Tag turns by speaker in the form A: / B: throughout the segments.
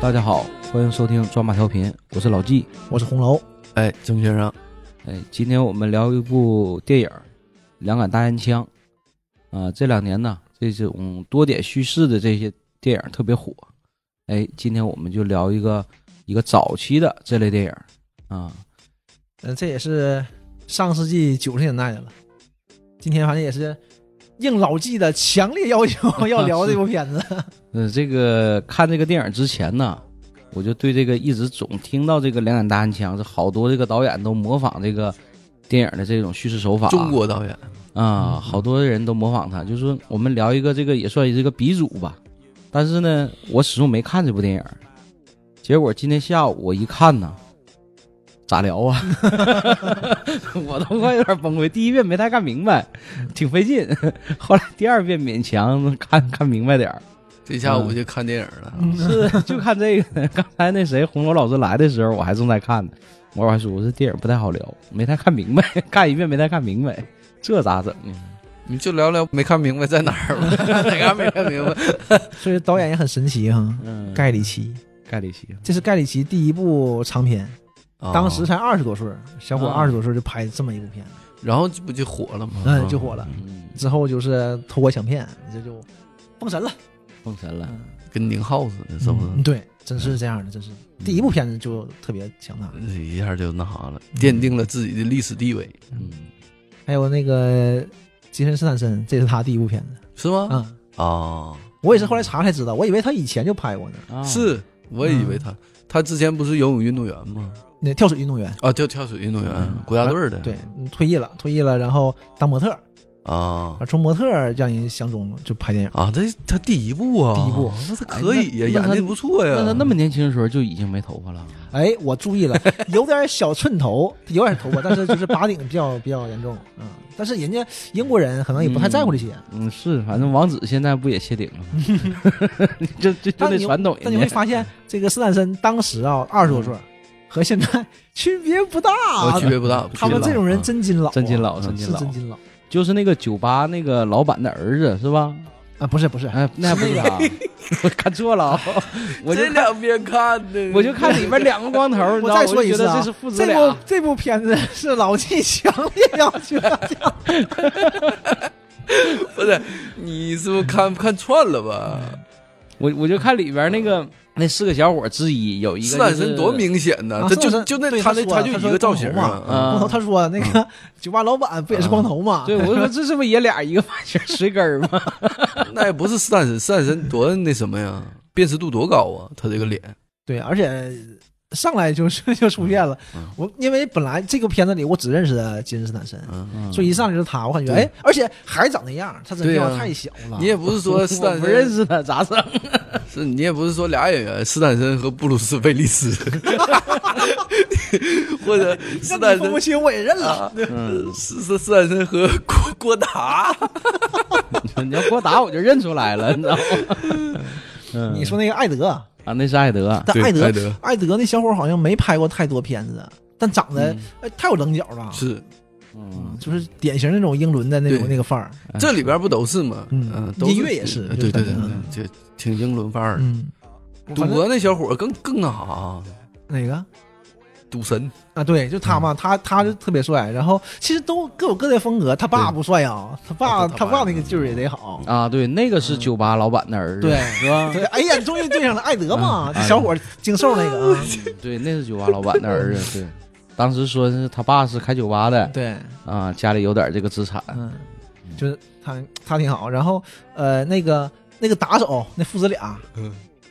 A: 大家好，欢迎收听抓马调频，我是老纪。
B: 我是红楼，
C: 哎，金先生，
A: 哎，今天我们聊一部电影儿《两杆大烟枪》啊、这两年呢，这种多点叙事的这些电影儿特别火。哎，今天我们就聊一个一个早期的这类电影儿啊，
B: 嗯，这也是上世纪九十年代的了。今天反正也是应老纪的强烈要 求要聊这部片子，
A: 呃，这个看这个电影之前呢，我就对这个一直总听到这个两杆大烟枪，这好多这个导演都模仿这个电影的这种叙事手法。
C: 中国导演，
A: 啊、
B: 嗯
A: 好多人都模仿他。就是说我们聊一个这个也算是一个鼻祖吧，但是呢，我始终没看这部电影儿。结果今天下午我一看呢，咋聊啊？ 我都快有点崩溃。第一遍没太看明白，挺费劲。后来第二遍勉强看看明白点儿。
C: 这下午就看电影了。
B: 嗯
A: 是就看这个。刚才那谁红楼老师来的时候，我还正在看呢。我还说哎这电影不太好聊，没太看明白， 看一遍没太看明白，这咋整啊？
C: 你就聊聊没看明白在哪儿吧，哪嘎没看明白？
B: 所以导演也很神奇哈。
A: 嗯，
B: 盖里奇，
A: 盖里奇，
B: 这是盖里奇第一部长片，当时
C: 哦，
B: 才二十多岁儿，小伙
A: 啊
B: 二十多岁儿就拍这么一部片，
C: 然后这不就火了吗？
B: 嗯，就火了。
A: 嗯，
B: 之后就是偷拐抢骗，这就封神了。
A: 封神了。
B: 嗯，
C: 跟宁浩似的，是不
B: 嗯
C: 是？
B: 对，真是这样的，真是
C: 嗯
B: 第一部片子就特别强大。
C: 这一下就那啥了，奠定了自己的历史地位，
A: 嗯，
B: 还有那个杰森斯坦森，这是他第一部片子
C: 是吗？
B: 啊。
C: 啊，
B: 我也是后来查才知道，我以为他以前就拍过呢。
A: 啊
C: 是，我也以为
B: 嗯
C: 他，他之前不是游泳运动员吗？
B: 那跳水运动员，
C: 啊，跳跳水运动员，
A: 嗯
C: 国家队的。
B: 对，嗯退役了，退役了，然后当模特儿，
C: 啊
B: 啊，从模特儿让人相中了，就拍电影。
C: 啊，这他第一部啊，
B: 第一部，
C: 那他可以
A: 哎那
C: 呀，
A: 那
C: 演
A: 他
C: 的不错呀。
A: 那他那么年轻的时候就已经没头发了。
B: 哎，我 注意了，有点小寸头，有点头发，但是就是拔顶比较比较严重啊、嗯但是人家英国人可能也不太在乎这些，
A: 嗯，是，反正王子现在不也谢顶了吗？ 就就就
B: 但
A: 那
B: 你
A: 传统
B: 但你会
A: 人家。
B: 发现这个斯坦森当时啊二十多
A: 嗯
B: 岁儿和现在区别不大
C: 啊，区别不大。
B: 他们这种人
C: 啊
B: 真金老啊，
A: 真金老
B: 是
A: 真金老
B: 真金老
A: 就是那个酒吧那个老板的儿子是 吧？
B: 啊，不是不是，
A: 哎，那还不是 他，我看错了 啊，我就
C: 这两边看的，
A: 我就看里面两个光头，你知道吗，
B: 我再说一次
A: 我就觉
B: 啊
A: 得这是父子
B: 这部
A: 俩。
B: 这部片子是老纪强烈要求大家
C: 不是，你是不是看看串了吧？
A: 我我就看里边那个那四个小伙之一有一个
C: 斯坦
A: 就是
C: 森多明显
B: 啊
C: 呐，
B: 斯
C: 这就
B: 坦森
C: 就那
B: 对
C: 他
B: 他
C: 那
B: 说了啊
C: 他就
B: 他
C: 一
B: 说
C: 个造型
B: 光头
C: 啊，
A: 啊
B: 光头，他说那个酒吧老板不也是光头吗？
A: 对，我就说这是不是也俩一个发型随根 儿吗？
B: 啊
C: 那也不是斯坦森，斯坦森多那什么呀？辨识度多高啊！他这个脸，
B: 对，而且上来就是就出现了
C: 嗯嗯。
B: 我因为本来这个片子里我只认识金斯坦森，
C: 嗯，
B: 所以一上来就是他，我感觉
C: 对
B: 哎，而且还长那样，他这
C: 对
B: 变
C: 啊
B: 化太小了。
C: 你也不是说斯
A: 我
C: 坦
A: 不认
C: 森，
A: 识他，咋整？
C: 是你也不是说俩演员，斯坦森和布鲁斯·菲利斯， 或者斯
B: 那
C: 坦
B: 你分
C: 森
B: 不清我也认了。
C: 啊，斯斯斯坦森和郭郭达，
A: 你要给我打，我就认出来了，你知道吗？嗯
B: 你说那个艾德，
A: 啊，那是艾德，
B: 但
C: 对
B: 艾
C: 艾
B: 德
C: 德
B: 艾德那小伙好像没拍过太多片子，但长得
A: 嗯
B: 哎太有棱角了，
C: 是
A: 嗯，
B: 就是典型那种英伦的那种
C: 对
B: 那个范儿。
C: 这里边不都是吗？
B: 哎嗯
C: 嗯，都
B: 音乐也是
C: 对对对
B: 嗯
C: 对，就挺英伦范儿的。
B: 嗯，
C: 赌
B: 反正
C: 博那小伙儿更更那啥，啊
B: 哪个？
C: 赌神
A: 嗯
B: 啊，对，就他嘛，他他就特别帅，然后其实都各有各的风格。他爸
C: 对
B: 不帅啊，他爸
C: 啊他
B: 他
C: 他
B: 爸
C: 爸
A: 嗯
B: 那个劲儿也得好。
A: 啊，对，那个是酒吧老板的儿子，
B: 对
A: 是吧？
B: 对，哎呀，你终于对上了艾德嘛，
A: 嗯
B: 这小伙儿精瘦那个啊，
A: 嗯对，那是酒吧老板的儿 子，对。当时说是他爸是开酒吧的
B: 对，
A: 啊，家里有点这个资产，
B: 嗯，就是他他挺好。然后呃，那个那个打手那父子俩，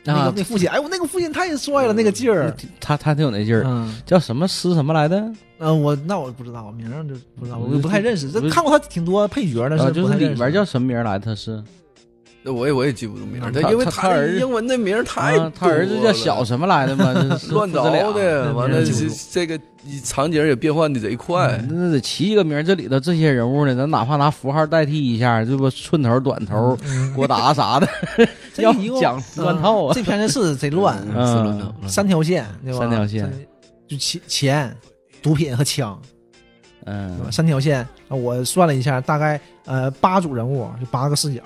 B: 那
A: 啊
B: 个，那父亲，哎，我那个父亲太帅了，那个劲儿。
A: 他他挺有嗯那劲儿，
B: 嗯，
A: 叫什么师什么来的？
B: 呃，我那我不知道名儿就不知道，我
A: 我就
B: 就不太认识。这
A: 我就
B: 看过他挺多配角，但
A: 嗯啊，
B: 是
A: 就
B: 不
A: 是
B: 太
A: 里
B: 认识
A: 边叫什么名来？他是
C: 那我也我也记不住名儿，
A: 他
C: 因为
A: 他他儿子
C: 英文的名儿太
A: 啊，他儿子
C: 多
A: 叫
C: 了
A: 小什么来的 吗？这是
C: 乱
A: 父子俩
C: 糟的，
B: 嗯
C: 完
B: 名
C: 了
B: 儿记不
C: 这
B: 住
C: 这个场景也变换的贼快
A: 嗯， 那得起一个名儿，这里头这些人物呢，咱哪怕拿符号代替一下，这不寸头、短头、
B: 嗯
A: 郭达啥的，
B: 这
A: 要
B: 一共
A: 讲乱套
B: 嗯
A: 啊。
B: 这片子是贼乱，
C: 嗯是乱
A: 嗯
C: 套
B: 三条线，对吧？
A: 三条线
B: 三，就钱、钱、毒品和枪，对吧？
A: 嗯，
B: 三条线，啊我算了一下，大概呃八组人物，就八个视角，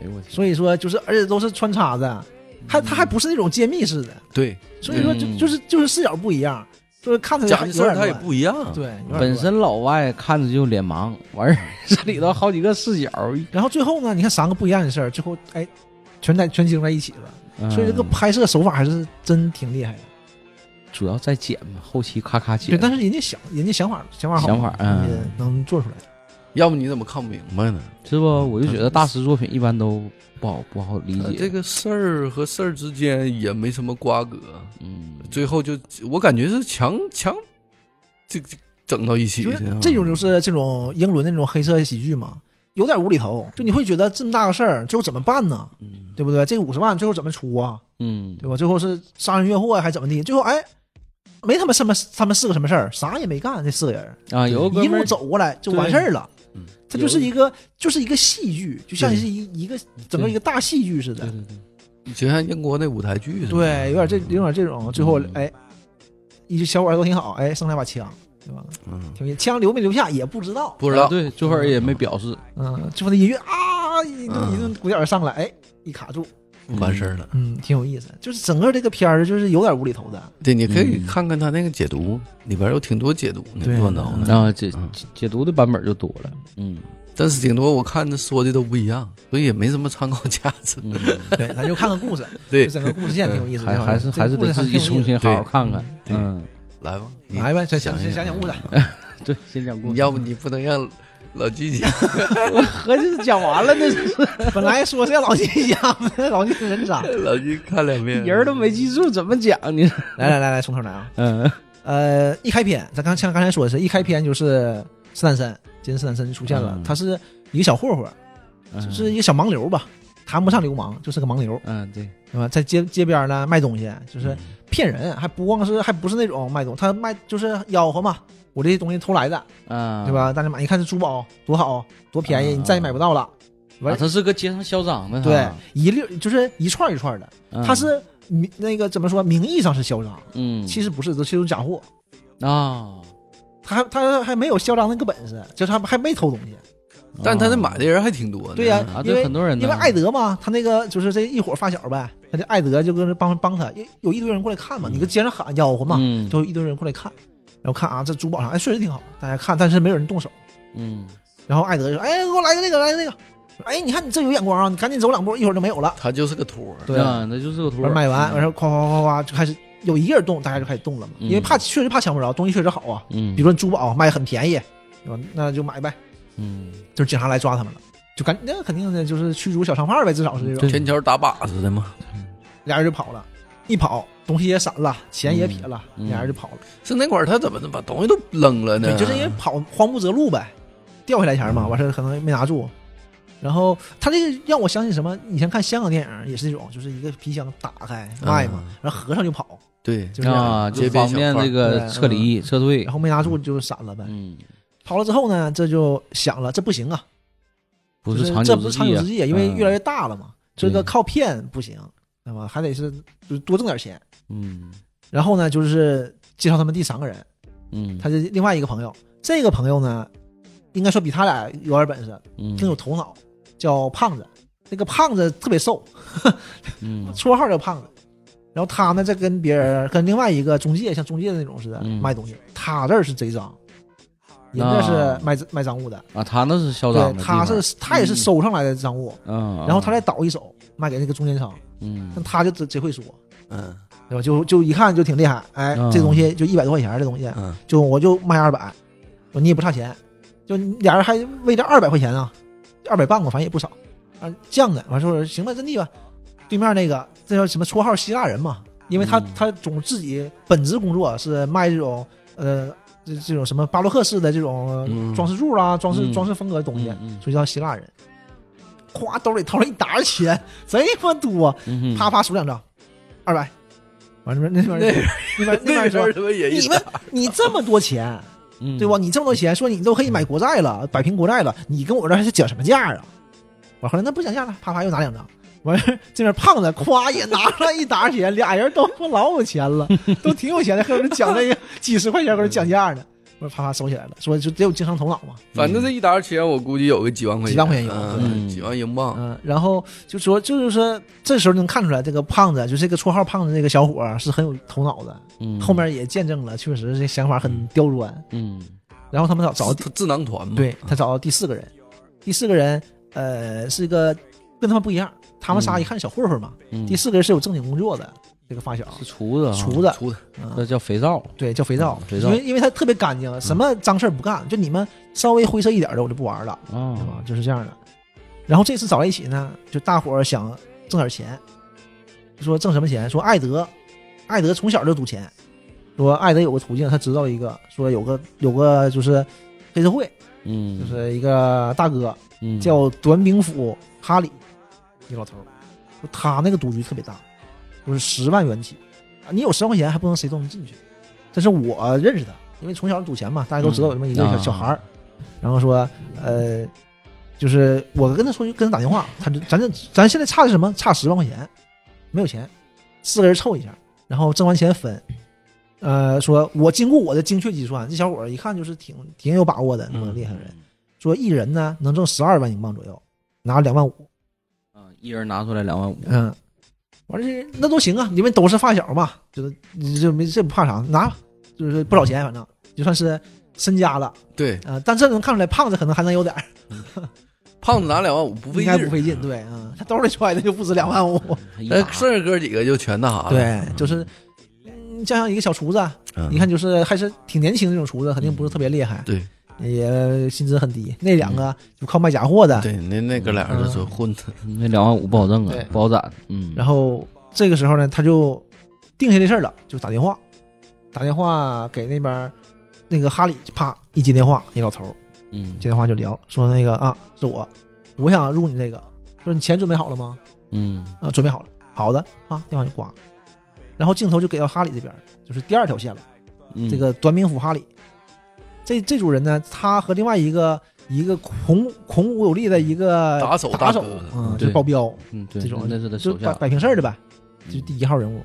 A: 哎呦我
B: 所以说就是，而且都是穿插着，还它还不是那种揭秘式的，
C: 对，
B: 所以说就
A: 嗯
B: 就是就是视角不一样，就是看着
C: 家的事
B: 有
C: 儿
B: 点
C: 它也
B: 乱
C: 不一样。
B: 对，有点
A: 本
B: 乱。
A: 身老外看着就脸盲，完事儿 这里头好几个视角，
B: 然后最后呢，你看三个不一样的事儿，最后哎，全在全集中在一起了，
A: 嗯
B: 所以这个拍摄手法还是真挺厉害的。
A: 主要在剪嘛，后期咔咔剪。
B: 对，但是人家想，人家想法想法好，
A: 想法嗯
B: 人家能做出来。
C: 要不你怎么看不明白呢？
A: 是不，我就觉得大师作品一般都不好不好理
C: 呃
A: 解。
C: 这个事儿和事儿之间也没什么瓜葛，
A: 嗯，
C: 最后就我感觉是强强，这这整到一起
B: 就
C: 去
B: 是
C: 啊。
B: 这种就是这种英伦的那种黑色喜剧嘛，有点无厘头，就你会觉得这么大个事儿，最后怎么办呢？
C: 嗯
B: 对不对？这五十万最后怎么出啊？
A: 嗯，
B: 对吧？最后是杀人越货呀还怎么地？最后哎，没他们什么，他们四个什么事儿，啥也没干，这四个人
A: 啊，有个哥
B: 一
A: 们
B: 路
A: 儿
B: 走过来就完事儿了。
C: 嗯
B: 它就是一个就是一个戏剧，就像是一一个整个一个大戏剧似
A: 对
B: 的。
A: 对对，
C: 就像英国那舞台剧似的，
B: 对，有点这有点这种，最后
A: 嗯
B: 哎，一小伙儿都挺好，哎，剩来把枪，对吧？
C: 嗯，
B: 挺枪留没留下也不知道。
C: 不知道
A: 啊对，最后也没表示。
B: 嗯，最后那音乐啊，一顿
C: 嗯
B: 一顿鼓点儿上来，哎，一卡住，
C: 完事儿了。
B: 嗯，挺有意思。就是整个这个片儿就是有点无厘头的，
C: 对，你可以
A: 嗯
C: 看看他那个解读，里边有挺多解读呢，
B: 对
C: 乱糟
B: 嗯
C: 的。
A: 然后啊解
C: 嗯
A: 解解读的版本就多了，嗯，
C: 但是挺多我看的说的都不一样，所以也没什么参考价值。
A: 嗯
B: 对，咱就看看故 事，
C: 对
B: 就，整个故事线挺有 意思的。
A: 还还是
B: 这个
A: 还是
B: 故事
A: 得自己
B: 挺有
A: 重
B: 意思
A: 新
B: 的
A: 好好看看。
C: 对
A: 嗯，
C: 来吧，你
B: 来吧，再
C: 想
B: 想
C: 一
B: 想
C: 想
B: 想故事，
A: 对，先讲故
C: 你
A: 事。
C: 要不你不能让老季讲，
A: 合计讲完了呢，
B: 本来说是要老金讲的，老金 人渣。
C: 老季看两 遍，
A: 人都没记住，怎么讲你？
B: 来来来来，从头来啊。
A: 嗯
B: 呃，一开篇，咱刚像刚才说的是，一开篇就是斯坦森，金斯坦森出现了
A: 嗯，
B: 他是一个小混混，就是一个小盲流吧，谈不上流氓，就是个盲流，
A: 嗯，对，
B: 嗯对吧？在街街边呢卖东西，
A: 嗯
B: 就是骗人，还不光是还不是那种卖东，他卖就是吆喝嘛，我这些东西偷来的，
A: 啊，
B: 对？吧？大家买，一看这珠宝多好，多便宜，
A: 嗯
B: 你再也买不到了。
A: 啊，他是个街上嚣张的，
B: 对，一溜就是一串一串的，
A: 嗯
B: 他是名那个怎么说，名义上是嚣张，
A: 嗯，
B: 其实不是，这是一种假货。
A: 啊，
B: 他还他还没有嚣张那个本事，就是他还没偷东西。
C: 但他
A: 那
C: 那买的人还挺多呢。
B: 对呀
A: 啊，
B: 因为
A: 对很多人呢，
B: 因为艾德嘛，他那个就是这一伙发小呗，他这艾德就跟着帮帮他，有有一堆人过来看嘛，你搁街上喊吆喝嘛，
A: 嗯
B: 就一堆人过来看，然后看啊这珠宝啥，哎确实挺好，大家看，但是没有人动手。
A: 嗯
B: 然后艾德就说，哎给我来个这个来个这个，哎你看你这有眼光啊，你赶紧走两步，一会儿就没有了。
C: 他就是个托儿，
B: 对，
A: 啊，那就是个图
B: 完
A: 儿
B: 卖完，完事儿夸夸夸夸就开始有一个人动，大家就开始动了嘛，因为怕确实怕抢不着，东西确实好啊，
A: 嗯，
B: 比如说珠宝卖很便宜，对吧？那就买呗。
A: 嗯，
B: 就是警察来抓他们了，就感那肯定的就是驱逐小商贩呗，至少是这种。
A: 嗯对
C: 天桥打靶似的嘛。
B: 嗯俩人就跑了，一跑东西也散了，钱也撇了，
A: 嗯嗯
B: 俩人就跑了。
C: 是那会儿他怎么把东西都扔了呢？
A: 啊
B: 对，就是因为跑慌不择路呗，掉下来钱嘛，完事儿可能没拿住。然后他这个让我想起什么？以前看香港电影也是这种，就是一个皮箱打开卖嘛，然后合上就跑，
C: 对，
B: 就这样
A: 嗯啊，
C: 街
A: 就
C: 边
A: 方
C: 小贩
A: 便这个
B: 对
A: 撤离撤退
B: 然，后没拿住就散了呗。
A: 嗯，
B: 跑了之后呢，这就想了，这不行啊，
A: 不
B: 就是
A: 长
B: 这
A: 久
B: 不是
A: 之
B: 长久之
A: 计
B: 计啊，
A: 啊，
B: 因为越来越
A: 越
B: 大了嘛，这个
A: 对
B: 靠骗不行，对吧？还得是就是多挣点钱。
A: 嗯
B: 然后呢，就是介绍他们第三个人，
A: 嗯，
B: 他是另外一个朋友。这个朋友呢，应该说比他俩有点本事，
A: 嗯
B: 更有头脑，叫胖子。那个胖子特别瘦，
A: 嗯
B: 绰号叫胖子。然后他呢，在跟别人、跟另外一个中介，像中介那种似的
A: 嗯
B: 卖东西。他这儿是贼赃，人家
A: 啊
B: 是卖卖赃物的。
A: 啊，他那是嚣
B: 对
A: 张，的地
B: 他
A: 方，
B: 是他也是收上来的赃物，
A: 嗯，
B: 然后他再倒一手卖给那个中间商，
A: 嗯
B: 但他就贼贼会说，
C: 嗯
B: 对吧？就就一看就挺厉害，哎，
A: 嗯
B: 这东西就一百多块钱，这东西，
C: 嗯，
B: 就我就卖二百，我你也不差钱，就俩人还为这二百块钱啊，二百半吧，反正也不少，啊犟的，完事儿行吧，真地吧，对面那个这叫什么绰号希腊人嘛，因为他、
A: 嗯
B: 他总自己本职工作是卖这种呃这这种什么巴洛克式的这种
C: 嗯
B: 装饰柱啦、啊装饰
A: 嗯
B: 装饰风格的东西，
A: 嗯嗯
B: 所以叫希腊人，咵兜里掏了一沓钱，贼他妈多，
A: 嗯
B: 啪啪数两张，二百，完这边那边那
C: 那
B: 边 那
C: 那
B: 边
C: 时候
B: 说
C: 他妈也一
B: 你们你这么多钱。
A: 嗯
B: 对吧？？你这么多钱，说你都可以买国债了，摆平国债了，你跟我这还是讲什么价啊？我后来那不讲价了，啪啪又拿两张。完事儿这边胖子夸也拿了一沓钱，俩人都他妈老有钱了，都挺有钱的，和我这讲这个几十块钱，搁这讲价呢。我啪啪收起来了，说就得有经商头脑嘛，
C: 反正这一沓钱，我估计有个几万块钱，
B: 几万块钱有
C: 嗯
A: 嗯
C: 几万英镑。
B: 嗯，然后就说这就是说这时候能看出来，这个胖子就是这个绰号胖子这个小伙儿是很有头脑的，
A: 嗯，
B: 后面也见证了，确实这想法很刁钻。
A: 嗯
B: 然后他们找找到第
C: 他智囊团嘛，
B: 对他找到第四个人，第四个人呃是一个跟他们不一样，他们仨
A: 嗯
B: 一看小混混嘛，
A: 嗯，
B: 第四个人是有正经工作的，这个发小
A: 是厨子啊，
B: 厨子，
C: 出的
B: 嗯
A: 这叫肥皂，
B: 对叫肥皂
A: 嗯，肥
B: 因
A: 皂嗯
B: 为因为他特别干净，什么脏事儿不干，就你们稍微灰色一点的我就不玩了，对吧
A: 啊？，
B: 就是这样的。然后这次找在一起呢，就大伙儿想挣点钱，就说挣什么钱？说艾德，艾德从小就赌钱，说艾德有个途径，他知道一个，说有个有个就是黑社会，
A: 嗯，
B: 就是一个大哥
A: 嗯
B: 叫短柄斧哈里，一老头儿，说他那个赌局特别大，就是十万元起，啊你有十万块钱还不能谁都能进去。但是我认识他，因为从小赌钱嘛，大家都知道有这么一个
A: 嗯
B: 小、
A: 啊
B: 小孩儿。然后说，呃，就是我跟他说，跟他打电话，他就咱这咱现在差的是什么？差十万块钱，没有钱，四个人凑一下，然后挣完钱分。呃，说我经过我的精确计算，这小伙儿一看就是挺挺有把握的，那么
A: 嗯
B: 厉害的人。说一人呢能挣十二万英镑左右，拿两万五，
A: 啊，一人拿出来两万五，
B: 嗯，完了这那都行啊，因为都是发小嘛，就是你这没这不怕啥，拿就是不少钱，反正就算是身家了
C: 对，
B: 啊、呃但这能看出来，胖子可能还能有点儿，
C: 胖子拿两万五不费
B: 应
C: 劲
B: 该不
C: 儿，
B: 费劲，对啊、嗯他兜里揣的就不止两万五，
A: 一
B: 呃
C: 那
A: 打
C: 哎剩下哥几个就全那啥了。
B: 对，就是。嗯，加上一个小厨子，
C: 啊嗯，
B: 你看就是还是挺年轻的那种厨子，肯定不是特别厉害，
C: 对
B: 也薪资很低。那两个就靠卖假货的，
C: 对，那那哥俩
B: 嗯
C: 就是混 的，
A: 那两万五不好挣
B: 对
A: 啊，不好攒，嗯，
B: 然后这个时候呢，他就定下这事儿了，就打电话，打电话给那边儿那个哈里，啪一接电话，那老头儿
A: 嗯
B: 接电话就聊，说那个啊是我，我想入你这个，说你钱准备好了吗？
A: 嗯
B: 啊，准备好了，好的啊，电话就挂了。然后镜头就给到哈里这边儿，就是第二条线了，
A: 嗯，
B: 这个短命府哈里。这这组人呢，他和另外一个一个孔孔武有力的一个
C: 打手
B: 打手
C: 大哥，
B: 嗯，就
A: 对
B: 是保镖，
A: 嗯对，
B: 这种
A: 那是他
B: 就
A: 手
B: 摆
A: 下，
B: 摆平事儿的呗。
A: 嗯
B: 就是第一号人物。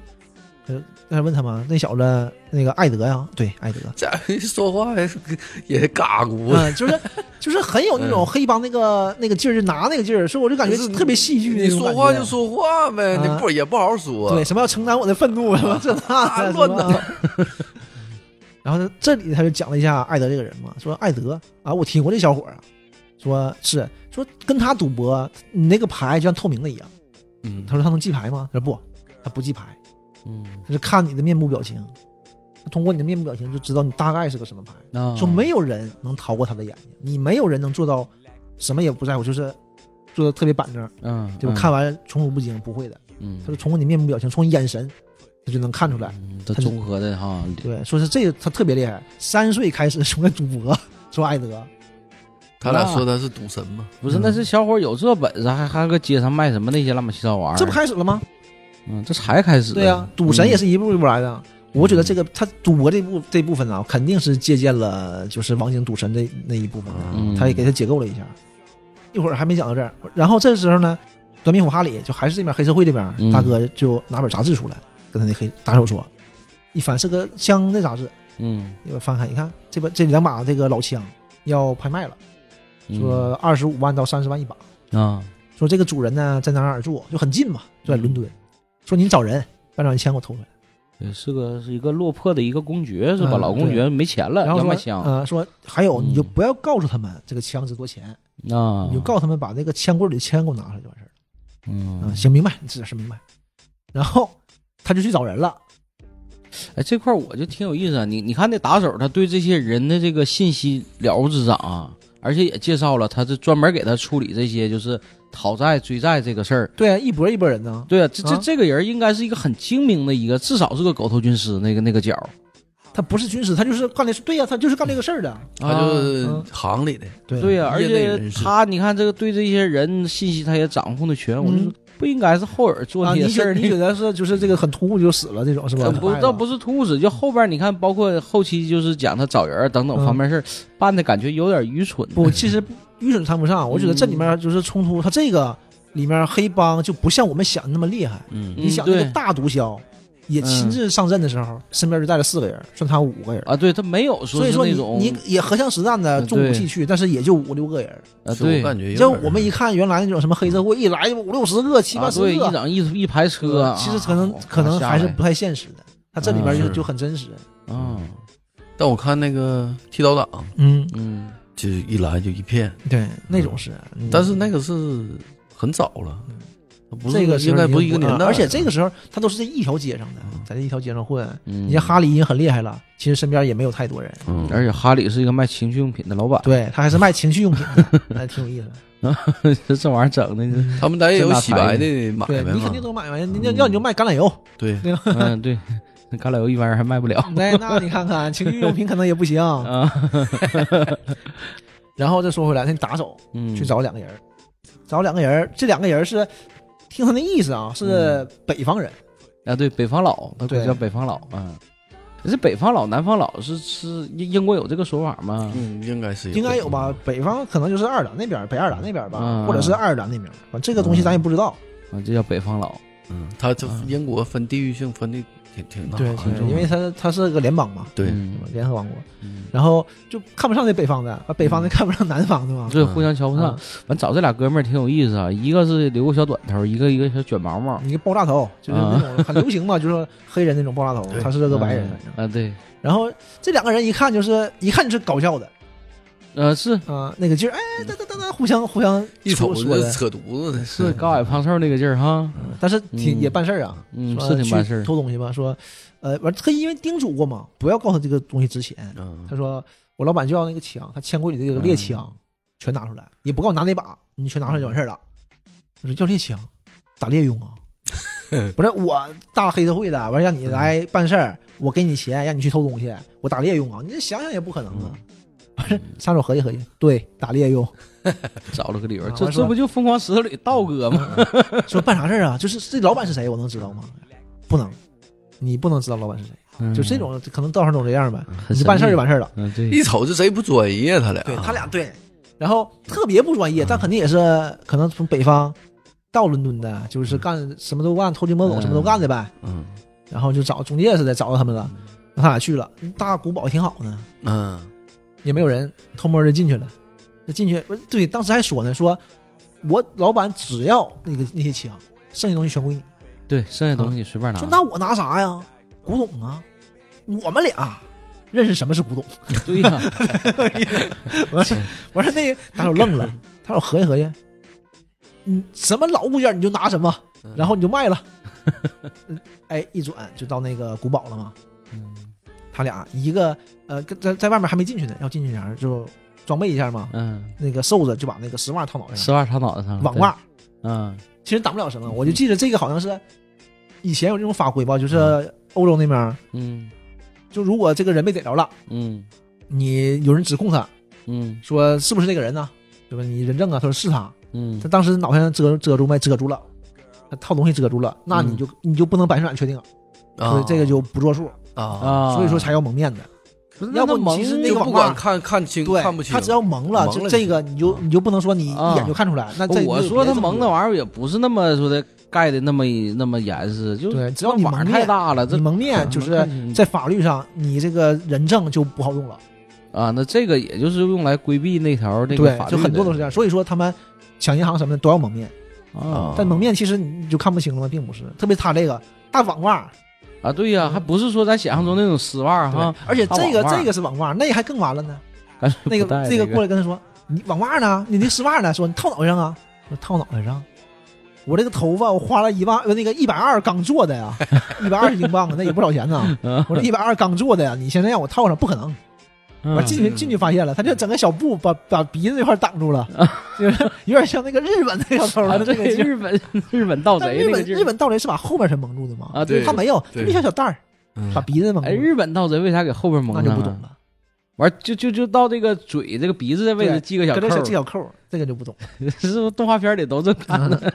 B: 呃，那问他嘛，那小子那个艾德呀、对，艾德，
C: 这一说话也是也嘎咕，啊
B: 嗯，就是就是很有那种黑帮那个那个劲儿，就拿那个劲儿，所以我就感觉
C: 嗯就是
B: 特别戏剧。
C: 你说话就，说话呗，
B: 啊
C: 你不也不好好说。
B: 对，什么要承担我的愤怒什么这那
C: 啊
B: 的
C: 乱
B: 是吧然后呢，这里他就讲了一下艾德这个人嘛，说艾德啊，我听过这小伙儿啊，说是说跟他赌博，你那个牌就像透明的一样。
C: 嗯，
B: 他说他能记牌吗？他说不，他不记牌。
A: 嗯，
B: 他是看你的面部表情，通过你的面部表情就知道你大概是个什么牌。
A: 那
B: 说没有人能逃过他的眼睛，你没有人能做到什么也不在乎，就是做的特别板正，
A: 嗯，
B: 对吧？
A: 嗯
B: 看，完从容不惊，不会的。
A: 嗯，
B: 他就通过你面部表情，从你眼神，他就能看出来。
A: 嗯他
B: 他就
A: 综合的哈，
B: 对，说是这个他特别厉害，三岁开始从来赌博，说艾德，
C: 他俩说他是赌神嘛，
A: 不是，
B: 嗯
A: 那是小伙有这本事，还还搁街上卖什么那些乱七八糟玩意儿，
B: 这不开始了吗？
A: 嗯，这才开始，
B: 对呀、赌神也是一步一步来的。我觉得这个他赌博这部这部分呢、啊肯定是借鉴了就是王晶赌神这那一部分啊的，
A: 嗯
B: 他也给他解构了一下。一会儿还没讲到这儿，然后这时候呢，短命虎哈里就还是这边黑社会这边、
A: 嗯
B: 大哥就拿本杂志出来，跟他那黑打手说，一翻是个枪的杂志，
A: 嗯，
B: 一翻开一看，这边这两把这个老枪要拍卖了，
A: 嗯
B: 说二十五万到三十万一把，
A: 啊，
B: 说这个主人呢在哪儿哪儿住，就很近嘛，就在伦敦，说你找人，把两枪给我偷出来。
A: 也是个是一个落魄的一个公爵是吧？
B: 嗯
A: 老公爵没钱了，
B: 然后
A: 要
B: 说
A: 卖香
B: 呃，说还有
A: 嗯
B: 你就不要告诉他们这个枪值多钱，
A: 啊，
B: 你就告诉他们把那个枪柜里的枪给我拿出来就完事儿了。啊，
A: 嗯，
B: 行，明白，你自己是明白。然后他就去找人了，
A: 哎，这块儿我就挺有意思啊。你你看那打手，他对这些人的这个信息了如指掌啊，而且也介绍了，他是专门给他处理这些就是讨债追债这个事儿。
B: 对啊，一波一波人呢，
A: 对啊，这这
B: 啊
A: 这个人应该是一个很精明的一个，至少是个狗头军师那个那个角儿。
B: 他不是军师，他就是干这事，对呀、他就是干这个事儿的，啊
C: 他就是
B: 嗯
C: 行里的，
B: 对
A: 对呀、而
C: 业内
A: 且
C: 人士
A: 他你看这个对这些人信息他也掌控的全，我就
B: 嗯
A: 说不应该是后耳做
B: 啊，
A: 这
B: 你
A: 些
B: 觉
A: 事
B: 得
A: 儿的。
B: 你觉得是就是这个很突兀就死了这种是吧
A: 呃？不，倒不是突兀死，就后边你看，包括后期就是讲他找人儿等等
B: 嗯
A: 方面事儿，办的感觉有点愚蠢。
B: 不，其实愚蠢谈不上，我觉得这里面
A: 嗯
B: 就是冲突，他这个里面黑帮就不像我们想的那么厉害。
C: 嗯
A: 嗯
B: 你想那个
A: 对嗯
B: 大毒枭，也亲自上阵的时候，身边就带了四个人，算他五个人。
A: 啊，对他没有
B: 所
A: 说
B: 以
A: 是
B: 说
A: 那
B: 你
A: 种
B: 你也荷枪实弹的
A: 嗯
B: 重武
A: 对
B: 器去，但是也就五六个人。
A: 啊，
C: 是我
A: 对
C: 感觉有
B: 像
C: 点
B: 我们一看原来那种什么黑社会，一来就五六十个、七八
A: 啊
B: 十
A: 对一
B: 个，
A: 整一一排车啊，
B: 其实可能
A: 哗
B: 可能
A: 下
B: 还是
A: 来
B: 不太现实的。他这里边就是就很真实。
A: 啊，
C: 但我看那个剃刀党，
B: 嗯，
A: 嗯，
C: 就一来就一片，
B: 对，那种是。嗯
C: 但是那个是很早了，不是
B: 这个时候
C: 应该不是
B: 已
C: 一
B: 经
C: 个年
B: 啊
C: 代了，
B: 而且这个时候他都是在一条街上的，在这一条街上混。
A: 你
B: 你像哈，利已经很厉害了，其实身边也没有太多人。
C: 嗯，
A: 而且哈里是一个卖情趣用品的老板，
B: 对他还是卖情趣用品的，那挺有意思的。
A: 这这玩意儿整 的，
C: 他们得有洗白的买
B: 对
C: 卖
B: 你
C: 嘛
B: 肯定，都买完，你要要你就卖橄榄油，
C: 对，
A: 嗯，对，橄榄油一般人还卖不了
B: 那那你看看情趣用品可能也不行。
A: 啊，
B: 然后再说回来，那打手
A: 嗯，
B: 去找两个人，找两个人，这两个人是听他那意思啊，是
A: 嗯
B: 北方人，
A: 啊，对，北方佬，他管
B: 对
A: 叫北方佬啊。这北方佬、南方佬是是英英国有这个说法吗？
C: 嗯，应该是
B: 应该有吧？北方可能就是爱尔兰那边，北爱尔兰那边吧
A: 嗯，
B: 或者是爱尔兰那边。反正这个东西咱也不知道。
A: 啊，这叫北方佬。
C: 嗯，他这
A: 嗯
C: 英国分地域性分的挺挺那啥
B: 对
C: 的，
A: 啊挺重
B: 对，因为他他是个联邦嘛，
C: 对
A: 嗯
B: 联合王国，
A: 嗯
B: 然后就看不上这北方的，啊北方的看不上南方的嘛。
A: 对，互相瞧不
B: 嗯
A: 上。完找这俩哥们儿挺有意思啊，一个是留个小短头，一个一个小卷毛毛。
B: 嗯你爆炸头就是那种很流行嘛，就是黑人那种爆炸头
C: 对，
B: 他是个白人。
A: 啊嗯啊，对，
B: 然后这两个人一看就是一看就是搞笑的
A: 呃，是
B: 啊，那个劲儿，哎，哒哒哒哒，互相互相
C: 一瞅
B: 说说
C: 就
B: 的，
C: 扯犊子的，
A: 是高矮胖瘦那个劲儿哈，
B: 但是
A: 嗯
B: 挺也办事儿啊，
A: 嗯，
B: 说
A: 是挺办事
B: 去
A: 儿。
B: 偷东西吧，说，呃，完他因为叮嘱过嘛，不要告诉这个东西值钱。
C: 嗯
B: 他说我老板就要那个枪，他枪柜里的这个
A: 嗯
B: 猎枪全拿出来，也不告诉拿哪把，你全拿出来就完事儿了。我说要猎枪，打猎用 啊。不是我大黑社会的，完让你
A: 嗯
B: 来办事儿，我给你钱，让你去偷东西，我打猎用啊？你这想想也不可能啊！
A: 嗯
B: 完 事儿上手合计合计，对，打猎用。
A: 找了个理由
B: 啊，
A: 这这
B: 完说
A: 不就疯狂石头里道哥吗？
B: 说办啥事儿啊？就是这老板是谁，我能知道吗？不能，你不能知道老板是谁。嗯就这种可能道上都这样呗，
A: 嗯很
B: 你
A: 神
B: 办事儿
A: 秘啊
B: 就完事儿了。
A: 嗯，对，
C: 一瞅这谁不专业，他俩，
B: 对他俩对，然后特别不
A: 嗯
B: 专业，但肯定也是可能从北方到伦敦的，就是干什么都干，偷鸡摸狗什么都干的呗。
C: 嗯
B: 然后就找中介似的找到他们了，
A: 嗯
B: 让他俩去了，大古堡挺好呢，
C: 嗯，
B: 也没有人，偷摸就进去了。那进去不是对，当时还说呢，说我老板只要那个那些枪，剩下东西全归你。
A: 对，剩下东西你随便拿
B: 说。那我拿啥呀？古董啊，我们俩。认识什么是古董？
A: 对呀，
B: 我说我说那个， 他说愣了，他说合计合计，嗯，什么老物件你就拿什么，然后你就卖了。嗯哎，一转就到那个古堡了嘛。嗯他俩一个呃，跟在在外面还没进去呢，要进去前就装备一下嘛。
A: 嗯，
B: 那个瘦子就把那个丝袜套脑袋上，
A: 丝袜插脑袋上了，
B: 网袜
A: 嗯，
B: 其实挡不了什么。我就记得这个好像是以前有这种法规吧，就是欧洲那边，
A: 嗯
B: 就如果这个人被逮着了，
A: 嗯
B: 你有人指控他
A: 嗯
B: 说是不是这个人呢？对吧？你人证啊，他说是他，
A: 嗯
B: 他，当时脑袋上遮遮住没？遮住了，他套东西遮住了，那你就、你就不能百分之百确定了，所
C: 啊
B: 以这个就不作数，
C: 啊，
A: 嗯啊，
B: 所以说才要蒙面的。
A: 不是
B: 要不
A: 蒙
B: 其实那
C: 就
B: 个
C: 不
B: 网袜
C: 管看看清
B: 对，
C: 看不清，
B: 他只要蒙了，
C: 蒙了
B: 这
C: 就
B: 这个你就
C: 啊
B: 你就不能说你
A: 啊
B: 一眼就看出来。那这
A: 我说他蒙那
B: 玩
A: 玩意儿也不是那么说的盖的那么那么严实，就
B: 对只要你
A: 网儿
B: 蒙
A: 太
B: 面
A: 大了，
B: 你
A: 这
B: 蒙面就
A: 怎么
B: 是
A: 看清
B: 在法律上，你这个人证就不好用了。
A: 啊，那这个也就是用来规避那条那个
B: 对
A: 法，律
B: 就
A: 的，
B: 很多都是这样。所以说他们抢银行什么的都要蒙面，
A: 啊
B: 但蒙面其实你就看不清了，并不是。特别他这个大网袜，
A: 啊，对呀，还不是说咱想象中那种丝袜儿哈
B: 对，而且
A: 大
B: 这个
A: 网袜
B: 这个是网袜，那还更完了呢。
A: 干脆
B: 那
A: 不戴
B: 个
A: 这
B: 这个过来跟他说：“你网袜呢？你那丝袜呢？说你套脑袋上啊？我说套脑袋上，我这个头发我花了一万呃那个一百二刚做的呀， 一百二十英镑啊，那也不少 钱呢。
A: 嗯
B: 我说一百二刚做的呀，你现在让我套上不可能。
A: 嗯
B: 完进去进去发现了，他就整个小布把把鼻子那块 挡住了，就是有点像那个日本那小偷
A: 啊，
B: 的这
A: 对，
B: 个劲儿。
A: 日本日本盗
B: 但
A: 贼
B: 日
A: 那个
B: 本
A: 劲
B: 日
A: 儿
B: 本盗贼是把后边是蒙住的嘛？
A: 啊，对
C: 对
B: 他，没有，
C: 对
B: 就一小小袋儿
C: 嗯
B: 把鼻子蒙住
A: 哎，，日本盗贼为啥给后边蒙
B: 那
A: 上
B: 就
A: 啊？
B: 不懂了。
A: 完就就就到这个嘴这个鼻子的位置
B: 对
A: 系个小
B: 搁这
A: 扣
B: 小系
A: 儿，
B: 小扣儿，这个就不懂。
A: 是不是动画片里都这么 看的？
B: 啊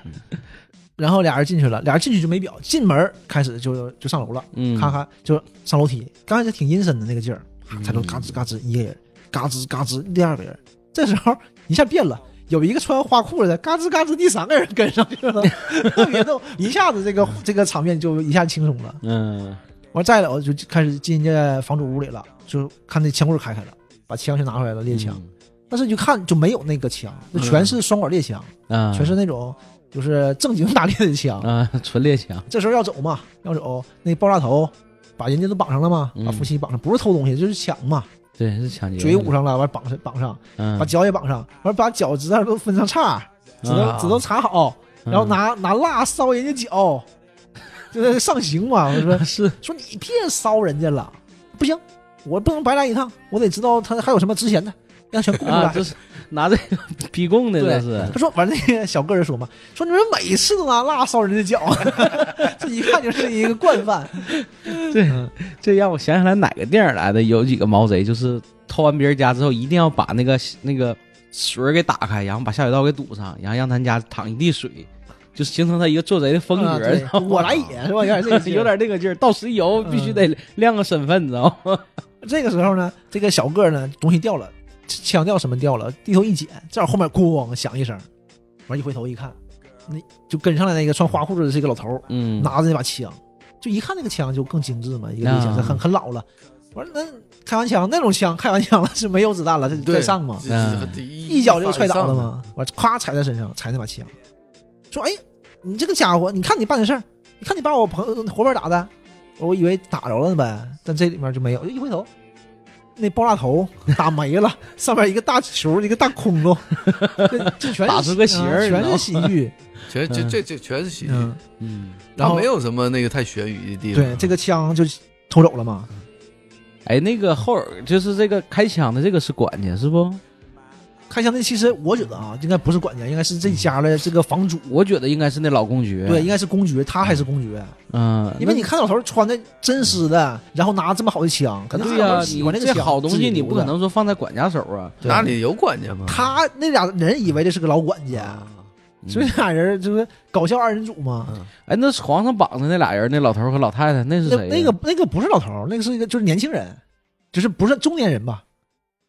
B: 然后俩人进去了，俩人进去就没表，进门儿开始就就上楼了，
A: 嗯，
B: 咔咔就上楼梯。刚开始挺阴森的那个劲儿，
C: 嗯
B: 他就嘎吱嘎吱一个人，嘎吱嘎吱第二个人。这时候一下变了，有一个穿花裤子的，嘎吱嘎吱，第三个人跟上去了，特别逗，一下子这个这个场面就一下轻松了。
A: 嗯
B: 完再了，我就开始进人家房主屋里了，就看那枪柜开开了，把枪先拿回来了，猎
A: 嗯
B: 枪。但是你就看就没有那个枪，那全是双管猎枪，
A: 啊，
B: 全是那种就是正经打猎的枪。
A: 啊，纯猎枪，
B: 这时候要走嘛，要走，那爆炸头把人家都绑上了嘛，
A: 嗯
B: 把夫妻绑上，不是偷东西就是抢嘛，
A: 对，是抢劫，
B: 嘴捂，上了，完绑上绑上，
A: 嗯，
B: 把脚也绑上，完把脚趾头都分上叉，指头
A: 啊
B: 指头插好，
A: 嗯
B: 然后拿拿蜡烧人家脚，就是上刑嘛。我 说
A: 是
B: 说你别烧人家了，不行，我不能白来一趟，我得知道他还有什么值钱的，让他全供出来
A: 啊，。这是拿这个逼供的，这是嗯
B: 他说完那个小个儿说嘛，说你们每次都拿蜡烧人家脚， 这一看就是一个惯犯。
A: 这这让我想起来哪个电影来的？有几个毛贼就是偷完别人家之后，一定要把那个那个水儿给打开，然后把下水道给堵上，然后让他家淌一地水，就形成他一个做贼的风格。
B: 啊
A: 你
B: 对
A: 知道吗
B: 我来 也是吧，有点这个劲儿
A: 有点那个劲儿，到石油必须得亮个身份，你知道吗？
B: 这个时候呢，这个小个儿呢，东西掉了，枪掉什么掉了，低头一捡，正好后面咣响一声，完一回头一看，那就跟上来那个穿花裤子的是一个老头儿，
A: 嗯，
B: 拿着那把枪，就一看那个枪就更精致嘛，一个
A: 啊
B: 猎枪，这很很老了。完了，那开完枪那种枪开完枪了是没有子弹了，再
C: 对
B: 再上嘛，
C: 这这这一
B: 一脚就踹倒了
C: 嘛。
B: 嘛，完咵踩在身上，踩那把枪，说哎，你这个家伙，你看你办的事儿，你看你把我朋友伙伴打的，我以为打着了呢呗，但这里面就没有，一回头。那爆炸头打没了， 上面一个大球，一个大空洞，这这全是
A: 打出个形儿
B: 啊全
A: 你
B: 是喜 剧。
C: 全这这这全是喜剧，
B: 嗯，
A: 嗯，
B: 然
C: 然
B: 后
C: 后没有什么那个太悬疑的地方。
B: 对，这个枪就偷走了嘛。
A: 哎，那个后耳就是这个开枪的，这个是管家是不？
B: 开枪那其实我觉得啊，应该不是管家，应该是这家的这个房主，
A: 我觉得应该是那老公爵。
B: 对，应，该是公爵，他还是公爵，
A: 嗯，
B: 因为你看老头穿的真丝的，然后拿这么好的枪，可能
A: 对
B: 还有
A: 呀、
B: 人喜欢
A: 你
B: 这个枪
A: 好东西你不可。
B: 自己留着
A: 能说放在管家手啊，
B: 对
C: 哪里有管家吗？
B: 他那俩人以为这是个老管家，嗯所以俩人就是搞笑二人组嘛。
A: 嗯哎，那床上绑着那俩人，那老头儿和老太太，那是
B: 那
A: 谁呀？
B: 那个那个不是老头儿，那个是一个就是年轻人，就是不是中年人吧？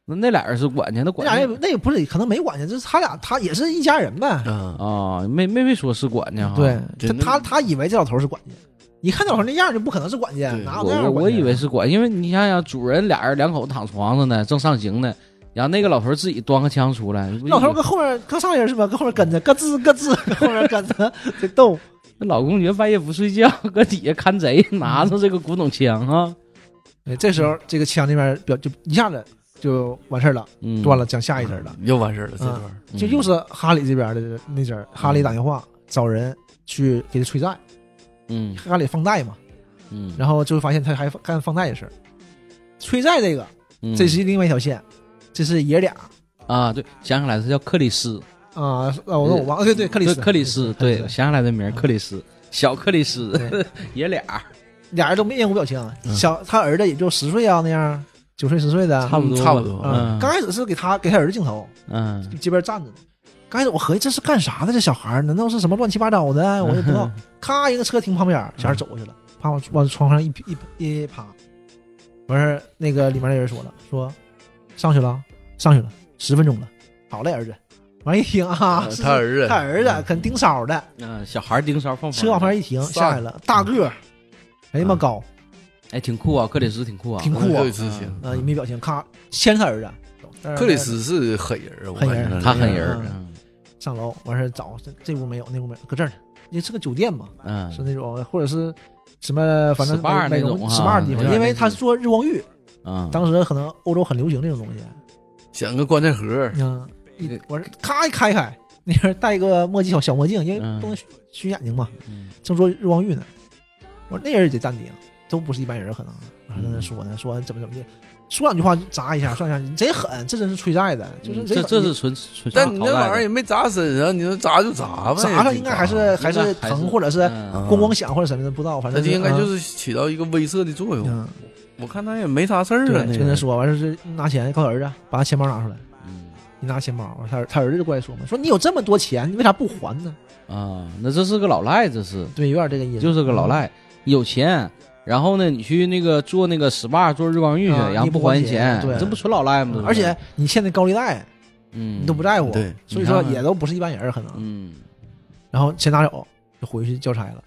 A: 那那俩人是管家，那
B: 那
A: 管
B: 俩
A: 家
B: 人也那也不是，可能没管家，就是他俩他也是一家人呗。
C: 啊，
A: 啊、没没没说是管家哈。
B: 对，他
C: 真的
B: 他他以为这老头是管家，你看这老头那样就不可能是管家，
C: 对
B: 哪
A: 我
B: 有啊那样的
A: 我
B: 管家
A: 我以为是管，因为你想想，主人俩人两口躺床上呢，正上刑呢，然后那个老头儿自己端个枪出来，
B: 老头跟后面跟上人是吧？跟后面跟着，咯吱咯吱，跟后面跟着， 这逗。
A: 那老公爵半夜不睡觉，搁底下看贼，拿着这个古董枪啊，
B: 哎，这时
A: 嗯
B: 候这个枪那边表就一下子就完事儿了，
A: 嗯，
B: 断了，讲下一阵儿了，
C: 又完事儿了，这段儿
A: 嗯，
B: 就又是哈里这边的那阵儿，哈里打电话找人去给他催债，
A: 嗯
B: 哈里放贷嘛，
A: 嗯，
B: 然后就发现他还干放贷的事儿，催债这个
A: 嗯
B: 这是另外一条线，这是爷俩。
A: 啊，对，想起来他叫克里斯，
B: 啊，呃我我忘了，对对，克里斯，嗯
A: 对克里斯，对，想起来这名儿，克里斯，小克里斯，
B: 对啊
A: 爷俩
B: 俩人都面无表情。
C: 嗯
B: 小他儿子也就十岁啊那样，九岁十岁的。
A: 差不多
C: 差不多
A: 吧
B: 嗯，刚开始是给他给他儿子镜头，
A: 嗯嗯
B: 街边站着呢。刚开始我合计这是干啥的？这小孩儿难道是什么乱七八糟的？我也不知
C: 嗯
B: 道。咔，一个车停旁边，小孩走过去了，啪往往窗上一一一一趴。完事儿，那个里面的人说了，说上去了，上去了，十分钟了。好嘞，儿子。完一听啊，
C: 呃
B: 是
C: 他儿子，
B: 他儿子肯盯梢的，
A: 嗯，小孩儿盯梢放
B: 车往旁
A: 边，
B: 边一停，
C: 上
B: 下来了，大个儿，哎呀妈
C: 嗯
B: 高，
A: 哎，挺酷啊，克里斯挺酷啊，
B: 挺酷
C: 克
B: 啊
C: 里。斯行，
B: 呃，也没表情，咔牵着他儿子。但是
C: 克里斯是狠人儿，我
B: 嗯狠
C: 感
B: 人
C: 觉
B: 儿
A: 他狠人
B: 嗯
A: 儿，嗯
B: 上楼完事儿找这这屋没有，那屋没有，搁这儿呢。因为是个酒店嘛，
A: 嗯，
B: 是那种或者是什么，反正
A: SPA
B: 美
A: 那
B: 容
A: 种啊
B: SPA 地
A: 有
B: 方，
A: 点
B: 因为
A: 那
B: 他
A: 种
B: 做日光浴，
A: 啊，
B: 当时可能欧洲很流行这种东西。
C: 想个棺材盒儿，
B: 嗯，一
A: 对
B: 完事儿咔一开开，那人戴一个墨镜 小小墨镜，因为
A: 嗯
B: 不能熏熏眼睛嘛，
A: 嗯
B: 正做日光浴呢。我说那人也得淡定，都不是一般人，可能完在那
A: 嗯
B: 说呢，说怎么怎么地，说两句话砸一下，算一下，你贼狠，这真是催债的，就是
A: 嗯
B: 贼
A: 这
B: 狠
A: 这
B: 你
A: 是纯纯
C: 但你那玩意儿
A: 意
C: 也没砸身上，你说砸就砸呗，
B: 砸上应该还是
A: 嗯
B: 还是疼或者是
A: 啊
C: 嗯
B: 咣咣响或者什么的，不知道，反
C: 那
B: 正。
C: 就应该就是是起到一个威慑的作用。
B: 嗯，
C: 我看他也没啥事儿
B: 对
C: 啊，，
B: 就跟他
C: 那
B: 说，完事就拿钱告诉儿子，啊把他钱包拿出来。
A: 嗯
B: 一拿钱包，完他他儿子就过来说嘛，说你有这么多钱，你为啥不还呢？
A: 啊，那这是个老赖，这是
B: 对，有点这个意思，
A: 就是个老赖，有钱。然后呢，你去那个做那个 SPA 做日光浴去，
B: 啊
A: 然后
B: 你不
A: 还
B: 还钱对
A: 这不纯老赖吗？
B: 嗯。而且你欠的高利贷，
A: 嗯，
B: 你都不在乎，
C: 对
B: 所以说
A: 你看
B: 也都不是一般人儿可能。
A: 嗯，
B: 然后钱拿走就回去交差了，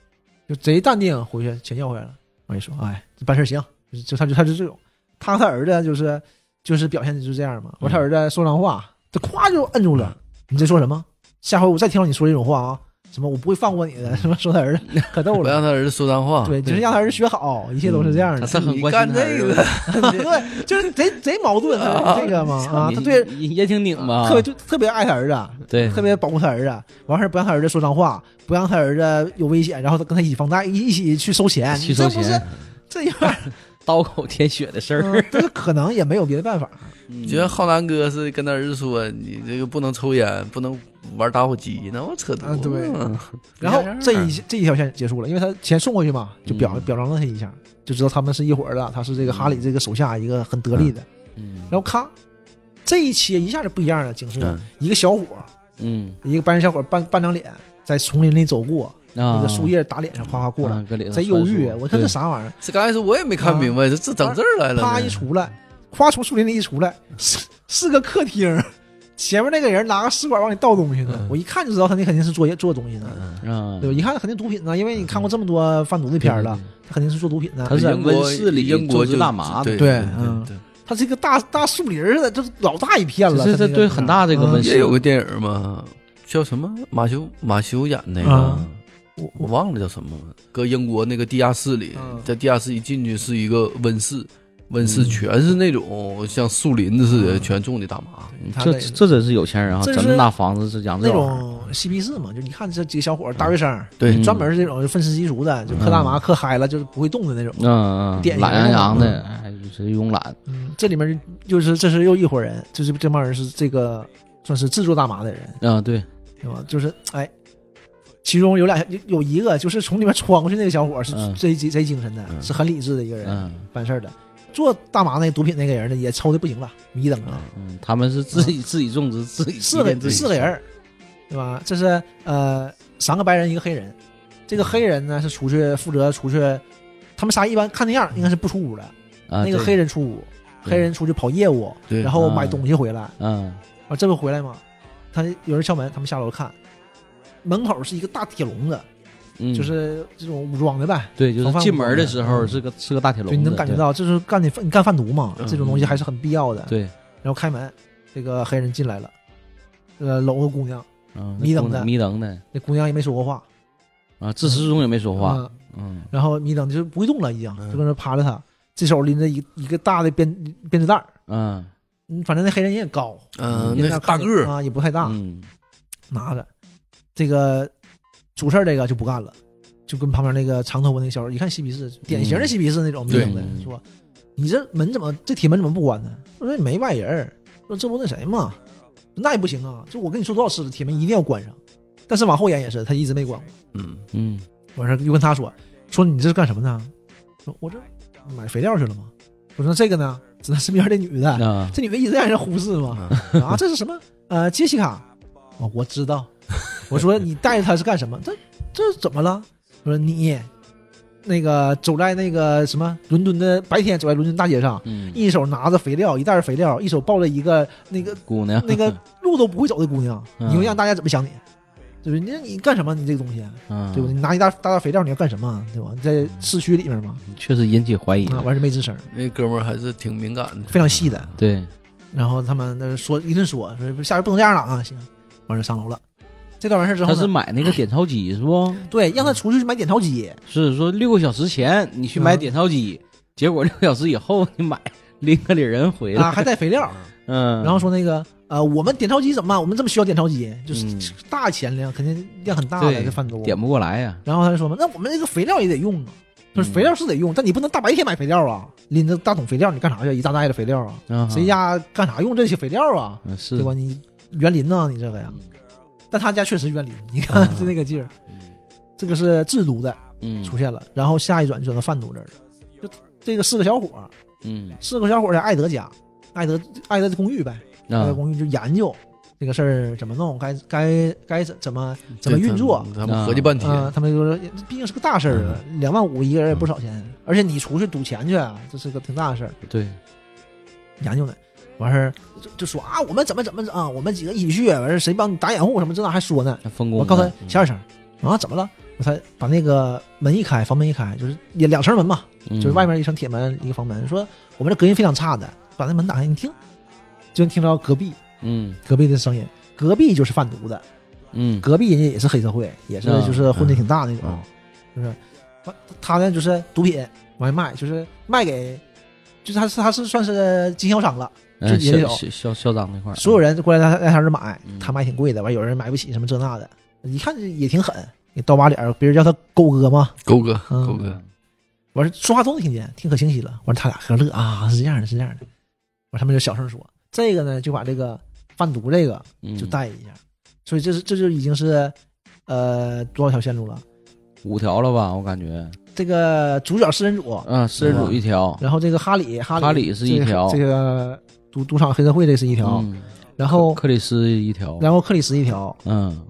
B: 就贼淡定回去，钱要回来了。我一说，哎，这办事儿行，就就他就他就这种，他和他儿子就是就是表现的就是这样
A: 嗯
B: 嘛。我他儿子说脏话，他咵就摁住了，你在说什么？下回我再听到你说这种话啊，什么我不会放过你的，什么说他儿子可逗
C: 不让
B: 了。
C: 他儿子说脏
A: 啊
C: 话。
B: 对，就是让他儿子学好，一切都是这样
A: 他
B: 的。
A: 是很
C: 你
A: 关
C: 干
A: 心他
C: 这
A: 儿子
C: 个，
B: 对，就是贼贼矛盾，他是这个嘛啊，
A: 你啊嗯
B: 他对
A: 你也挺拧吧，
B: 特别就特别爱他儿子，
A: 对，
B: 特别保护他儿子，完事儿不让他儿子说脏话，不让他儿子有危险，然后他跟他一起放贷，一一起去收钱，
A: 去收
B: 这不是
A: 钱，
B: 这样儿，
A: 刀口舔血的事儿
B: 嗯，但是可能也没有别的办法，
A: 嗯
C: 就像浩南哥是跟他儿子说：“你这个不能抽烟，不能玩打火机，那我扯
A: 嗯
B: 啊
C: 犊
B: 对
C: 子。”
B: 然后这一这一条线结束了，因为他钱送过去嘛，就表、
A: 嗯
B: 表彰了他一下，就知道他们是一伙儿的，他是这个哈里这个手下一个很得力的，
A: 嗯
B: 然后咔，这一切一下就不一样了，景色，
C: 嗯
B: 一个小伙儿，
A: 嗯
B: 一个白人小伙儿半半张脸在丛林里走过，
A: 啊，
B: 那个树叶打脸上哗哗过来，
A: 啊，搁里头
B: 贼忧郁，
A: 穿梭
B: 我看这
A: 对
B: 啥玩意儿。
C: 这刚开始我也没看明
B: 啊
C: 白，这这整这儿来了呢。
B: 啪一出来，夸从树林里一出来，是是个客厅，前面那个人拿个试管往里倒东西呢，
C: 嗯
B: 我一看就知道他那肯定是做做东西呢，
C: 嗯，
A: 啊，
B: 对吧？一看肯定毒品呢，因为你看过这么多贩毒的片儿了，他肯定是做毒品的
A: 嗯他。是在
C: 英国
A: 温室里
C: 英国
A: 种植
C: 就
A: 大麻
C: 对
A: 的
B: 对
C: 对
B: 嗯
C: 对
B: 他这个大大树林似的，这老大一片了。
A: 这这
B: 他那个嗯
A: 对很大这个温
C: 对
A: 室
C: 也有个电影嘛，叫什么马修马修演那个
B: 啊，
C: 我我忘了叫什么了，搁英国那个地下室里
B: 嗯，
C: 在地下室一进去是一个温室，温室
A: 嗯
C: 全是那种像树林子似的，
B: 嗯
C: 全种的大麻。
B: 嗯他
A: 这
B: 那
A: 这真是有钱人啊！
B: 这
A: 整
B: 是
A: 那么大房子是养这
B: 那
A: 玩意儿
B: 种嬉皮士嘛，就你看这几个小伙儿大学生，
C: 对
A: 嗯
B: 专门是这种愤世嫉俗的，就嗑大麻嗑嗨了，就是不会动的那种。
A: 嗯
B: 典
A: 嗯，
B: 型
A: 懒洋洋的，哎，就是慵懒，
B: 嗯，这里面就是这是又一伙人，就是这帮人是这个算是制作大麻的人。
A: 啊，对，
B: 对吧？就是哎，其中有俩有有一个就是从里面穿过去那个小伙儿是
A: 嗯
B: 贼贼贼精神的，
C: 嗯
B: 是很理智的一个人，
A: 嗯
B: 办事儿的。做大麻那毒品那个人呢，也抽的不行了，迷瞪了。
A: 嗯，他们是自己自己种植，自己
B: 四
A: 自己
B: 个
A: 自己
B: 四个人儿，对吧？这是呃三个白人一个黑人，这个黑人呢是出去负责出去，他们仨一般看那样儿应该是不出屋的，
A: 啊，
B: 嗯那个
A: 对
B: 黑人出屋，
A: 对
B: 黑人出去跑业务，
C: 对
B: 然后
A: 啊
B: 买东西回来，
A: 嗯
B: 啊，这不回来吗？他有人敲门，他们下楼看，门口是一个大铁笼子，
A: 嗯，
B: 就是这种武装的呗，
A: 对，就
B: 防
A: 是
B: 范
A: 进门的
B: 武装
A: 时候
B: 嗯
A: 是个是个大铁笼
B: 就
A: 子，
B: 你能感觉到，就是干你贩你干贩毒嘛，
C: 嗯
B: 这种东西还是很必要的。
A: 对，对，
B: 然后开门，这个黑人进来了，呃，搂个姑娘，
A: 嗯，
B: 迷瞪
A: 那姑
B: 的
A: 迷瞪的
B: 那姑娘也没说过话，
A: 啊，自始至终也没说话，
B: 嗯
A: 嗯
B: 然后迷瞪就是不会动了，已经
C: 嗯
B: 就搁那趴着他，这手拎着一一个大的编编织袋儿，
A: 嗯
B: 嗯反正那黑人人也高，
C: 嗯，
B: 人
C: 那
B: 家
C: 是
B: 看
C: 大个
B: 着
C: 儿，
B: 啊，也不太大，
A: 嗯
B: 拿着，这个主事儿这个就不干了，就跟旁边那个长头发那个小伙儿，一看嬉皮士，典型的嬉皮士那种那
C: 对
B: 种的，说你这门怎么这铁门怎么不关呢？我说你没外人儿，说这不那谁嘛，那也不行啊，就我跟你说多少次了，铁门一定要关上，但是往后延也是，他一直没关过。
C: 嗯，
A: 嗯
B: 完事儿又跟他说，说你这是干什么呢？说我这买肥料去了吗？我说这个呢，指他身边这女的，
A: 啊，
B: 这女的一直让人忽视
C: 嗯
B: 嘛。啊，这是什么？呃，杰西卡，哦，我知道。我说你带着她是干什么？这这怎么了？我说你那个走在那个什么伦敦的白天走在伦敦大街上，
A: 嗯，
B: 一手拿着肥料，一袋儿肥料，一手抱着一个那个
A: 姑娘
B: 那个路都不会走的姑娘，
A: 嗯
B: 你会让大家怎么想你？对不对？你你干什么？你这个东西，
A: 嗯，
B: 对不对？你拿一大大袋肥料，你要干什么？对吧？你在市区里面嘛，
A: 确实引起怀疑，
B: 啊，完事没吱声，
C: 那哥们儿还是挺敏感的。
B: 非常细的。
A: 嗯对，
B: 然后他们那说一顿说，说下回不能这样了啊，行，完事上楼了。这段完事之
A: 他
B: 后
A: 是
B: 呢，
A: 买那个点钞机是不？
B: 对，让他出去去买点钞机，
A: 是说六个小时前你去
B: 啊
A: 买点钞机，结果六个小时以后你买拎个里人回
B: 啊，
A: 来，
B: 还带肥料，
A: 嗯，
B: 然后说那个呃，我们点钞机怎么办？我们这么需要点钞机，就是
A: 嗯
B: 大钱量，肯定量很大的
A: 对
B: 这贩毒。
A: 点不过来呀，
B: 然后他就说嘛，那我们这个肥料也得用啊，他说
A: 嗯
B: 肥料是得用，但你不能大白天买肥料啊，拎着大桶肥料你干啥去？一大袋的肥料啊，
A: 啊
B: 谁家干啥用这些肥料啊？
A: 嗯是
B: 对吧？你园林呐，你这个呀，但他家确实园林，你看
A: 啊
B: 就那个劲儿，这个是制毒的。
A: 嗯
B: 出现了，然后下一转就转到贩毒这儿了。就这个四个小伙儿，
A: 嗯
B: 四个小伙儿在艾德家，艾德艾德的公寓呗，艾德
A: 啊
B: 公寓就研究这个事儿怎么弄，该该该怎怎么
A: 嗯
B: 怎么运作。
C: 咱嗯们合计半
B: 啊、
C: 天，
B: 他们就说，毕竟是个大事儿啊，
A: 嗯
B: 两万五一个人也不少钱，而且你出去赌钱去啊，这是个挺大的事儿。
A: 对，
B: 研究呢，完事儿就就说啊，我们怎么怎么啊，我们几个一起去，完事儿谁帮你打掩护什么这那还说呢。
A: 还分工
B: 我
A: 呢。
B: 告诉他
A: 嗯
B: 小点声儿啊，怎么了？我才把那个门一开，房门一开，就是也两层门嘛，
A: 嗯
B: 就是外面一层铁门，一个房门。说我们这隔音非常差的，把那门打开，你听，就能听到隔壁
A: 嗯
B: 隔壁的声音。隔壁就是贩毒的，
A: 嗯
B: 隔壁人家也是黑社会，也是
A: 嗯
B: 就是混的挺大那种，
A: 嗯
B: 就是他他呢就是毒品往外卖，就是卖给，就是他是他是算是经销商了，
A: 嗯，
B: 就也有
A: 嚣嚣嚣嚣张那块儿，
B: 所有人过来他在他这儿买
A: 嗯，
B: 他卖挺贵的，完有人买不起什么这那的，一看就也挺狠，给刀疤脸儿，别人叫他狗哥嘛，
C: 狗哥，
B: 嗯
C: 狗哥，
B: 完事说话都能听见，听可清晰了。完事他俩可乐啊，是这样的，是这样的。完他们就小声说，这个呢就把这个贩毒这个
A: 嗯
B: 就带一下，所以这是这就已经是呃多少条线路了？
A: 五条了吧？我感觉，
B: 这个主角食人组，
A: 嗯，私人主一条，
B: 然后这个哈里哈里
A: 哈里是一条
B: 这个、这个赌赌场黑社会这是一条，
A: 嗯
B: 然后
A: 克克里斯一条，
B: 然后克里斯一条，
A: 嗯，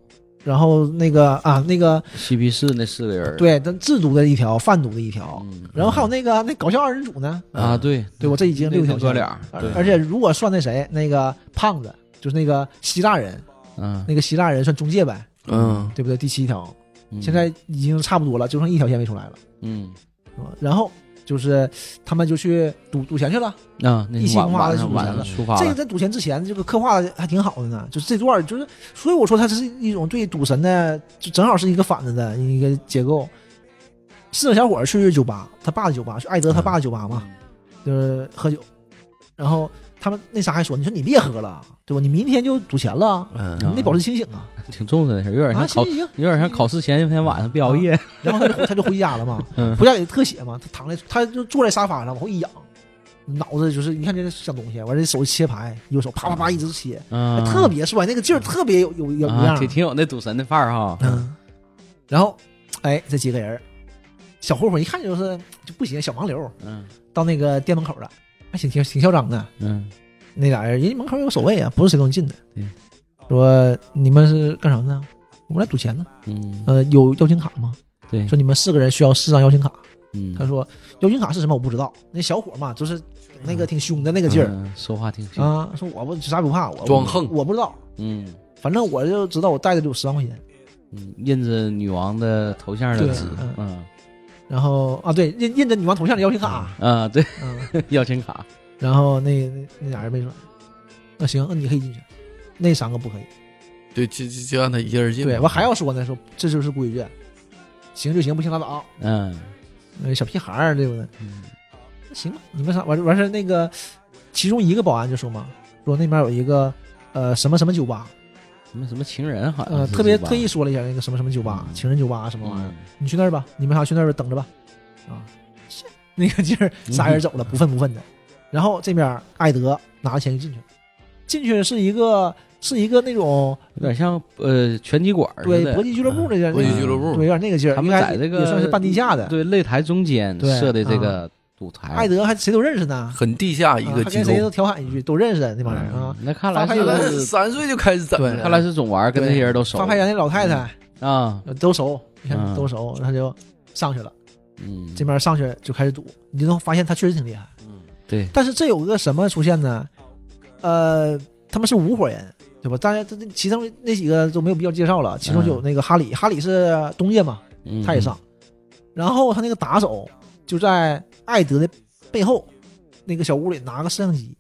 B: 然后那个啊那个
A: 嬉皮士那四个人儿，
B: 对，但制毒的一条，贩毒的一条，
A: 嗯，
B: 然后还有那个那搞笑二人组呢
A: 啊，对
B: 对我这已经
A: 那
B: 六条
A: 个哥
B: 线了。
A: 俩，
B: 而
A: 对，
B: 而且如果算那谁，那个胖子，就是那个希腊人，
A: 嗯，
B: 那个希腊人算中介呗，
C: 嗯，
B: 对不对？第七条，
A: 嗯
B: 现在已经差不多了，就剩一条线没出来了。
A: 嗯。
B: 是吧然后就是他们就去赌赌钱去了。
A: 啊，那
B: 嗯一
A: 是
B: 心
A: 晚
B: 花
A: 晚
B: 的
A: 上
B: 是
A: 晚
B: 不
A: 上
B: 是
A: 出发
B: 这个
A: 了，
B: 在赌钱之前，这个刻画的还挺好的呢。就是这段儿就是，所以我说它是一种对赌神的，就正好是一个反着的一个结构。四个小伙儿去酒吧，他爸的酒吧，去艾德他爸的酒吧嘛，
A: 嗯
B: 就是喝酒。然后他们那啥还说：“你说你别喝了，对吧？你明天就赌钱了，
C: 嗯
B: 你得保持清醒啊。”
A: 挺重视的事儿，有点
B: 啊，
A: 像
B: 行
A: 考，
B: 行行。
A: 有点像考试前一天晚上别熬夜。
B: 然后他就回他就回家了嘛，
A: 嗯
B: 回家也特写嘛，他躺在他就坐在沙发上往后一仰，脑子就是一看就是想东西，完这手切牌，右手啪啪啪一直切，
A: 嗯，
B: 特别帅，那个劲儿特别有有有有
A: 啊
B: 样
A: 挺
B: 儿。
A: 挺有那赌神的范儿哈。
B: 嗯，然后哎，这几个人儿，小混混一看就是就不行，小盲流
A: 嗯
B: 到那个店门口了，哎还挺挺挺嚣张的。
A: 嗯
B: 那俩人人家门口有守卫啊，不是谁都能进的
A: 对。
B: 说你们是干啥呢？我们来赌钱呢。
A: 嗯，
B: 呃，有邀请卡吗？
A: 对，
B: 说你们四个人需要四张邀请卡。
A: 嗯，
B: 他说邀请卡是什么我不知道。那小伙嘛，就是那个挺凶的那个劲儿、
A: 嗯说话挺凶，
B: 啊，说我不啥也不怕，我
C: 装横
B: 我不知道，
A: 嗯
B: 反正我就知道我带的就有十万块钱。
A: 嗯，印着女王的头像的
B: 对
A: 纸，嗯
B: 然后啊，对，印印着女王头像的邀请卡，
A: 啊，对，
B: 嗯，
A: 邀请卡，
B: 然后那那那俩人没说，那行，那你可以进去，那三个不可以。
C: 对，就就就让他一个人进吧。
B: 对我还要说呢，说这就是规矩，行就行，不行拉倒。
A: 嗯
B: 那小屁孩儿对不对？
A: 嗯
B: 那行吧，你们啥完事完事儿那个，其中一个保安就说嘛，说那边有一个呃什么什么酒吧，
A: 什啊么什么情人好像
B: 呃
A: 是
B: 特别
A: 吧
B: 特意说了一下那个什么什么酒吧，
A: 嗯
B: 情人酒吧什么玩意儿，
A: 嗯
B: 你去那儿吧，你们仨去那儿等着吧，啊，是那个劲儿，仨人走了，不愤不愤的。然后这边艾德拿着钱就进去了，进去是一个是一个那种
A: 有点像呃拳击馆儿似
B: 对
A: 的
B: 搏，击俱乐部那
C: 国
B: 劲
C: 际
B: 儿，啊
C: 俱乐部
B: 对，有，点那个劲儿。
A: 他们
B: 应该
A: 在这个
B: 也算是半地下的，
A: 对擂台中间
B: 对
A: 设的这
B: 啊
A: 个赌台，
B: 艾德还谁都认识呢，
C: 很地下一
B: 啊
C: 个
B: 还
C: 机
B: 跟谁
C: 构
B: 都，调侃一句，都认识那帮人啊
A: 嗯。那看来
B: 发派员
A: 是
C: 三岁就开始整
B: 对
C: 了，
A: 看来是总玩儿，跟这
B: 对
A: 些人都熟
B: 发牌员那老太太
A: 啊，
B: 呃都熟，你
A: 嗯
B: 看都熟，他就上去了。
A: 嗯，
B: 这边上去就开始赌，你就能发现他确实挺厉害。
A: 对，
B: 但是这有个什么出现呢？呃，他们是五伙人，对吧？大家这这其中那几个都没有必要介绍了，其中就有那个哈里，哈里是东家嘛，
A: 嗯
B: 他也上，，然后他那个打手就在艾德的背后那个小屋里拿个摄像机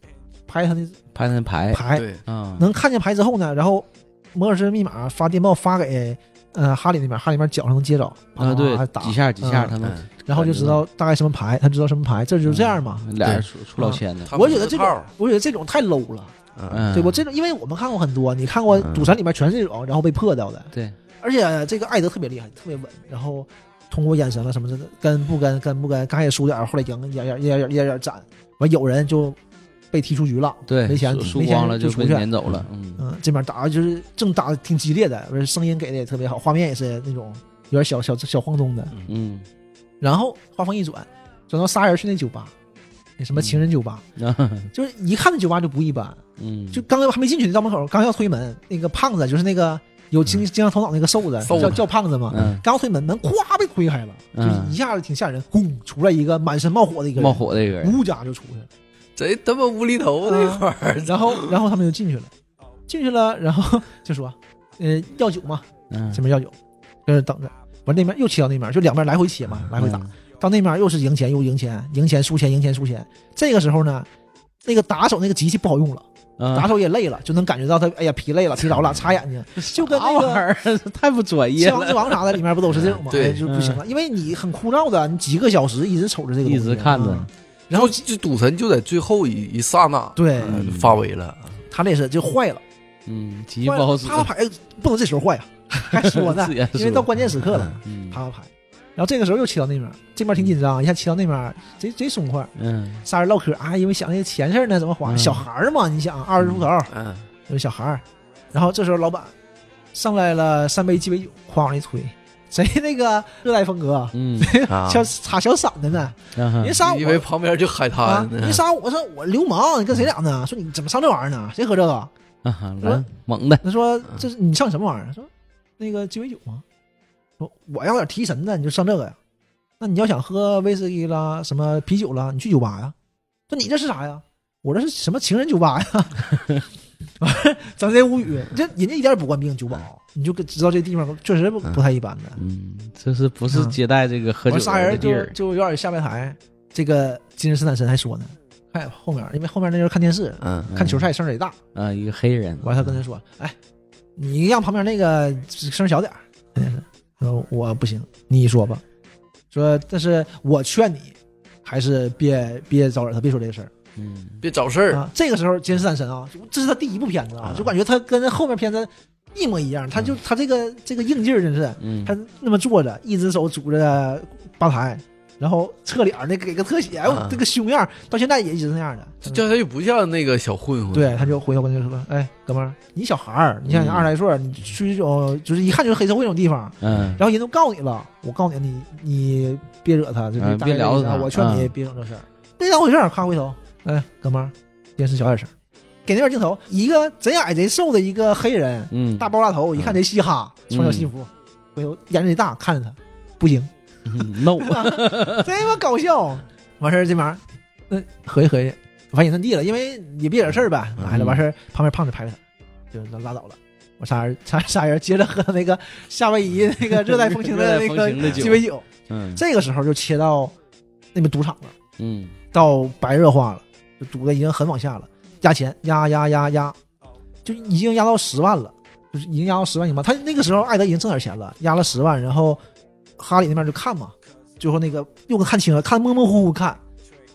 B: 拍他的
A: 拍他那牌
B: 牌，
C: 对，
A: 啊，
B: 能看见牌之后呢，然后摩尔斯密码发电报发给呃哈里那边，哈里那边脚上能接着，
A: 啊，对
B: 啪啪，打
A: 几，下几下
B: 嗯
A: 他们
B: 然后就知道大概什么牌，他知道什么牌，这就是这样嘛。
A: 嗯
B: 啊
A: 俩人出出老千的，
C: 他
B: 我
C: 们
B: 觉得
C: 是
B: 这
C: 套
B: 种
C: 儿，
B: 我觉得这种太 low 了。
A: 嗯，
B: 对不？这种，因为我们看过很多，你看过
C: 嗯
B: 《赌神》里面全是这种，然后被破掉的。
A: 对，
B: 而且这个艾德特别厉害，特别稳，然后通过眼神啊了什么的，跟不跟跟不跟，刚开始输点儿，后来赢，一点儿一点儿一点儿一点儿一点儿攒。完有人就被踢出局了，
A: 对，
B: 没钱
A: 输输
B: 没钱
A: 光了
B: 就
A: 就
B: 出
A: 被
B: 去
A: 撵走了，嗯
B: 嗯，这边打就是正打得挺激烈的，而且声音给的也特别好，画面也是那种有点小小小晃动的。
A: 嗯，
B: 然后画风一转，转到仨人去那酒吧，那什么情人酒吧，就是一看那酒吧就不一般，
A: 嗯，
B: 就刚还没进去，到门口刚要推门，那个胖子就是那个有经经常头脑那个瘦子，
C: 瘦子
B: 叫叫胖子嘛。
A: 嗯
B: 刚推门，门咵被推开了，就
A: 嗯
B: 一下子挺吓人，轰出来一个满身冒火的一个人，
A: 冒火这个人，
B: 呜家就出去了。
C: 贼他妈无
B: 嗯
C: 厘头那块
A: 嗯
C: 儿，
B: 然后然后他们就进去了，进去了，然后就说，呃，要酒嘛，
A: 嗯，
B: 前面要酒，在那等着。完那边又切到那边，就两边来回切嘛，来回打。
A: 嗯
B: 到那边又是赢钱又赢钱，赢钱输钱赢钱输钱。这个时候呢，那个打手那个机器不好用了，
A: 嗯
B: 打手也累了，就能感觉到他哎呀疲累了疲劳了，擦眼 睛，就跟
A: 啥
B: 那
A: 玩意
B: 个。
A: 儿？ 太不专业
B: 七王之
A: 了，
B: 王啥的，里面不都是这种吗？
C: 对
B: 哎就不行了，因为你很枯燥的，你几个小时一直瞅着这个东
A: 嗯
B: 西，
A: 一直看着
B: 嗯然后
C: 就就赌神就在最后一一刹那
B: 对
C: 呃
A: 嗯
C: 发威了，
B: 他那是就坏了，
A: 嗯，急
B: 坏
A: 不
B: 了
A: 好使
B: 啪，啪牌不能这时候坏呀，该说呢
A: 自言，
B: 因为
A: 说
B: 到关键时刻了，
A: 嗯
B: 啪啪牌。然后这个时候又切到那边，这边挺紧张，一下切到那边，贼贼松快，
A: 嗯
B: 仨人唠嗑啊，因为想那个钱事儿呢，怎么花？
A: 嗯
B: 小孩儿嘛，你想二十出头，
C: 嗯，
B: 有小孩儿。然后这时候老板上来了三杯鸡尾酒，哐往里推，谁那个热带风格，
A: 嗯，
C: 啊
B: 小插小伞的呢？
A: 嗯哼
B: 人杀
C: 因为
B: 我
C: 旁边就海
B: 啊
C: 滩，，
B: 人杀我说我流氓，你跟谁俩呢？说你怎么上这玩意儿呢？谁喝这个？
A: 啊哈来猛的，
B: 他说这是你上什么玩意儿？说那个鸡尾酒啊。说我要点提神的，你就上这个呀。那你要想喝威士忌啦，什么啤酒啦，你去酒吧呀。说你这是啥呀？我这是什么情人酒吧呀？ 完了咱这无语，这人家一点也不官兵酒保，你就知道这地方确实不不太一般的。
A: 嗯，这是不是
B: 嗯
A: 接待这个喝
B: 我
A: 酒
B: 仨人
A: 的地
B: 就
A: 儿？
B: 就有点下不来台。这个金斯坦森还说呢，看后面，因为后面那人看电视，
C: 嗯，
B: 看球赛声儿贼大，
A: 啊，一个黑人，
B: 完他跟他说，哎，你让旁边那个声儿小点儿。 然后我不行，你说吧，说但是我劝你，还是别别招惹他，别说这个事儿
A: 嗯，
C: 别找事儿，
B: 啊。这个时候金斯坦森啊，这是他第一部片子啊
C: 啊，嗯
B: 就感觉他跟后面片子一模一样，他就他这个这个硬劲儿真是。
A: 嗯
B: 他那么坐着，一只手拄着吧台，然后侧脸儿那给个特写，哎呦
C: 啊，
B: 这个凶样儿到现在也一直那样的。
C: 这叫他就不像那个小混混，
B: 对，他就回头跟他说：“哎，哥们儿，你小孩儿，你像你
A: 嗯
B: 二十来岁儿，你去这种就是一看就是黑社会这种地方，
A: 嗯
B: 然后人都告你了，我告你，你你别惹他，就是
A: 嗯
B: 大概
A: 别聊
B: 这意思啊
A: 他
B: 我劝你
A: 嗯
B: 别整这事儿，没当回事儿。咔回头，哎，哥们儿，电视小点声儿，给那边镜头，一个贼矮贼瘦的一个黑人，
A: 嗯，
B: 大包大头，一看贼嘻哈，穿小西服，回头眼睛贼大看着他，不行。”
A: 嗯 no，
B: 贼他妈搞笑。完事儿这玩意儿，那合计合计，完也算地了，因为也别惹事儿
A: 嗯
B: 呗。完了，完事儿旁边胖子拍拍他，就拉倒了。我仨人 仨仨人接着喝那个夏威夷那个热带风 情
A: 热
B: 的
A: 带
B: 那
A: 风
B: 个
A: 情的酒
B: 鸡尾酒。
A: 嗯
B: 这个时候就切到那边赌场了，
A: 嗯
B: 到白热化了，就赌的已经很往下了，压钱压压压压，就已经压到十万了，就是已经压到十万英镑。他那个时候艾德已经挣点钱了，压了十万，然后哈里那边就看嘛，最后那个又看清了，看模模糊糊看，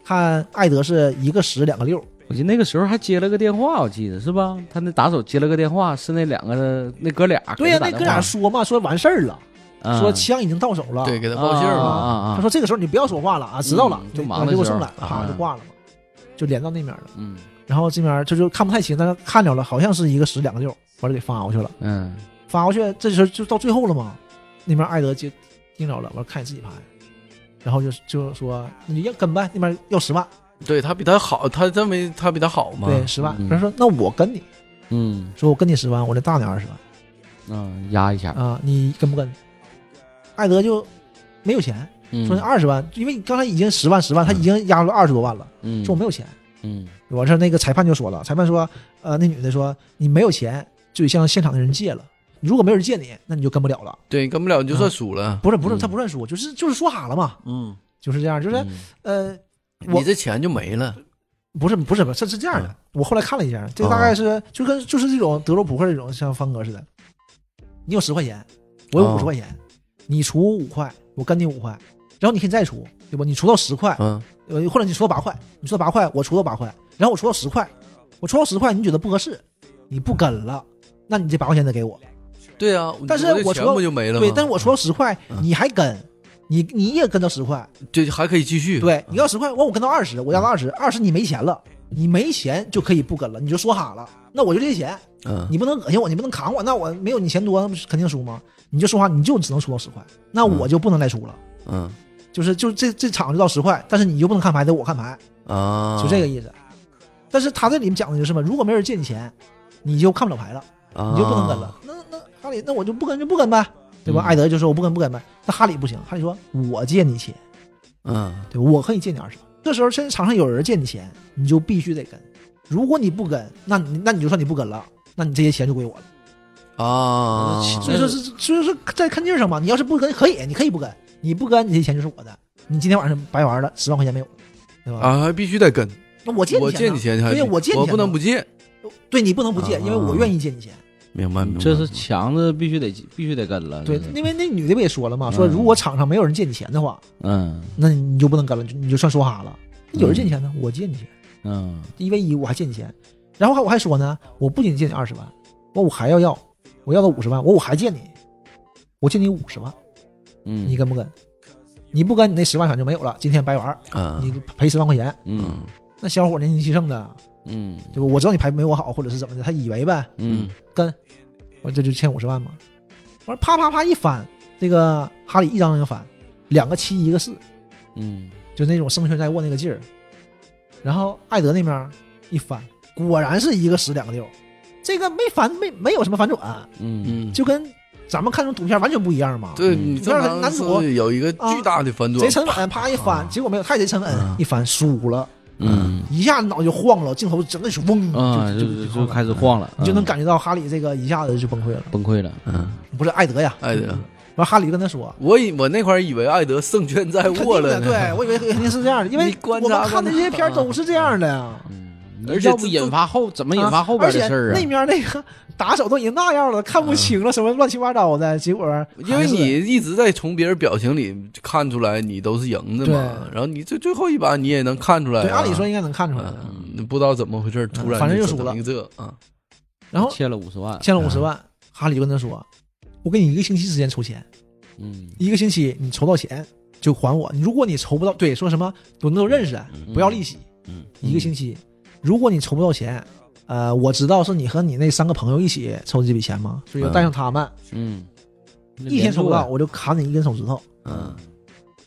B: 看艾德是一个十两个六，
A: 我记得那个时候还接了个电话，我记得是吧？他那打手接了个电话，是那两个那哥俩给
B: 对呀、
A: 他打
B: 那
A: 电
B: 哥俩
A: 话，
B: 说嘛，说完事儿了，
A: 嗯
B: 说枪已经到手了，
C: 对，给他报信儿
A: 啊
C: 嘛，
A: 啊啊
B: 他说这个时候你不要说话了啊，知道了，
A: 嗯
B: 对
A: 就忙的
B: 把给我
A: 时候
B: 送来，
A: 啊
B: 啪就挂了嘛，就连到那边了。
A: 嗯
B: 然后这边这就看不太清，但是看着了，好像是一个十两个六，完了给发过去了。
A: 嗯
B: 发过去，这时候就到最后了嘛。那边艾德接听着了，完了看你自己拍，然后就就说那你要跟呗，那边要十万，
C: 对他比他好，他他没他比他好嘛，
B: 对，十万
A: 嗯。
B: 他说那我跟你，
A: 嗯
B: 说我跟你十万，我这大你二十万
A: 嗯，压一下，
B: 啊，你跟不跟？艾德就没有钱，
A: 嗯
B: 说那啊二十万，因为你刚才已经十万十万，他已经压了二十多万了，
A: 嗯
B: 说我没有钱。
A: 嗯
B: 完事儿那个裁判就说了，裁判说，呃，那女的说你没有钱就得向现场的人借了，如果没有人借你，那你就跟不了了。
C: 对，跟不了就算输了，
B: 不是不是，
A: 嗯
B: 他不认输，就是就是说哈了嘛，
C: 嗯，
B: 就是这样，就是
A: 嗯
B: 呃，我
C: 你这钱就没了，
B: 不是不是不是，这是这
C: 嗯
B: 样的。我后来看了一下，这个大概
C: 哦
B: 是、就跟就是这种德州扑克这种像方格似的，你有十块钱，我有
C: 哦
B: 五十块钱，你除五块，我跟你五块，然后你可以再除，对吧？你除到十块，
C: 嗯，
B: 呃，或者你除到八块，你除到八块，我除到八块，然后我除到十块，我除到十块，你觉得不合适，你不跟了，那你这八块钱得给我。
C: 对啊，
B: 但是
C: 我这
B: 我
C: 钱
B: 除了
C: 不就没了吗？
B: 对，但是我除到十块，
C: 嗯
B: 你还跟，你你也跟到十块，
C: 对还可以继续，
B: 对，你要十块，我我跟到二十，我要到二十，二十你没钱了，你没钱就可以不跟了，你就说哈了，那我就这些钱，
C: 嗯，
B: 你不能恶心我，你不能扛我，那我没有你钱多，那不是肯定输吗？你就说哈，你就只能出到十块，那我就不能再出了，
C: 嗯
B: 就是就这这场就到十块，但是你就不能看牌，得我看牌，
C: 啊，
B: 就这个意思。但是他这里面讲的就是嘛，如果没人借你钱，你就看不了牌了，
C: 啊，
B: 你就不能跟了。那那哈里，那我就不跟就不跟呗，对吧？
A: 嗯
B: 艾德就说我不跟不跟呗，那哈里不行，哈里说我借你钱，
C: 嗯，
B: 对吧，我可以借你二十万，这时候甚至场上有人借你钱，你就必须得跟。如果你不跟，那你那你就算你不跟了，那你这些钱就归我了。
C: 啊，
B: 所以说是，所以说是在看劲儿上嘛。你要是不跟，可以，你可以不跟，你不跟，你这钱就是我的。你今天晚上白玩了，十万块钱没有了，对吧？
C: 啊，还必须得跟，
B: 那我借你
C: 我
B: 钱
C: 借
B: 呢
C: 你，钱，还
B: 对呀我借你
C: 我
B: 钱
C: 不能
B: 嘛
C: 不借，
B: 对你不能不借，
C: 啊
B: 因为我愿意借你钱。
C: 明
A: 嗯
C: 白明白。
A: 这是强子必须得必须得跟
C: 啊
A: 了。
B: 对
A: 这是，
B: 因为那女的不也说了嘛，说
A: 嗯
B: 如果场上没有人借你钱的话，
A: 嗯
B: 那你就不能跟了，你就你就算梭哈了。有人借你钱呢，我借你钱，
A: 嗯
B: 一 v 一我还借你钱，然后还我还说呢，我不仅借你二十万，我我还要要，我要到五十万，我我还借你，我借你五十万，
A: 嗯，
B: 你跟不跟？你不跟，你那十万反正就没有了，今天白玩，
C: 嗯
B: 你赔十万块钱。
A: 嗯
C: 嗯
B: 那小伙年轻气盛的，
A: 嗯
B: 对吧？我知道你牌没我好，或者是怎么的，他以为呗，
A: 嗯
B: 我这就欠五十万嘛。完了啪啪啪一翻，这个哈里一张张翻，两个七一个四，
A: 嗯
B: 就那种胜券在握那个劲儿。然后艾德那边一翻，果然是一个十两个六，这个没翻没没有什么反转，
A: 嗯
C: 嗯，
B: 就跟咱们看这种赌片完全不一样嘛。
C: 对
A: 嗯
C: 你正
B: 你看
C: 常
B: 男
C: 是
B: 主啊
C: 有一个巨大的反
B: 贼
C: 转，
B: 沉稳，啪一翻，结果没有，太贼沉稳
C: 啊嗯，
B: 一翻输了，
A: 嗯
B: 一下脑就晃了，镜头整个就嗡
A: 啊，
B: 就
A: 就就
B: 就
A: 开始晃了，
B: 你就能
A: 嗯
C: 啊
B: 感觉到哈里这个一下子就崩溃了。
A: 崩溃了。
C: 嗯，
B: 不是艾德呀，
C: 艾德。
B: 完，哈里跟他说，
C: 哎我以我那块儿以为艾德胜券在
B: 肯
C: 握
B: 定
C: 了
B: 的，
C: 呢，
B: 对我以为肯定是这样的，因为
C: 你观
B: 我
C: 察
B: 们看的这些片儿都是这样的呀。
A: 嗯，
C: 而且
A: 要不
C: 这
A: 引发后怎么引发后边的事儿
B: 啊而
A: 啊嗯
B: 且那？面那个打手都已经那样了，看不清了，什么乱七八糟的，结果
C: 因为
B: 还是
C: 你一直在从别人表情里看出来你都是赢的
B: 对
C: 嘛，然后你这最后一把你也能看出来、啊。
B: 对，按理说应该能看出来的。
C: 嗯，你不知道怎么回事，突然
B: 反正
C: 就
B: 就输
C: 整
B: 了
C: 一个这啊，
B: 然后
A: 欠了五十万，
B: 欠了五十万，哈里就跟他说：“我给你一个星期时间筹钱，
A: 嗯，
B: 一个星期你筹到钱就还我。如果你筹不到，对，说什么我们都认识，啊不要利息，
A: 嗯，
B: 一个星期。如果你筹不到钱，呃，我知道是你和你那三个朋友一起筹这笔钱嘛，所以就带上他们。”
A: 嗯，
B: 一天抽不到，我就砍你一根手指头，
A: 嗯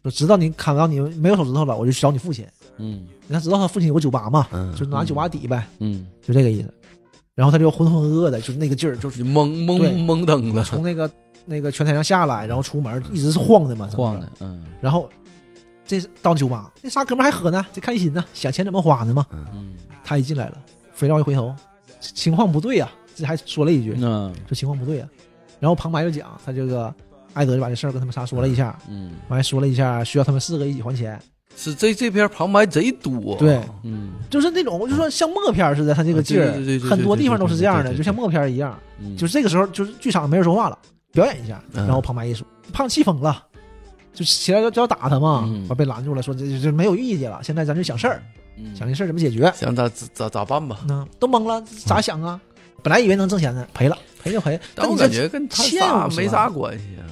B: 就直到你砍到你没有手指头了，我就去找你父亲。
A: 嗯
B: 他知道他父亲有个酒吧嘛，
C: 嗯
B: 就拿酒吧抵呗，
A: 嗯
B: 就这个意思。然后他就浑浑噩噩的，就是那个劲儿，就是
C: 你懵
B: 对
C: 懵懵 登了，
B: 从那个那个拳台上下来，然后出门一直是晃的嘛，整个
A: 晃的，。嗯
B: 然后这是到酒吧，那仨哥们儿还喝呢，这开心呢，想钱怎么花呢嘛。
A: 嗯，
B: 他一进来了，肥皂一回头，情况不对呀、这还说了一
C: 嗯
B: 句，
A: 那
B: 说情况不对呀、啊然后旁白就讲，他这个艾德就把这事儿跟他们仨说了一下，
A: 嗯
B: 完还说了一下需要他们四个一起还钱。
C: 是这这篇旁白贼多，啊
B: 对，
A: 嗯
B: 就是那种，我就说像默片儿似的，他这个劲
C: 啊对对对对
B: 儿，
C: 对
B: 很多地方都是这样
C: 对对
B: 的，
C: 对对
B: 就像默片儿一样。
A: 嗯，
B: 就是是这个时候，就是剧场没人说话了，表演一下，
C: 嗯
B: 然后旁白一说，胖气疯了，就起来就就要打他嘛
A: 嗯，
B: 完被拦住了，说这这这没有意义了，现在咱就想事儿，
A: 嗯
C: 嗯
B: 想这事儿怎么解决，
C: 想咋咋咋办吧？
B: 那都懵了，咋想啊？本来以为能挣钱呢，赔了，赔就赔。
C: 嗯但
B: 但
C: 我
B: 你
C: 感
B: 这
C: 觉跟他
B: 欠
C: 仨
B: 50
C: 没
B: 万
C: 啥关系啊，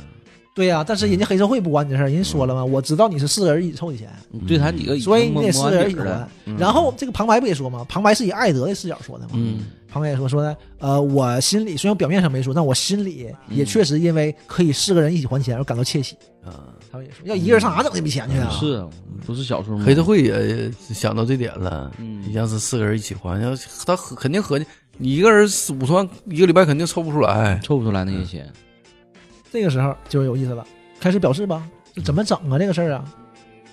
B: 对呀、但是
C: 嗯
B: 人家黑社会不管你这事儿，人家说了嘛，我知道你是四个人一起凑的钱，
A: 嗯对他几个已经
B: 所以你得
A: 摸
B: 四
A: 摸
B: 个人
A: 完
B: 一
A: 底
B: 起
A: 儿嗯
B: 还
A: 了，。
B: 然后这个旁白不也说嘛，旁白是以艾德的视角说的嘛，
A: 嗯
B: 旁边也说说呢，呃，我心里虽然表面上没说，但我心里
A: 嗯
B: 也确实因为可以四个人一起还钱而感到窃喜。
C: 啊，
B: 他们也说，要一个人上哪整这笔钱去啊？
A: 是，啊，不是小数目，
C: 黑社会也想到这点了，
A: 嗯
C: 你像是四个人一起还，要是他合肯定合计，你一个人五十万一个礼拜肯定抽不出来，
A: 凑不出来那些钱，
B: 这个时候就有意思了，开始表示吧，就怎么整啊这个事儿啊？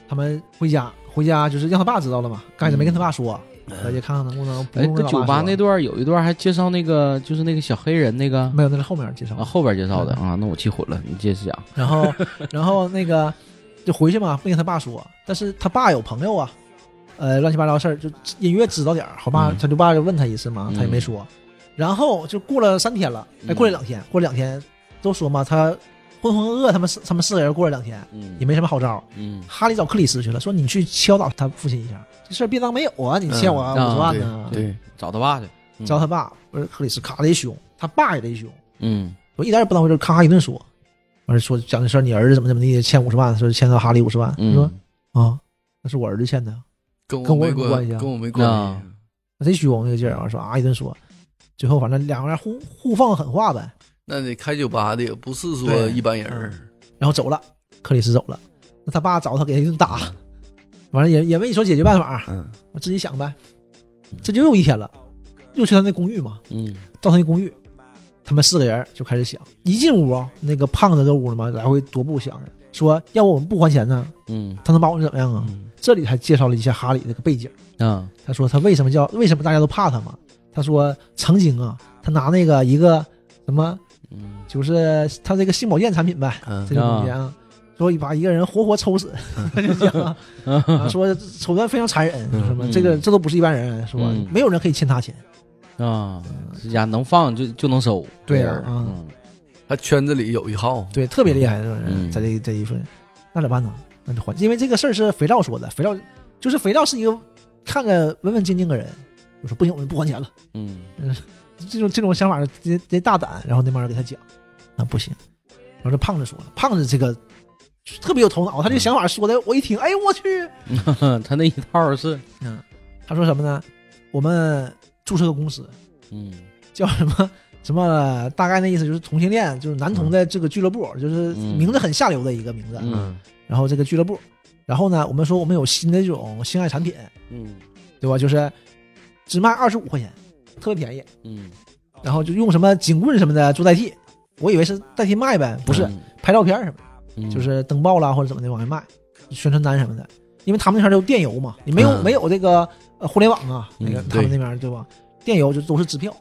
B: 他们回家，回家就是让他爸知道了嘛，刚开始没跟他爸说，回去看看能不能不
A: 嗯哎，
B: 用
A: 这
B: 跟他
A: 酒吧
B: 爸
A: 那
B: 说。啊
A: 段有一段还介绍那个，就是那个小黑人那个
B: 没有，那是后面介绍
A: 啊，。后边介绍的啊，那我记混了，你接着讲。
B: 然后，然后那个就回去嘛，不跟他爸说，但是他爸有朋友啊，呃，乱七八糟事儿就隐约知道点儿。好吧，
A: 嗯
B: 他就爸就问他一次嘛，
A: 嗯
B: 他也没说。然后就过了三天了，哎，
A: 嗯
B: 过了两天，过了两天都说嘛，他浑浑噩噩，他们四他们四个人过了两天
A: 嗯
B: 也没什么好招儿。
A: 嗯
B: 哈利找克里斯去了，说你去敲打他父亲一下，这事儿别当没有啊，你欠我
A: 嗯啊
B: 五十万呢、
C: 对，
A: 找他爸去，嗯
B: 找他爸，不是克里斯咔贼凶，他爸也贼凶。
A: 嗯
B: 我一点也不当回事，咔一顿说，完事说讲这事儿，你儿子怎么怎么地欠五十万，说欠到哈利五十万，你说
A: 嗯
B: 啊，那是我儿子欠的，
C: 跟
B: 跟我
C: 没
B: 有
C: 关
B: 关系啊
C: 跟我没关
A: 啊
C: 系。
B: 贼凶那个劲儿，完说啊一顿说，最后反正两个人互互放狠话呗，
C: 那得开酒吧的也不是说
B: 对
C: 一般人儿，
B: 然后走了，克里斯走了，那他爸找他给他一顿打，完了也也没说解决办法，
C: 嗯，
B: 我自己想呗，这就又一天了，又去他那公寓嘛，
A: 嗯
B: 到他那公寓。他们四个人就开始想，一进屋啊，那个胖子这屋了嘛，来回踱步想着，说要不我们不还钱呢，
A: 嗯
B: 他能把我们怎么样啊？
A: 嗯
B: 这里还介绍了一下哈里这个背景，
A: 啊
B: 他说他为什么叫为什么大家都怕他嘛？他说曾经啊，他拿那个一个什么，
A: 嗯
B: 就是他这个性保健产品呗，
C: 嗯
B: 这个东西啊，说把一个人活活抽死， 就 讲啊啊，说手段非常残忍，
C: 嗯
B: 什么
A: 嗯
B: 这个这都不是一般人，是吧
A: 嗯？
B: 没有人可以欠他钱，
A: 啊，这家能放就就能收，
B: 对
A: 呀
B: 呀，啊
A: 嗯
C: 他圈子里有一号，
B: 对，特别厉害，这种人
A: 嗯
B: 在这这一瞬，那咋办呢？那就还，因为这个事儿是肥皂说的，肥皂就是肥皂是一个看着文文静静的人，我说不行，我们不还钱了，
A: 嗯
B: 这种这种想法得得大胆，然后那帮人给他讲，那不行，然后这胖子说了，胖子这个特别有头脑，他这个想法说的，我一听，哎呦我去，
A: 他那一套是，
B: 嗯，他说什么呢？我们注册个公司，
A: 嗯
B: 叫什么 什么，大概那意思就是同性恋，就是男同的这个俱乐部，就是
A: 嗯
B: 名字很下流的一个名字。
A: 嗯
B: 然后这个俱乐部，然后呢，我们说我们有新的这种性爱产品，
A: 嗯
B: 对吧？就是只卖二十五块钱，特别便宜。
A: 嗯，
B: 然后就用什么警棍什么的做代替，我以为是代替卖呗，不是
A: 嗯，
B: 拍照片什么
A: 嗯
B: 的，就是登报啦或者怎么的往外卖，宣传单什么的。因为他们那边都电邮嘛，你没有、
C: 嗯
B: 没有这个呃互联网啊，那个
A: 嗯
B: 他们
C: 对
B: 那边对吧？电邮就都是支票。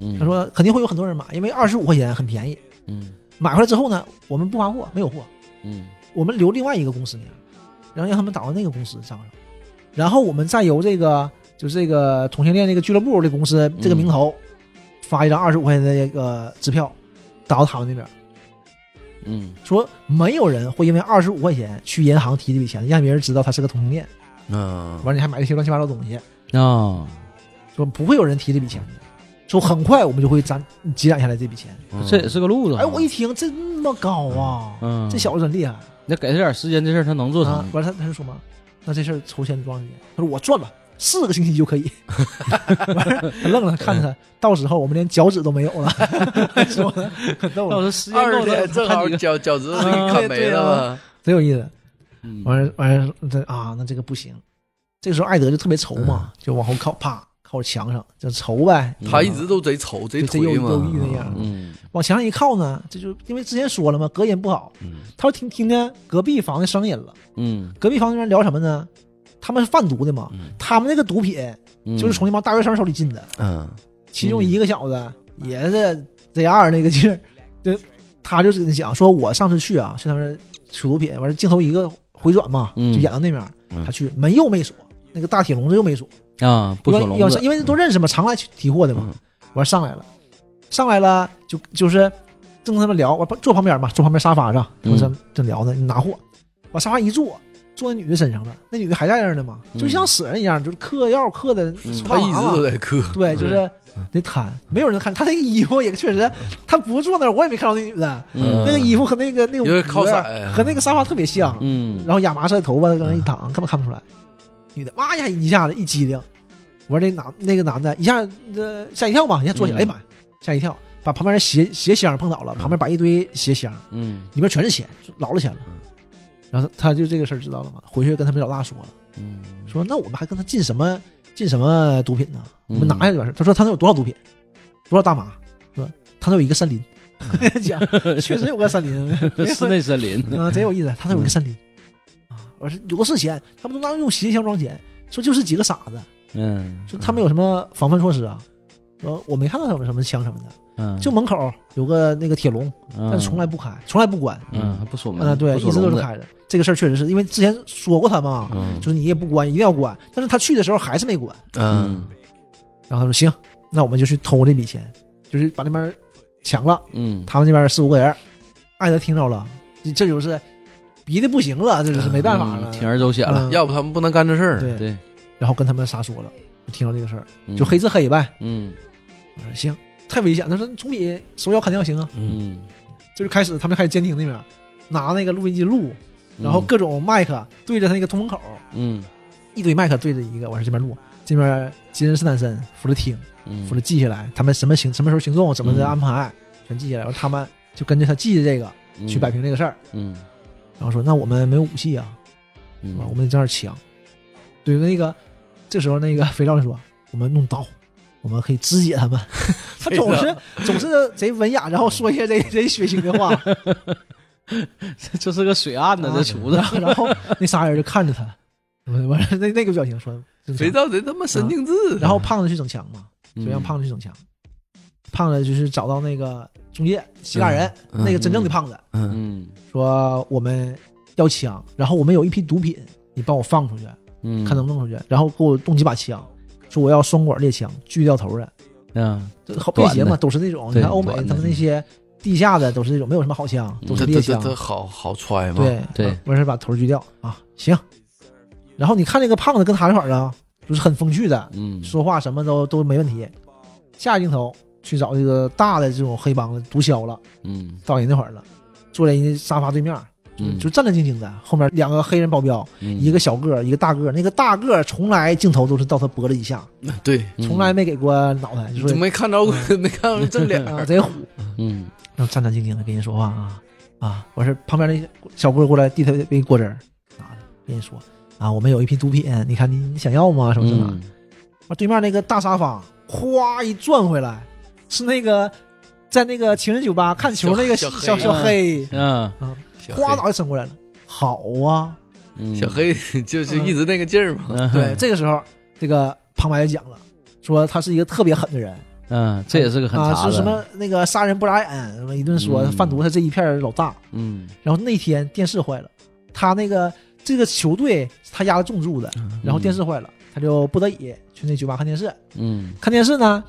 A: 嗯
B: 他，说肯定会有很多人买，因为二十五块钱很便宜。
A: 嗯
B: 买回来之后呢，我们不发货，没有货，
A: 嗯
B: 我们留另外一个公司名，然后让他们打到那个公司账上，然后我们再由这个就是这个同性恋这个俱乐部这公司这个名头，发一张二十五块钱的这个支票，打到他们那边，
A: 嗯
B: 说没有人会因为二十五块钱去银行提这笔钱，让别人知道他是个同性恋，
C: 嗯，
B: 完了你还买这些乱七八糟东西，
A: 啊，
B: 说不会有人提这笔钱的，说很快我们就会攒积攒下来这笔钱。
C: 嗯
A: 这也是个路子哈，
B: 哎，我一听这么高啊，
A: 嗯，
B: 这小子真厉害。
A: 那给他点时间，这事儿他能做
B: 啊
A: 成，。
B: 完了他他就说嘛，那这事儿筹钱多长时间？他说我赚了四个星期就可以。 完事儿他愣了，看着他，到时候我们连脚趾都没有了， 说的可逗
A: 到
B: 了，
A: 时候时间
C: 二
A: 够
C: 十天正好脚脚趾头给
B: 啊
C: 砍没了嘛，
B: 贼有意思。
A: 了，
B: 完事儿完事儿这啊，那这个不行。这个时候艾德就特别愁嘛，就往后靠，啪靠墙上就愁呗。
A: 嗯
C: 他一直都贼丑贼
B: 就贼忧
C: 颓
B: 忧郁那
C: 嘛，
B: 样，
A: 嗯
B: 往墙上一靠呢，这就因为之前说了嘛，隔音不好。
A: 嗯
B: 他说听听见隔壁房的声音了，
A: 嗯
B: 隔壁房那边聊什么呢？他们是贩毒的嘛，
C: 嗯
B: 他们那个毒品
A: 嗯，
B: 就是从那帮大学生手里进的。
C: 嗯
B: 其中一个小子也是 Z 二那个劲儿，就他就是想说，我上次去啊，去他们取毒品，完事镜头一个回转嘛，
A: 嗯
B: 就演到那面儿，
C: 嗯
B: 他去门又没锁，那个大铁笼子又没锁，
A: 啊，不
B: 因
A: 锁
B: 为
A: 笼
B: 要
A: 子
B: 是，因为都认识嘛，常来去提货的
A: 嗯
B: 嘛，完上来了，上来了就就是正跟他们聊，我坐旁边嘛，坐旁边沙发上，
A: 嗯
B: 我正正聊呢，拿货，往沙发一坐。坐那女的身上了，那女的还在那儿呢嘛，
A: 嗯
B: 就像死人一样，就是嗑药嗑的，
A: 嗯
C: 他一直都在磕，
B: 啊对，就是得摊，没有人看他那个衣服也确实，他不坐那儿，我也没看到那女的，
A: 嗯
B: 那个衣服和那个那
C: 有
B: 个
C: 点靠
B: 脖子
C: 色
B: 和那个沙发特别像，
A: 嗯，
B: 然后亚麻色的头发搁那一躺，根本看不出来。女的哇呀一下子一激灵，我说这男那个男的一下呃吓一跳吧，一下坐起来，哎
A: 嗯
B: 呀妈呀，吓一跳，把旁边的鞋鞋箱碰倒了，旁边摆一堆鞋箱，
A: 嗯
B: 里面全是钱，老了钱了
C: 嗯。
B: 然后他他就这个事儿知道了嘛，回去跟他们老大说了。
A: 嗯
B: 说那我们还跟他进什么进什么毒品呢？我
A: 嗯
B: 们拿下来点事儿。他说他能有多少毒品，多少大麻？说他能有一个森林， 讲 确实有个森林，
A: 这嗯室内森林，
B: 啊，贼有意思。他
A: 嗯
B: 能有一个森林啊，我说有的是钱，他们都拿用鞋箱装钱，说就是几个傻子，
A: 嗯
B: 说他们有什么防范措施啊？说我没看到什么什么枪什么的，
A: 嗯，
B: 就门口有个那个铁笼，但
A: 但
B: 是从来不开，从来不关。
A: 嗯还不锁门
B: 嗯，对，
A: 不
B: 一
A: 锁
B: 直都
A: 笼
B: 是
A: 子，
B: 开着。这个事儿确实是因为之前说过他们啊，
C: 嗯
B: 就是你也不关，一定要关。但是他去的时候还是没关。
C: 嗯
B: 然后他说行，那我们就去偷这笔钱，就是把那边抢了，
A: 嗯
B: 他们那边四五个人，艾德听着了，这这就是逼的不行了，这就是没办法了，
A: 铤而走险了，
B: 嗯
C: 要不他们不能干这事儿，
B: 对，
A: 对，
B: 然后跟他们啥说了，就听到这个事儿
A: 嗯
B: 就黑，吃黑呗。
A: 嗯
B: 我说行，太危险，他说总比手脚砍掉行啊。
C: 嗯
A: 嗯，
B: 这就开始他们开始监听那边，拿那个录音机录，然后各种麦克对着他那个通风口，
A: 嗯
B: 一堆麦克对着一个，完事这边录，这边吉恩斯坦森扶着听。
A: 嗯，
B: 或者记下来，他们什么行什么时候行动，怎么的
A: 嗯
B: 安排，全记下来。然后他们就跟着他记的这个
A: 嗯
B: 去摆，平这个事儿，
A: 嗯
B: 然后说那我们没有武器啊，
A: 嗯
B: 是吧我们在这儿抢。对，那个这时候那个肥皂就说我们弄刀，我们可以肢解 他们。 他总是总是贼文雅，然后说一些贼贼血腥的话。
A: 这是个水岸呢，这厨子
B: 然。后啊然后那仨人就看着他，嗯完了那那个表情说真
C: 谁
B: 枪
C: 知道人他妈神经质？
B: 然后胖子去整枪嘛，
A: 嗯
B: 就让胖子去整枪。胖子就是找到那个中介希腊人，
C: 嗯
B: 那个真正的胖子，
C: 嗯
A: 嗯
B: 说我们要枪，然后我们有一批毒品，你帮我放出去，
A: 嗯，
B: 看能不能弄出去，然后给我弄几把枪，说我要双管猎枪，锯掉头的，
A: 嗯
B: 这好便携
A: 短
B: 嘛，
A: 的
B: 都是那种，你
A: 对
B: 看欧美
A: 短的嗯
B: 他们那些地下的都是那种，没有什么好枪，都是
C: 这
B: 猎
C: 这这
B: 枪，
C: 这好好揣嘛？
B: 对
A: 对，
B: 完事儿把头锯掉啊，行。然后你看那个胖子跟他这块儿啊，就是很风趣的，
A: 嗯，
B: 说话什么都都没问题。下一镜头去找这个大的这种黑帮毒枭了，
A: 嗯
B: 到人那会儿了，坐在人家沙发对面，
A: 嗯，
B: 就战战兢兢的。后面两个黑人保镖，一个小个儿，一个大个儿。那个大个儿从来镜头都是到他脖子以下，
C: 对，
A: 嗯
B: 从来没给过脑袋，就
C: 就
B: 说
C: 没看着过，没看着正脸
B: 啊 贼虎，
A: 嗯
B: 然后战战兢兢的跟人说话啊啊！完事儿旁边那小哥过来递他一果汁儿，拿着跟人说啊，我们有一批毒品，你看你你想要吗？什么什么的。
A: 嗯
B: 完对面那个大沙发哗一转回来，是那个在那个情人酒吧看球那个
C: 小黑啊
B: 小小黑，
A: 嗯
C: 小
B: 哗
C: 黑
B: 脑就伸过来了。好啊，
A: 嗯，
C: 小黑就是一直那个劲儿嘛。
A: 嗯，
B: 对，这个时候这个旁白就讲了，说他是一个特别狠的人
A: 嗯，这也是个很
B: 啊，
A: 查
B: 说
A: 的
B: 什么那个杀人不眨眼，什么一顿说
A: 嗯
B: 贩毒他这一片儿老大。
A: 嗯
B: 然后那天电视坏了，他那个这个球队是他压的重注的，然后电视坏了，他就不得已去那酒吧看电视。
A: 嗯
B: 看电视呢，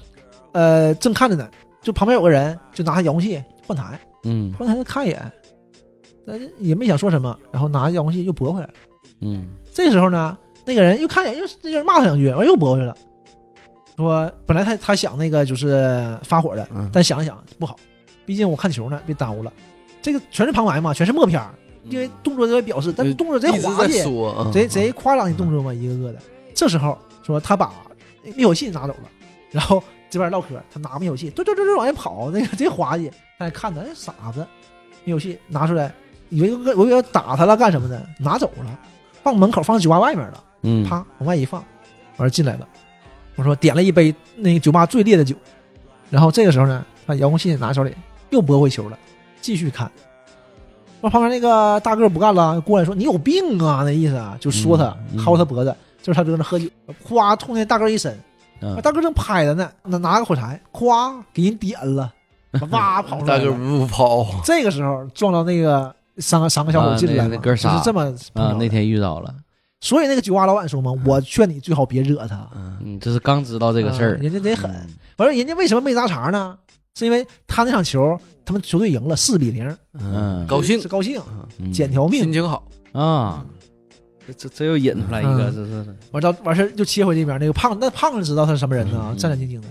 B: 呃，正看着呢，就旁边有个人就拿遥控器换台，
A: 嗯
B: 换台就看一眼，但是也没想说什么，然后拿遥控器又拨回来了。
A: 嗯
B: 这时候呢，那个人又看一眼，又那人骂他两句，完又拨回来了，说本来他他想那个就是发火的，
C: 嗯，
B: 但想了想不好，毕竟我看球呢，别耽误了。这个全是旁白嘛，全是默片儿，
A: 嗯
B: 因为动作都在表示，但
C: 对
B: 动作贼
C: 一直
B: 滑
C: 在
B: 稽，
C: 说啊，
B: 贼贼夸张的动作嘛，一个个的。这时候说他把灭火器拿走了，然后这边唠嗑，他拿灭火器，嘟嘟嘟嘟往外跑，那个贼滑稽。大家看他，哎，傻子，灭火器拿出来，以为我以为要打他了干什么呢？拿走了，放门口，放酒吧外面了，
A: 嗯，
B: 啪往外一放，完了进来了。我说点了一杯那个酒吧最烈的酒，然后这个时候呢，把遥控器拿手里又拨回球了，继续看。完旁边那个大个儿不干了，过来说你有病啊，那意思啊，就说他
A: 嗯嗯
B: 薅他脖子，就是他搁那喝酒，咵冲那大个儿一伸，啊
A: 嗯
B: 大个儿正拍着呢，拿拿个火柴，咵给人点 了，哇跑出来
C: 大
B: 了
C: 哥不跑，
B: 这个时候撞到那个三个三个小伙
A: 啊
B: 进来
A: 那
B: 了，
A: 那哥
B: 就
A: 仨
B: 是这么碰
A: 啊
B: 着，的
A: 那天嗯遇到了，
B: 所以那个酒吧老板说嘛，我劝你最好别惹他，
C: 嗯，
A: 嗯，这是刚知道这个事
B: 啊
A: 儿，
B: 人家得狠。完了，人家为什么没砸茬呢？是因为他那场球，他们球队赢了四比零，
A: 嗯
C: 高兴
B: 是，高兴，
A: 嗯
B: 捡条
C: 心
B: 命。
C: 情好，
A: 啊，这这这又引出来一个，
B: 嗯
A: 这是
B: 完到完事儿又切回这边，那个胖那胖子知道他是什么人呢
A: 嗯，
B: 战战兢兢的。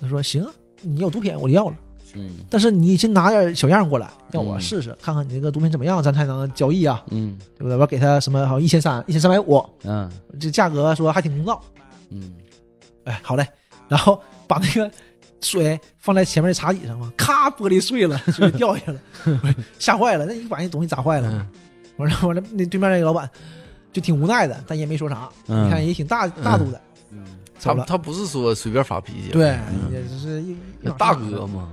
B: 他说：“行，你有毒品我就要了，
A: 嗯
B: 但是你先拿点小样过来，让我
A: 嗯
B: 试试，看看你这个毒品怎么样，咱才能交易啊，
A: 嗯
B: 对不对？我给他什么好一千三、一千三百五，
A: 嗯
B: 这价格说还挺公道。
A: 嗯
B: 哎，好嘞。然后把那个水放在前面的茶几上嘛， 咔，玻璃 碎了，水掉下来了，吓坏了，那一把那东西砸坏了。
C: 嗯
B: 完了完了，那对面那个老板就挺无奈的，但也没说啥，
A: 嗯
B: 你看也挺大大度的，
A: 嗯
B: 走
C: 他
B: 了。
C: 他不是说随便发脾气，
B: 对，
C: 嗯
B: 也就是一一
C: 那
B: 往
C: 大
B: 上
C: 哥嘛，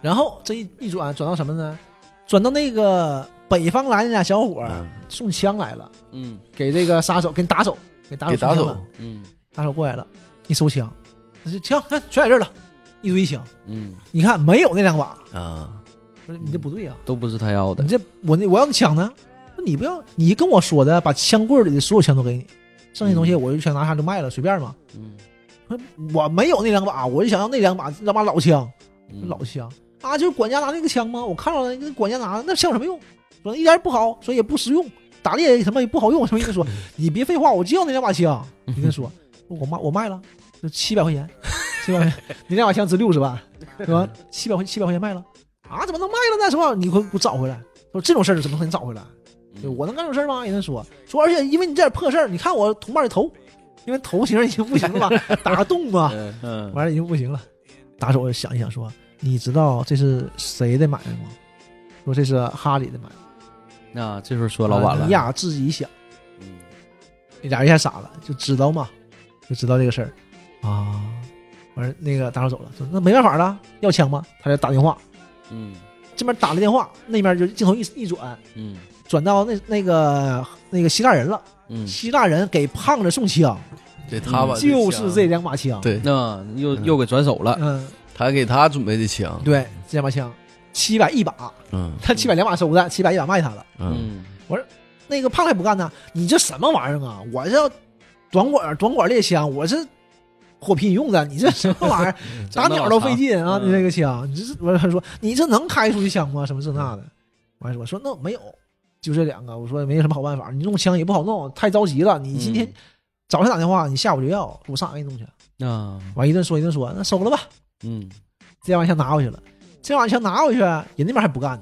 B: 然后这一一转转到什么呢？转到那个北方来那俩小伙儿
C: 嗯
B: 送枪来了，
A: 嗯
B: 给这个杀手给打手给打手
C: 给打
B: 送枪
C: 手
B: 了，
A: 嗯
B: 打手过来了，一收枪，那就枪看全在这儿了，一堆枪。
A: 嗯，
B: 你看没有那两把，
C: 啊，
B: 不是你这不对啊！
A: 都不是他要的
B: 你，这我那我要你抢呢，那你不要你跟我说的，把枪柜里的所有枪都给你，剩下东西我就想拿啥就卖了，随便嘛。
A: 嗯
B: 说我没有那两把，我就想要那两把那把老枪，
A: 嗯
B: 老枪啊，就是管家拿那个枪吗？我看到了，那管家拿的那枪有什么用？说一点也不好，说也不实用，打猎什么也不好用。什么意思？说你别废话，我就要那两把枪。你跟他
A: 嗯
B: 说，我卖我卖了，就七百块钱，七百块钱，你两把枪值六十万，对吧？七百块七百块钱卖了啊？怎么能卖了呢？什么？你给我给我找回来？说这种事儿怎么可能找回来？
A: 嗯
B: 对我能干这种事儿吗？人家说说，而且因为你这点破事儿，你看我同伴的头，因为头型已经不行了嘛，打个 洞嘛，
A: 嗯嗯
B: 啊完了已经不行了。打手想一想说：“你知道这是谁的买卖吗？”说这是哈里的买卖。
A: 那这时候说老板了
B: 你，俩自己想，
A: 嗯
B: 你俩一下傻了，就知道嘛，就知道这个事儿啊。完了，那个打手走了，说那没办法了，要枪吗？他就打电话。
A: 嗯
B: 这这边打了电话，那边就镜头一一转，
A: 嗯
B: 转到那那个那个希腊人了。
A: 嗯，
B: 希腊人给胖子送枪，
C: 对他吧，
B: 就是这
C: 枪，
B: 两把枪。，
C: 嗯对
A: 那又
C: 嗯
A: 又给转手了，
B: 嗯，
C: 他给他准备的枪，
B: 对，这两把枪，七百一把，
C: 嗯
B: 他七百两把收的，七百一把卖他了。
C: 嗯，
A: 嗯
B: 那个胖子也不干呢，你这什么玩意儿啊？我这短管短管猎枪，我是火拼用的，你这什么玩意儿？打鸟都费劲啊！
A: 嗯
B: 你这个枪，你这是我他说你这能开出去枪吗？什么这那的？我还说说那没有，就这两个。我说没什么好办法，你弄枪也不好弄，太着急了。你今
A: 嗯
B: 天早上打电话，你下午就要，我上哪给你弄去？
A: 啊，
B: 完一顿说一顿说，那收了吧，
A: 嗯
B: 这把枪拿回去了。这把枪拿回去，人那边还不干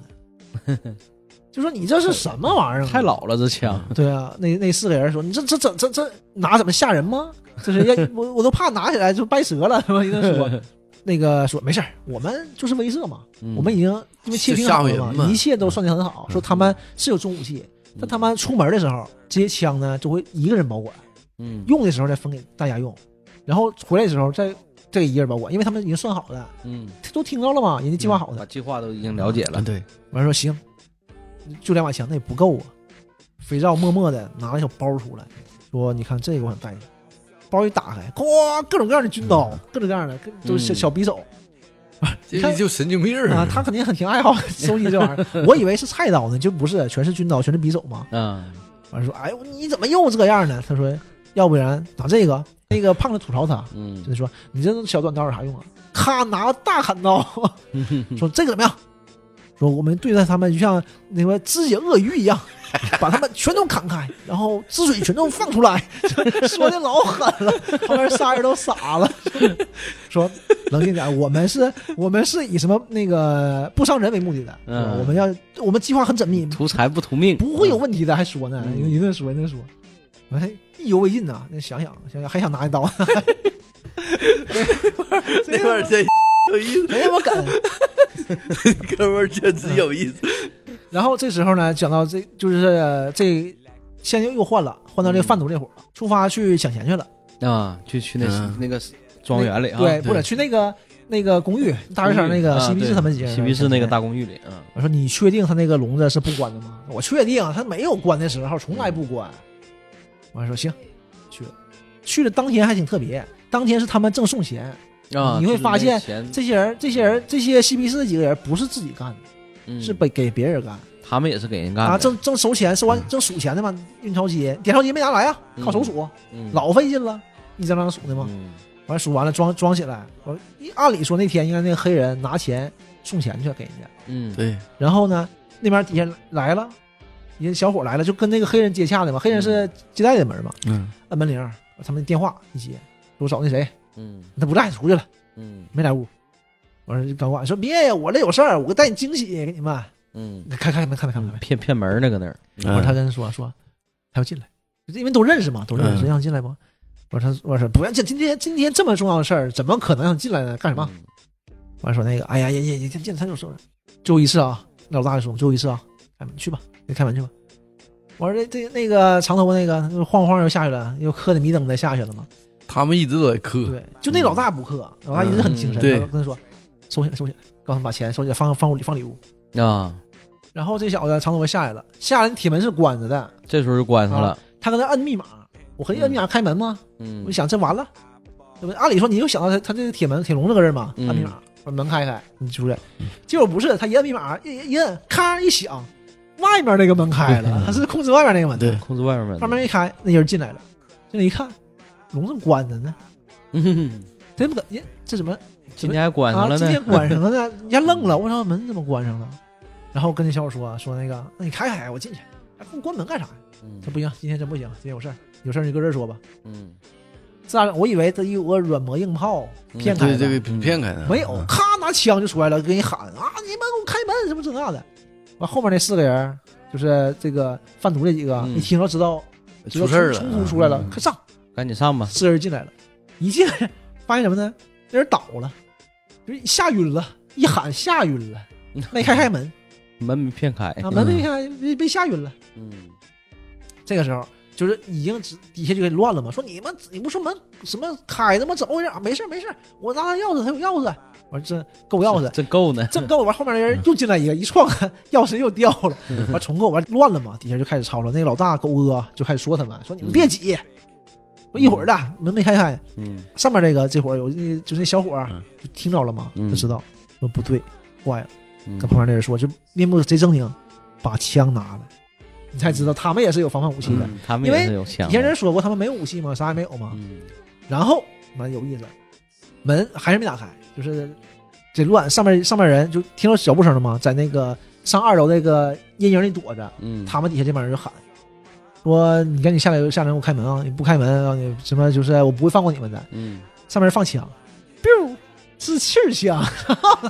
B: 呢， 就说你这是什么玩意儿啊？
A: 嗯太老了这枪，
B: 对啊，那那四个人说：“你这这这这这拿怎么吓人吗？这是 要我我都怕拿起来就掰折了。”他妈一顿说，那个说没事儿，我们就是威慑嘛，
A: 嗯
B: 我们已经因为窃听好
C: 吓唬
B: 了
C: 人嘛嗯
B: 一切都算计很好。说他们是有重武器，但他们出门的时候，这些枪呢就会一个人保管，
A: 嗯
B: 用的时候再分给大家用，然后回来的时候再再给一个人保管，因为他们已经算好了，
A: 嗯，
B: 他都听到了嘛，人家计划好的
A: 把。计划都已经了解了，
C: 啊对，
B: 完说行，就两把枪，那也不够啊。肥皂默默的拿了小包出来，说：“你看这个我想带去。”包一打开，呱，各种各样的军刀，各种各样的，各都是小
A: 嗯
B: 小匕首你
C: 这
B: 看
C: 就神经病
B: 啊
C: 儿。
B: 他肯定很挺爱好 收集这玩意儿。我以为是菜刀呢，就不是，全是军刀，全是匕首嘛。
A: 嗯
B: 完说：“哎呦，你怎么又这样呢？”他说：“要不然拿这个。”那个胖子吐槽他，就
A: 嗯
B: 是说：“你这种小短刀有啥用啊？”咔，拿个大砍 刀，说这个怎么样？说我们对待他们就像那个肢解鳄鱼一 样，把他们全都砍开，然后汁水全都放出来。 说的老狠了，旁边仨人都傻了。 说冷静点，我们是，我们是以什么那个不伤人为目的的，
A: 嗯
B: 是吧我们要我们计划很缜密，
A: 图财不图命，
B: 嗯不会有问题的。还说呢，
A: 嗯
B: 一顿说一顿说，我还意犹未尽呢。那想想想想，还想拿一刀，
C: 那块儿这有意
B: 没那么梗。
C: 思，哥们儿简直有意思。
B: 然后这时候呢，讲到这就是呃这，现在又换了，换到这个贩毒这伙儿了，出发去抢钱去了。
A: 啊，就去那
C: 嗯
A: 那个庄园里啊，
B: 对，
C: 对
B: 不是去那个那个公寓，大学生那个西
A: 皮
B: 皮士他们几个人
A: 西皮士那个
B: 抢钱。
A: 大公寓里，嗯
B: 我说你确定他那个笼子是不关的吗？我确定，啊他没有关的时候，从
A: 嗯
B: 来不关。我说行，去了，去了。当天还挺特别，当天是他们正送钱，
A: 啊，
B: 你会发现
A: 就是那钱
B: 这些人、这些人、这些西皮士几个人不是自己干的，
A: 嗯
B: 是被给别人干。
A: 他们也是给人干的，
B: 啊，
A: 嗯
B: 正正收钱，收完正数钱呢嘛，运钞机、点钞机没拿来啊，靠手数，
A: 嗯
B: 老费劲了，一张张数的嘛。
A: 嗯
B: 完数完了装装起来，完一按理说那天应该那个黑人拿钱送钱去给人家，
A: 嗯
C: 对，
B: 然后呢那边底下来了，人小伙来了，就跟那个黑人接洽的嘛，黑人是接待的门嘛，
C: 嗯，
B: 按门铃，他们电话一接，说找那谁，
A: 嗯
B: 他不哎在，出去了，
A: 嗯
B: 没来屋。完事刚挂，说别呀，我这有事儿，我带你惊喜给你们，
A: 嗯，
B: 看看看没看没看没看没。
A: 骗骗门儿那个那儿，
C: 嗯
B: 我说他跟人说说他要进来，因为都认识嘛，都认识，
C: 嗯
B: 谁想进来吗？我说他我说不要进，今天今天这么重要的事儿，怎么可能想进来呢？干什么？
A: 嗯？
B: 我说那个，哎呀，也也也进进，他就说最后一次啊，那老大就说最后一次啊，开门去吧，你开门去吧。我说这这那个长头发那个就晃晃又下去了，又磕的迷瞪的下去了嘛。
C: 他们一直都在磕，
B: 对，就那老大不磕，老大一直很精神，
C: 嗯对
B: 他跟他说收起来收起来，告诉他们把钱收起来，放放屋里放礼物。
A: 啊，
B: 然后这小子长头发下来了，下来铁门是关着的，
A: 这时候就关上了，
B: 他搁那摁密码，我合计摁密码开门吗？
A: 啊嗯
B: 我，想这完了，对不对？按理说你就想到他他这个铁门铁笼这个人嘛，
A: 嗯
B: 按密码把门开开，你出来。结果不是，他一按密码，一一一摁，咔一响，外面那个门开了，他是控制外面那个门的，
C: 对
A: 控制外面门，
B: 外面一开，那人进来了，进来一看，笼子关着呢，
A: 嗯，
B: 真不可，人这怎么
A: 今天还关上
B: 啊？
A: 了
B: 今
A: 呢，
B: 天关上了呢，人家愣了，我操，门怎么关上了？然后跟那小伙说说那个，那你开开，我进去，还给我关门干啥呀？
A: 嗯
B: 他不行，今天真不行，今天有事儿，有事儿你搁这儿说吧。
A: 嗯
B: 自然，我以为他有个软磨硬泡骗开
C: 对
B: 的，
C: 这个骗啊嗯开的
B: 没有，咔拿枪就出来了，给你喊啊，你们给我开门，什么这那的。完后面那四个人，就是这个贩毒这几个，
A: 嗯
B: 一听就知道知道
C: 出事儿
B: 冲突
C: 了，啊
B: 出来了
A: 嗯，
B: 快上！
A: 赶紧上吧，
B: 四个人进来了，一进来 发现什么呢？那人倒了，就是吓晕了，一喊吓晕了，没开开门，
C: 哎
B: 啊
A: 门没骗开，
C: 嗯
B: 啊门没开，被被吓晕了。
A: 嗯
B: 这个时候就是已经直底下就给乱了嘛，说你们你不说门什么开着吗？怎么回事？没事没事，我拿他钥匙，他有钥匙。完这够钥匙，
A: 这够呢。
B: 正够完后面的人又进来一个，一撞 钥匙又掉了，完重购完乱了嘛，底下就开始吵了。那个老大狗哥就开始说他们，说你们别挤，说一会儿的门没开开，
A: 嗯
B: 上面这个这会儿有那就那小伙儿
C: 嗯
B: 就听着了嘛，
A: 嗯
B: 就知道说不对，坏了，
A: 嗯
B: 跟旁边那人说，就面目贼狰狞，把枪拿了，你才知道他们也是有防范武器的。
A: 嗯他们
B: 因
A: 也
B: 为
A: 是有枪的。
B: 以前人说过他们没有武器嘛，啥也没有嘛。
A: 嗯
B: 然后蛮有意思，门还是没打开，就是这乱，上面上面人就听到脚步声了嘛，在那个上二楼那个阴影里躲着，
A: 嗯，
B: 他们底下这帮人就喊。说你赶紧下来，下来给我开门啊！你不开门啊，你什么就是我不会放过你们的。
A: 嗯，
B: 上面放枪，biu 是气儿枪，，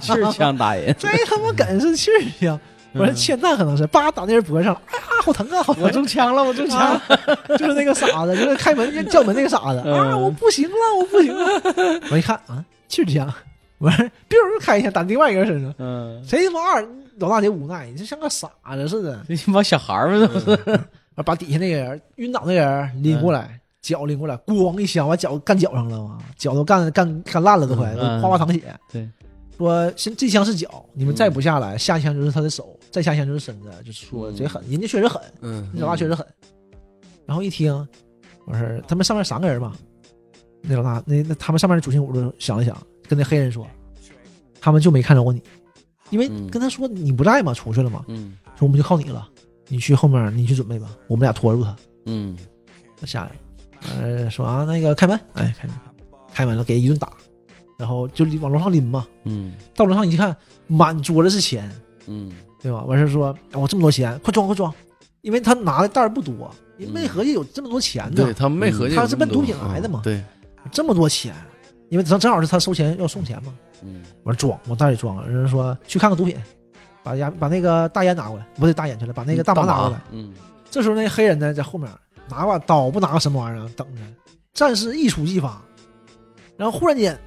A: 气儿枪打人
B: 这他妈敢是气儿枪，我说欠弹可能是， 叭打那人脖子上，哎呀，好疼啊，好疼
A: 我中枪了，我中枪了。
B: 啊， 就是那个傻子，就是开门叫门那个傻子啊，
A: 嗯
B: 我不行了，我不行了， 我一看啊，气儿枪，完事儿 biu 开一下打另外一个人身上，
A: 嗯，
B: 谁他妈二老大姐无奈，你就像个傻子似的，
A: 这帮小孩儿们是不是？
B: 完把底下那个人晕倒那人拎过
A: 嗯
B: 来。脚拎过来，咣一响，把脚干脚上了嘛，脚都干干干烂了，都快
A: 嗯
B: 都
A: 嗯
B: 哗哗淌血。
A: 对，
B: 说先这枪是脚，你们再不下来，下一枪就是他的手，再下一枪就是身子，就是说
A: 嗯
B: 贼狠，人家确实狠，
C: 嗯
B: 那老大确实狠。然后一听，我说他们上面三个人嘛，那老大那那他们上面的主心骨都想了想，跟那黑人说，他们就没看着过你，因为
A: 嗯
B: 跟他说你不在嘛，出去了嘛，
A: 嗯
B: 说我们就靠你了，你去后面你去准备吧，我们俩拖住他。
A: 嗯
B: 下来，呃，说啊，那个开门，哎，开门，开门了，给一顿打，然后就拎往楼上拎嘛，
A: 嗯
B: 到楼上一看，满桌子是钱，
A: 嗯
B: 对吧？完事儿说，哎我、这么多钱，快装快装，因为他拿的袋儿不多，也没合计有这么多钱呢
C: 对，他们没合计
B: 嗯
C: 有
B: 他是
C: 这么
B: 奔毒
C: 多，
B: 品来的嘛
C: 对，
B: 这么多钱，因为正正好是他收钱要送钱嘛，
A: 嗯
B: 完装往袋里装，人家说去看看毒品，把烟把那个大烟拿过来，不对大烟去了，把那个大麻
C: 大麻
B: 拿过来，
A: 嗯
B: 这时候那黑人呢在后面啊拿把刀，不拿个什么玩意儿啊等着，战士一触即发，然后忽然间，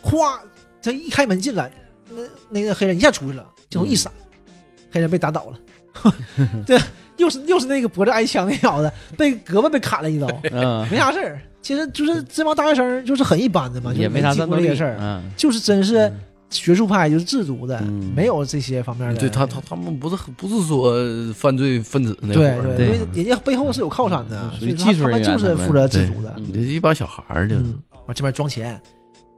B: 哗，他一开门进来，那那个黑人一下出去了，镜头一闪，
A: 嗯
B: 黑人被打 倒了，对，又是又是那个脖子挨枪那小子被胳膊被砍了一刀，
A: 嗯
B: 没啥事儿。其实就是这帮大学生就是很一般的嘛，
A: 嗯，
B: 就
A: 也没啥
B: 经
A: 战
B: 过
A: 斗
B: 这
A: 力
B: 些事儿，
A: 嗯
B: 就是真是学术派，就是制毒的，
A: 嗯
B: 没有这些方面的。
C: 对他他他们不是不是说犯罪分子那会
B: 对
C: 儿，
A: 对
B: 因为人家背后是有靠山的，
A: 嗯
B: 所以
A: 属于技术
B: 他
A: 人
B: 们
A: 员
B: 就是负责制毒的。
A: 嗯
C: 你这一帮小孩儿就是，
B: 嗯，往这边装钱，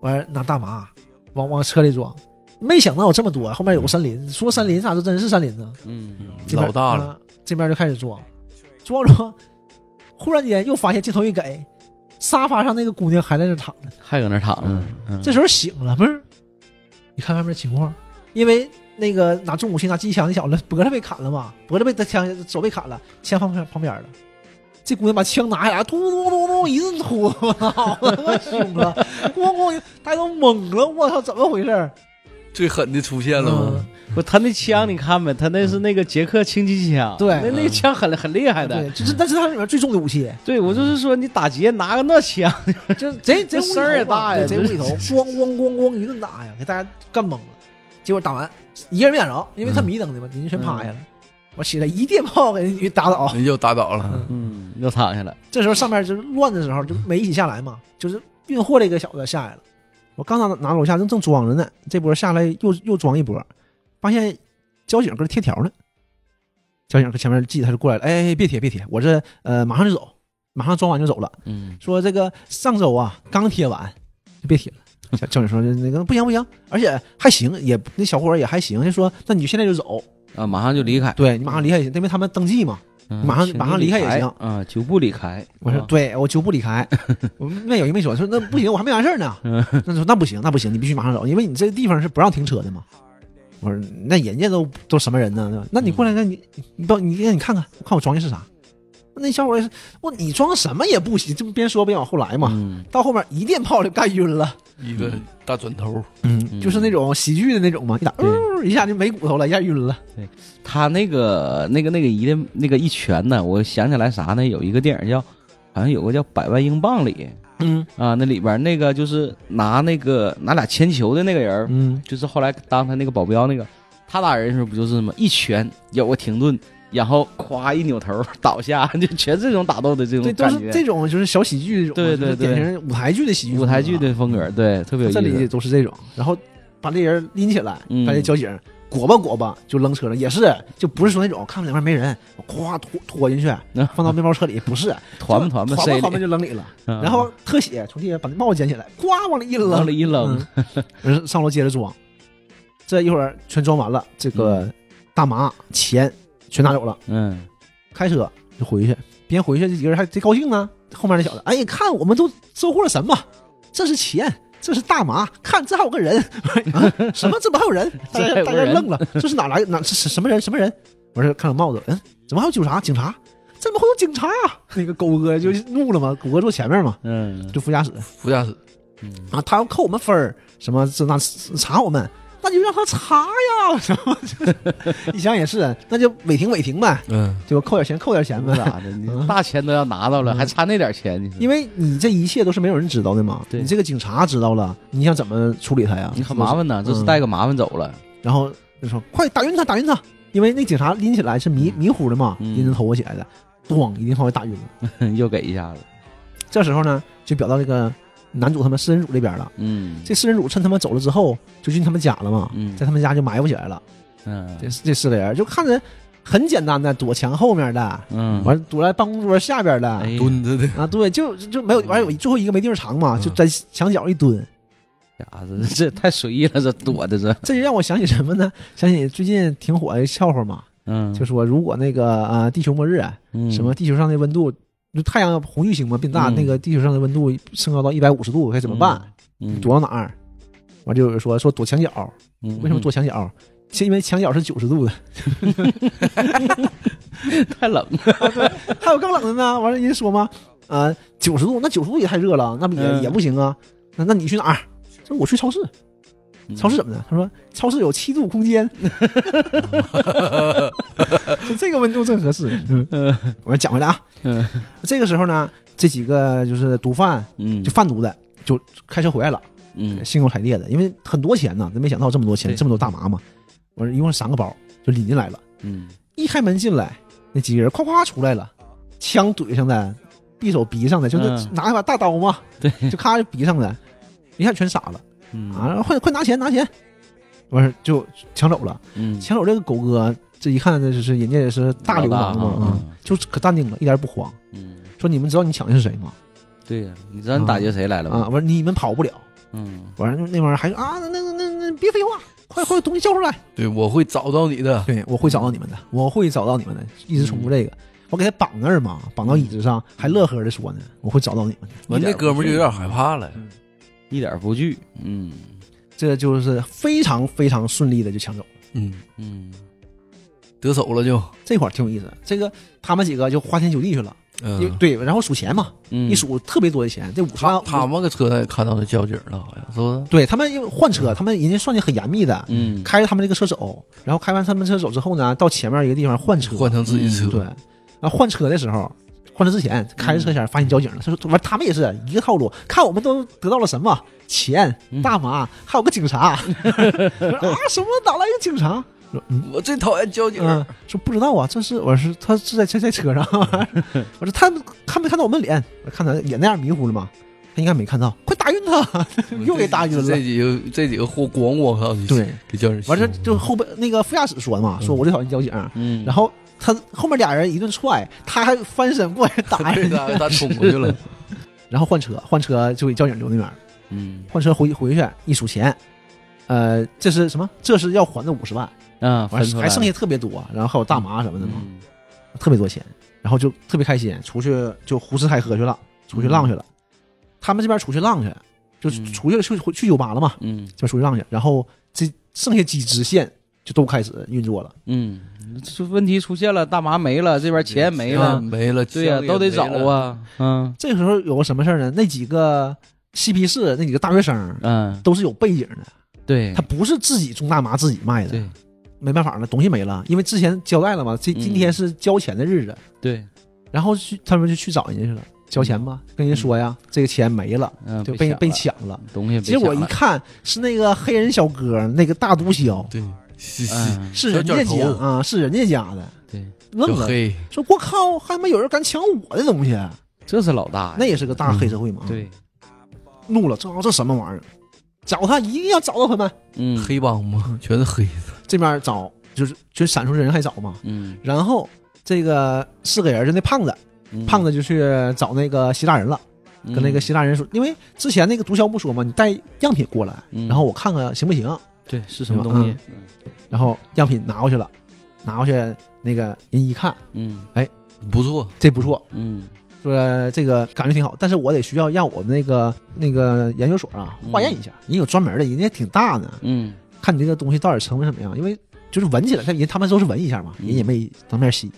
B: 完拿大麻，往往车里装。没想到有这么多，后面有个森林，说森林啥都真是森林呢。
A: 嗯
B: 这边
C: 老大了，
B: 啊这边就开始装，装装，忽然间又发现镜头一给，沙发上那个姑娘还在那躺着。
A: 还搁那躺着。嗯
B: 这时候醒了，不是？你看外面情况，因为那个拿重武器拿机枪那小子脖子被砍了嘛，脖子被他枪手被砍了，枪放旁旁边了。这姑娘把枪拿下来，咚咚咚咚一顿突，我操， 太凶了！咣咣，大家都懵了，我操，怎么回事儿？嗯
C: 最狠的出
A: 嗯
C: 现了吗？
A: 不，他那枪你看没？他那是那个捷克轻机枪，
B: 对
A: 那那个枪很很厉害
B: 对，
A: 的。
B: 就是但是它是里面最重的武器，
A: 对，我就是说你打劫拿个那枪，
B: 这 贼贼无厘头
A: 声儿也
B: 啊
A: 大呀
B: 对贼无
A: 这
B: 厘头，咣咣咣咣一顿打呀，给大家干懵了。结果打完一个人没打着，
A: 嗯
B: 因为他迷瞪的嘛，人家全趴下了。我起来一电炮给那女打倒，
C: 人又打倒了，
A: 嗯，又躺下了。
B: 这时候上面就是乱的时候，就没一起下来嘛，就是运货这个小子下来了。我刚拿拿楼下正正装着呢，这波下来又又装一波，发现交警搁这贴条呢。交警搁前面记，他就过来了，哎，别贴别贴，我这呃马上就走，马上装完就走了。
A: 嗯
B: 说这个上周啊刚贴完，就别贴了。小交警说那个不行不行，而且还行，也那小伙儿也还行，就说那你现在就走，
A: 啊，马上就离开，
B: 对你马上离开也行，因为他们登记嘛。
A: 嗯
B: 马上
A: 请
B: 马上
A: 你
B: 离开也
A: 开
B: 行
A: 啊，就不离开。
B: 我说
A: 啊，
B: 对，我就不离 开。我那有一个没说，说那不行，我还没完事儿呢。那说那不行，那不行，你必须马上走，因为你这地方是不让停车的嘛。我说那人家都都什么人呢？对吧那你过来，那你你到你让你看看，看我装的是啥？那小伙儿也是，我你装什么也不行，这不边说边往后来嘛。
A: 嗯
B: 到后面一电炮就干晕了，
C: 一个大砖头，
A: 嗯
B: 就是那种喜剧的那种嘛，一打呜、
A: 对
B: 一下就没骨头了，一下晕了。
A: 他那个那个那个一的那个一拳呢，我想起来啥呢？有一个电影叫，好像有个叫《百万英镑》里
B: 嗯
A: 啊，那里边那个就是拿那个拿俩铅球的那个人，
B: 嗯，
A: 就是后来当他那个保镖那个，他打人的时候不就是吗？一拳有个停顿，然后咵一扭头倒下， 就全这种打斗的这种
B: 对，都
A: 感
B: 是
A: 觉，
B: 这种就是小喜剧这种，
A: 对对
B: 就是典
A: 对
B: 型舞台剧的喜剧风格
A: 舞
B: 啊，
A: 台剧的风格，对，特别有意
B: 这里
A: 思。
B: 都是这种，然后把这人拎起来，
A: 嗯
B: 把这交警裹吧裹吧就扔车上，也是就不是说那种看两边没人，我咵拖拖进去
A: 嗯，
B: 放到面包车里，不是
A: 团吧团吧
B: 吧
A: 塞里
B: 团吧团吧就扔里了，
A: 嗯
B: 然后特写从地下把那帽子捡起来，咵往里一
A: 往
B: 扔，
A: 里一扔，
B: 嗯，上楼接着装，这一会儿全装完了，这个大麻钱全拿走了，
A: 嗯
B: 开车就回去，边回去这几个人还贼高兴呢。后面那小子，哎，看我们都收获了什么？这是钱，这是大麻，看这还有个人， 啊、什么这不还 有人？大
A: 这还
B: 家
A: 有
B: 大
A: 个
B: 家
A: 人
B: 愣了，这是哪来哪这是什么人？什么人？完事儿看了帽子，嗯，怎么还有警察？警察？怎么会有警察、啊？那个狗哥就怒了嘛，狗哥坐前面嘛，
A: 嗯
B: 就副驾驶
C: 副驾驶
A: 嗯
B: 啊，他要扣我们分儿，什么这那查我们，那就让他查呀，什么 就是，一想也是，那就违停违停呗，
C: 嗯，
B: 对吧？扣点钱扣点钱呗，
A: 咋的？你嗯大钱都要拿到了，还差那点钱？你说
B: 啊嗯因为你这一切都是没有人知道的嘛，
A: 对
B: 你这个警察知道了，你想怎么处理他呀？
A: 你很麻烦呐，
B: 嗯
A: 这是带个麻烦走了。
B: 然后就说快打晕他，打晕他，因为那警察拎起来是迷迷糊的嘛，
A: 嗯
B: 拎着头发起来的，咣一定头给打晕了。
A: 又给一下子，
B: 这时候呢，就表到这个男主他们私人组这边了。
A: 嗯，
B: 这私人组趁他们走了之后，就进他们家了嘛，
A: 嗯
B: 在他们家就埋伏起来了。这
A: 嗯
B: 这四个人就看着很简单的躲墙后面的，
A: 嗯，
B: 完了躲在办公桌下边的，
A: 哎呀
C: 蹲着的，
B: 啊对，就就没有，完了有最后一个没地方藏嘛，
C: 嗯
B: 就在墙角一蹲。
A: 家子这太随意了，这躲的这，
B: 这就让我想起什么呢？想起最近挺火的笑话嘛，
A: 嗯，
B: 就说如果那个呃地球末日啊，
A: 嗯
B: 什么地球上的温度，就太阳红巨星嘛变大，
A: 嗯
B: 那个地球上的温度升高到一百五十度，该怎么办？？
A: 嗯，
B: 躲到哪儿？完就有人说说躲墙角，
A: 嗯
B: 为什么躲墙角？是因为墙角是九十度的，
A: 太冷了？
B: 还有更冷的呢。完了人家说嘛，啊九十度，那九十度也太热了，那不也、
A: 嗯
B: 也不行啊。那那你去哪儿？说我去超市，
A: 嗯
B: 超市怎么的？他说超市有七度空间， 就这个温度正合适。嗯，我说讲回来啊，
A: 嗯
B: 这个时候呢，这几个就是毒贩，
A: 嗯
B: 就贩毒的，就开车回来了，
A: 嗯
B: 兴高采烈的，因为很多钱呢，没想到这么多钱，
A: 对
B: 这么多大麻嘛。我说一共是三个包，就领进来了。
A: 嗯
B: 一开门进来，那几个人夸夸出来了，枪怼上的，匕首逼上的，就是
A: 嗯
B: 拿一把大刀嘛，
A: 对
B: 就咔就逼上的，一下全傻了。
A: 嗯
B: 啊，快快拿钱拿钱！完事儿就抢走了，
A: 嗯，
B: 抢走这个狗哥，这一看这就是人家也是大流氓嘛，
A: 老大
B: 啊
A: 啊
B: 就是可淡定了，一点儿不慌。
A: 嗯，
B: 说你们知道你抢的是谁吗？
A: 对呀，你知道你打劫谁来了
B: 啊，
A: 吧？
B: 完事儿你们跑不了。
A: 嗯
B: 完事儿那玩意儿还啊，那那那那别废话，快快东西交出来！
C: 对我会找到你的，
B: 对，我会找到你们的，我会找到你们的，一直重复
A: 嗯
B: 这个。我给他绑那儿嘛，绑到椅子上，还乐呵的说呢，我会找到你们的。
C: 完那哥们儿就有点害怕了，
A: 一点不惧，嗯
B: 这就是非常非常顺利的就抢走了。
C: 嗯，
A: 嗯
C: 得手了就，
B: 这块儿挺有意思的，这个他们几个就花天酒地去了，因为
C: 嗯，
B: 对，然后数钱嘛，
A: 嗯，
B: 一数特别多的钱，这五十
C: 他
B: 万，
C: 他们搁车上也看到那交警了，好像是不是？
B: 对他们因为换车，他们人家算的很严密的，
A: 嗯
B: 开着他们这个车走，然后开完他们车走之后呢，到前面一个地方换车，
C: 换成自己车，
B: 嗯对，然后换车的时候，换车之前开着车前发现交警了，他说完他们也是一个套路，看我们都得到了什么钱、
A: 嗯
B: 大麻，还有个警察我说啊，什么哪来一警察？说嗯。
C: 我最讨厌交警，
B: 嗯，说不知道啊，这是我是他是在在在车上， 我说他们看没看到我们脸？我看他也那样迷糊了嘛，他应该没看到，快打晕他，嗯又给打晕了
C: 这这几个这几个货咣咣上去，
B: 对，
C: 给交警吓
B: 完事儿就后边那个副驾驶说的嘛，说我就讨厌交警，啊
A: 嗯，
B: 然后他后面俩人一顿踹，他还翻身过来打
C: 对
B: 人家，
C: 他他冲过 去了，
B: 然后换车，换车就给交警留那边，
A: 嗯
B: 换车回回去一数钱，呃，这是什么？这是要还的五十万，
A: 啊，
B: 完
A: 分
B: 事
A: 出
B: 儿
A: 来
B: 还剩下特别多，啊然后还有大麻什么的嘛，
A: 嗯
B: 特别多钱，然后就特别开心，出去就胡吃海喝去了，出去浪去了。他们这边出去浪去，就是
A: 嗯
B: 出去去去去酒吧了嘛，
A: 嗯
B: 这边出去浪去，然后这剩下几支线就都开始运作了。
A: 嗯，这问题出现了，大麻没了，这边钱没
B: 嗯
A: 了，
C: 没了，
A: 对呀，
C: 枪也
A: 都得
C: 没
A: 找
C: 了，
A: 啊，嗯
B: 这个时候有个什么事儿呢？那几个嬉皮士那几个大学生
A: 嗯，
B: 都是有背景的，
A: 对
B: 他，不是自己种大麻自己卖的，
A: 嗯对
B: 没办法了，东西没了，因为之前交代了嘛，这
A: 嗯
B: 今天是交钱的日子，
A: 对，
B: 然后去他们就去找人家去了，交钱吧，跟人说呀，这个钱没了，
A: 嗯，
B: 就被
A: 被
B: 被抢了。
A: 东西，
B: 结果一，看是那个黑人小哥，那个大毒枭，
C: 对，是是
A: 嗯，
B: 是人家
C: 小卷
B: 家
C: 头
B: 啊，是人家家的。
A: 对，
B: 问
C: 就
B: 问，
C: 黑，
B: 说我靠，还他妈有人敢抢我的东西，
A: 这是老大呀，
B: 那也是个大黑社会嘛。，
A: 嗯对，
B: 怒了，这这什么玩意儿？找他一定要找到他们。
A: 嗯
C: 黑帮嘛，全是黑的。
B: 这边找就是就闪出人还找嘛。
A: 嗯，
B: 然后这个四个人就那胖子，
A: 嗯
B: 胖子就去找那个希腊人了，跟那个希腊人说，因为之前那个毒枭不说嘛，你带样品过来，
A: 嗯
B: 然后我看看行不行。
A: 对是什么东西？
B: 然后样品拿过去了，拿过去那个人一看，
A: 嗯
C: 不错，
B: 这不错，
A: 嗯
B: 说这个感觉挺好，但是我得需要让我们那个那个研究所啊
A: 嗯
B: 化验一下，人有专门的，人家挺大呢，
A: 嗯
B: 看你这个东西到底成不成什么样，因为就是闻起来，他人他们都是闻一下嘛，
A: 嗯
B: 人也没当面吸，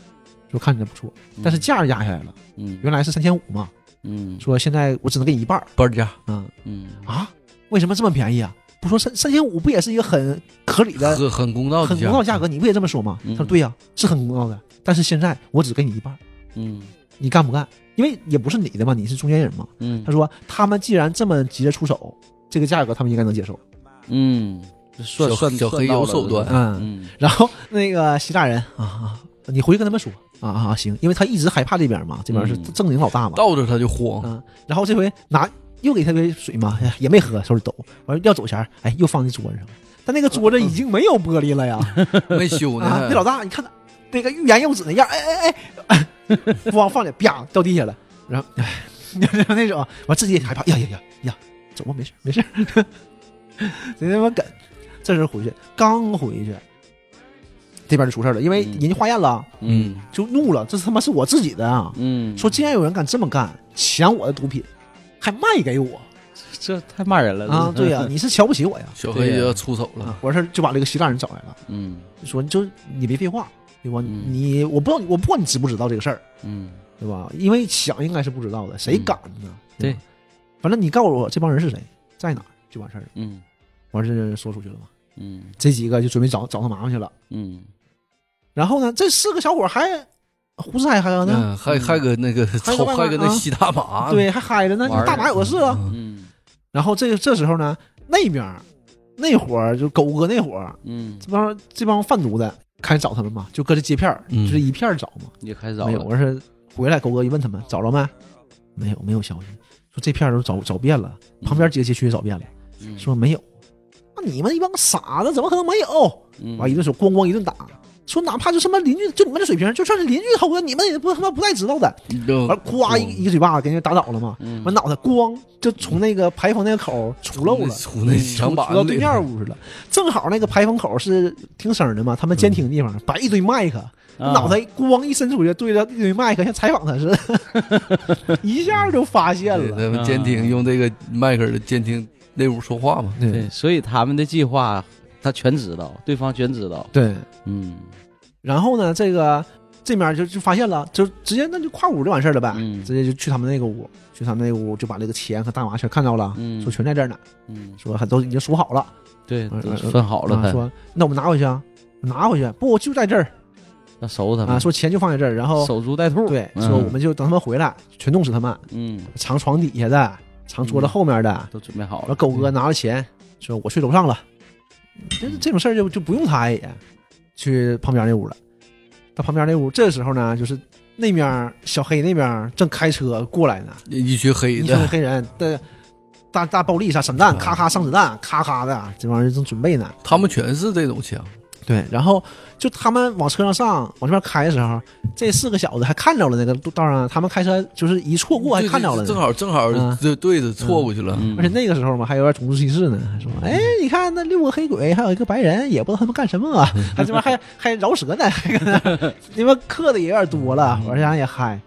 B: 说看着不错，
A: 嗯，
B: 但是价儿压下来了，
A: 嗯
B: 原来是三千五嘛，
A: 嗯
B: 说现在我只能给你一半儿
C: 半价
B: 啊、
A: 嗯
B: 啊，为什么这么便宜啊？不说三三千五不也是一个很合理的、
C: 很很公道的
B: 很公道的价格，你不也这么说吗？
A: 嗯
B: 他说对呀、是很公道的，但是现在我只给你一半儿，
A: 嗯
B: 你干不干？因为也不是你的嘛，你是中间人嘛。
A: 嗯，
B: 他说他们既然这么急着出手，这个价格他们应该能接受。
A: 嗯，这算
C: 小
A: 算
C: 小黑
A: 算到
C: 有
A: 了
C: 手段
A: 这是
B: 嗯，
A: 嗯
B: 然后那个希腊人啊啊，你回去跟他们说啊啊啊行，因为他一直害怕这边嘛，这边是
A: 嗯
B: 正经老大嘛。
C: 到这他就慌，
B: 啊，然后这回拿又给他杯水嘛， 哎呀也没喝，手里抖，完了要走前儿，哎，又放在桌子上了。但那个桌子已经没有玻璃了呀！
C: 没修呢
B: 啊，那老
C: 还。
B: 大，你看他那个欲言又止那样，哎哎 哎，不往放里，啪掉地下了，然后哎， 那种，我自己也害怕，呀呀呀呀，走吧，没事没事， 谁他妈敢？这时候回去，刚回去，这边就出事了，因为
A: 嗯
B: 人家化验了，
A: 嗯
B: 就怒了，这他妈是我自己的啊！
A: 嗯，
B: 说竟然有人敢这么干，抢我的毒品，还卖给我
A: 这太骂人了
B: 啊！对呀、你是瞧不起我呀！
C: 小黑就
A: 对
C: 要
A: 呀
C: 出手了，
B: 啊，完事儿就把这个希腊人找来了。
A: 嗯
B: 说你就你别废话，对吧？
A: 嗯
B: 你我不知道，我不知道你知不知道这个事儿，
A: 嗯
B: 对吧？因为想应该是不知道的，谁敢呢？
A: 对
B: 吧，反正你告诉我这帮人是谁，在哪儿就完事儿了。
A: 嗯
B: 完事儿说出去了嘛，
A: 嗯
B: 这几个就准备找找他麻烦去了。
A: 嗯
B: 然后呢，这四个小伙还胡吃海喝呢，
C: 嗯，还还搁那个
B: 还搁
C: 操，
B: 外面
C: 还搁那
B: 啊
C: 吸大麻呢，
B: 对，还嗨着呢，
A: 嗯玩儿
B: 大麻有的是啊。
C: 嗯
A: 嗯
B: 然后这这时候呢，那边儿那伙儿就狗哥那伙儿，
A: 嗯，
B: 这帮这帮贩毒的开始找他们嘛，就搁这街片儿，
C: 嗯
B: 就这一片儿找嘛。
A: 也开始找
B: 没有，
A: 了，
B: 我是回来，狗哥一问他们找着没？没有，没有消息。说这片儿都找找遍了，旁边几个街区也找遍了，
A: 嗯
B: 说没有。那、你们一帮傻子，怎么可能没有？啊
A: 嗯
B: 完一顿说，咣咣一顿打，说哪怕就什么邻居，就你们这水平，就算是邻居偷的，你们也不他妈不带知道的。
C: 嗯就
B: 完，咵一一个嘴巴子给人家打倒了嘛，
A: 嗯
B: 完脑袋咣就从那个排风那个口出漏
A: 嗯
B: 了。
C: 出那
B: 出
C: 墙板
B: 出到
C: 里
B: 对面屋去了，正好那个排风口是听声儿的嘛，他们
A: 嗯
B: 监听的地方摆一堆麦克，
A: 啊
B: 脑袋咣一伸出去，对着一堆麦克，像采访他似 的，一下就发现
C: 对
B: 了。
C: 他们监听用这个迈克尔的监听那屋说话嘛，
A: 对，所以他们的计划他全知道，对方全知道，
B: 对，
A: 嗯
B: 然后呢，这个这面就就发现了，就直接那就跨屋就完事儿了呗，
A: 嗯
B: 直接就去他们那个屋，去他们那个屋就把这个钱和大麻全看到了，
A: 嗯
B: 说全在这儿呢，
A: 嗯，
B: 说都已经数好了，
A: 对，
B: 嗯
A: 都
B: 嗯
A: 分好了
B: 啊
A: 他，
B: 说那我们拿回去啊，拿回去，不就在这儿
A: 那收他
B: 啊，
A: 们，
B: 说钱就放在这儿，然后
A: 守株待嗯兔，
B: 对，
A: 嗯
B: 说我们就等他们回来，全弄死他们，
A: 嗯
B: 藏床底下的，藏桌子后面的，
A: 都准备好
B: 完了，
A: 了，
B: 狗哥拿了钱，说我去楼上了，这这种事儿就就不用他也去旁边那屋了。到旁边那屋，这时候呢，就是那面儿小黑那边儿正开车过来呢，
C: 一群黑
B: 一群
C: 的，
B: 黑人的嗯大大暴力啥散弹，咔咔上子弹，咔咔的，这帮人正准备呢。
C: 他们全是这种枪，
B: 对，然后就他们往车上上，往这边开的时候，这四个小子还看着了那个道上，他们开车就是一错过还
C: 对
B: 看着了呢
C: 正。好正好
B: 嗯
C: 就对着错过去了，
A: 嗯
B: 而且那个时候嘛，还有点种族歧视呢，还说，哎，你看那六个黑鬼，还有一个白人，也不知道他们干什么、啊， 还这边还还饶舌呢，还搁那你们嗑的也有点多了，玩家也嗨，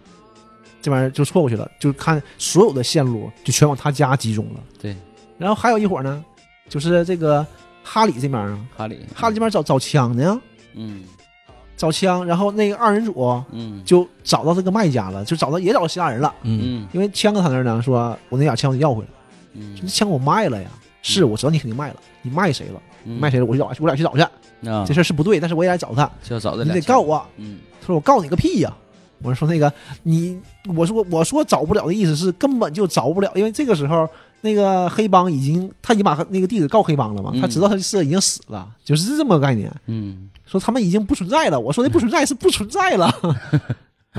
B: 这玩意儿就错过去了，就看所有的线路就全往他家集中了。
A: 对，
B: 然后还有一伙呢，就是这个哈里这边啊，
A: 哈里
B: 哈里这边找找枪呢，
A: 嗯
B: 找枪，然后那个二人组
A: 嗯
B: 就找到这个卖家了，就找到也找到希腊人了，
C: 嗯，
A: 嗯
B: 因为枪搁他那儿呢，说我那俩枪我得要回来。
A: 嗯
B: 这枪我卖了呀，是我知道你肯定卖了，你卖谁了？
A: 嗯
B: 卖谁了？我去找，我俩去找去。
A: 啊，
B: 这事儿是不对，但是我也得找他，
A: 就要找这
B: 你
A: 俩
B: 得
A: 钱
B: 告，我。啊
A: 嗯
B: 他说我告你个屁呀、我说那个你，我说我说找不了的意思是根本就找不了，因为这个时候那个黑帮已经他已经把那个弟弟告黑帮了嘛，
A: 嗯
B: 他知道他是已经死了，就是这么个概念。
A: 嗯
B: 说他们已经不存在了，我说的不存在是不存在 了，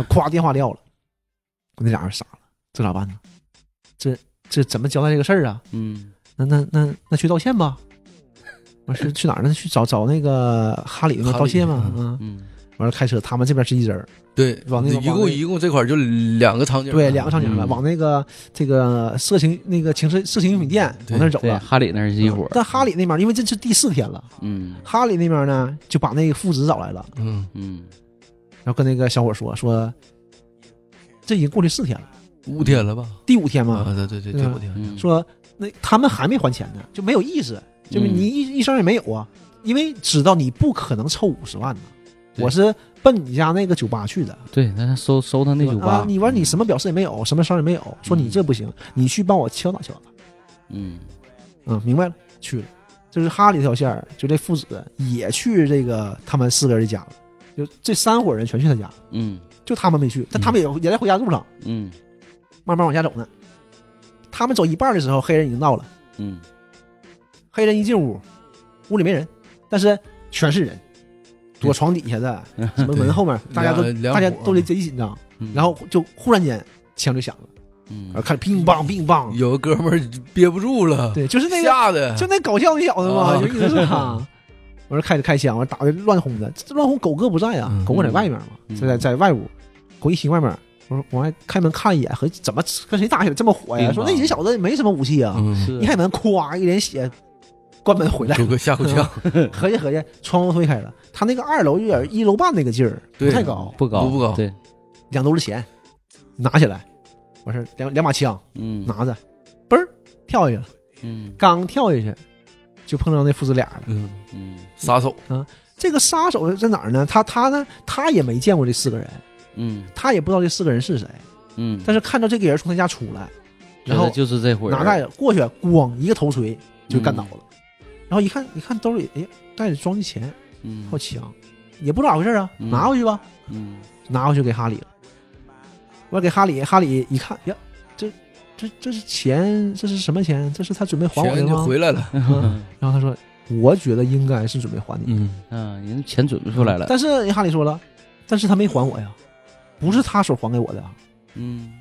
B: 咵电话撂了，那俩人傻了，这咋办呢？这这怎么交代这个事儿啊？
A: 嗯
B: 那那那那去道歉吧。完是去哪儿呢？去找找那个哈里那
C: 哈
B: 道
C: 里
B: 歉嘛。
C: 嗯
B: 啊，
A: 嗯
B: 完了开车，他们这边是一人儿，
C: 对，
B: 往那个往
C: 一
B: 那
C: 共一共这块儿就两个场景，
B: 对，两个场景了，
A: 嗯
B: 往那个这个色情那个情色色情用品店往那儿走
A: 对，
B: 了。
A: 哈里那儿是一伙儿，
B: 但哈里那边，因为这是第四天了，
A: 嗯
B: 哈里那边呢就把那个父子找来了，
C: 嗯，
A: 嗯
B: 然后跟那个小伙说说，这已经过去四天了，
C: 嗯五天了吧？
B: 第五天嘛，
C: 啊，对对对，
B: 对
C: 第
B: 吧
C: 五天，
A: 嗯，
B: 说那他们还没还钱呢，就没有意思，就是
A: 嗯
B: 你一一声也没有啊，因为知道你不可能凑五十万呢，
A: 对
B: 我是奔你家那个酒吧去的，
A: 嗯对，那他收收他那
B: 对
A: 酒
B: 吧啊
A: 吧，嗯
B: 你完你什么表示也没有，什么声儿也没有，说你这不行，你去帮我敲打敲打，
A: 嗯
B: 嗯，明白了，去了，就是哈里这条线儿，就这父子也去这个他们四个人的家了，就这三伙人全去他家，
A: 嗯
B: 就他们没去，但他们也也在回家路上，
A: 嗯
B: 慢慢往家走呢，他们走一半儿的时候，黑人已经到了。
A: 嗯
B: 黑人一进屋，屋里没人，但是全是人，躲床底下的，什么门后面，大家都
C: 两
B: 大家
C: 伙儿
B: 都贼贼紧张，
A: 嗯，
B: 然后就忽然间枪就响了，
A: 嗯
B: 然后开始乒乓乒乓，
C: 有个哥们儿憋不住了，
B: 对，就是那个
C: 哎吓的，
B: 就那搞笑那小子嘛，
C: 啊
B: 就一直是他。完了开始开枪，完了打的乱轰的，这乱轰狗哥不在啊
C: 嗯，
B: 狗哥在外面嘛，
A: 嗯
B: 在在在外屋，狗一听外面，我说我还开门看一眼，和怎么跟谁打起来这么火呀？
A: 乒乓
B: 说那些小子没什么武器啊，
C: 嗯，
A: 是
B: 一开门咵一脸血，关门回来
C: 狗，哥吓够呛，
B: 合计合计，窗户推开了，他那个二楼有点一楼半那个劲儿，不
C: 对
B: 太高，
A: 不高
C: 不不高
A: 对，
B: 两兜子钱，拿起来，完事儿两两把枪
A: 嗯
B: 拿着，嘣儿跳下去了，
A: 嗯
B: 刚跳下去就碰到那父子俩了。
C: 嗯，
A: 嗯
C: 杀手，
B: 这个杀手在哪儿呢？他他呢？他也没见过这四个人，
A: 嗯
B: 他也不知道这四个人是谁，
A: 嗯，
B: 但是看到这个人从他家出来，然
A: 觉
B: 后
A: 得就是这伙人
B: 拿袋子过去，咣一个头锤就干倒了。然后一看，一看兜里，哎，袋里装的钱，
A: 嗯
B: 还有枪，也不知道咋回事啊，
A: 嗯
B: 拿回去吧。
A: 嗯
B: 拿回去给哈里了。我给哈里，哈里一看，呀，这这这是钱，这是什么钱？这是他准备还我的
C: 钱就
B: 吗？
C: 回来了，
B: 嗯然后他说，我觉得应该是准备还你，
C: 嗯，
A: 嗯，人钱准备出来了，
B: 嗯但是哈里说了，但是他没还我呀，不是他所还给我的啊，
A: 嗯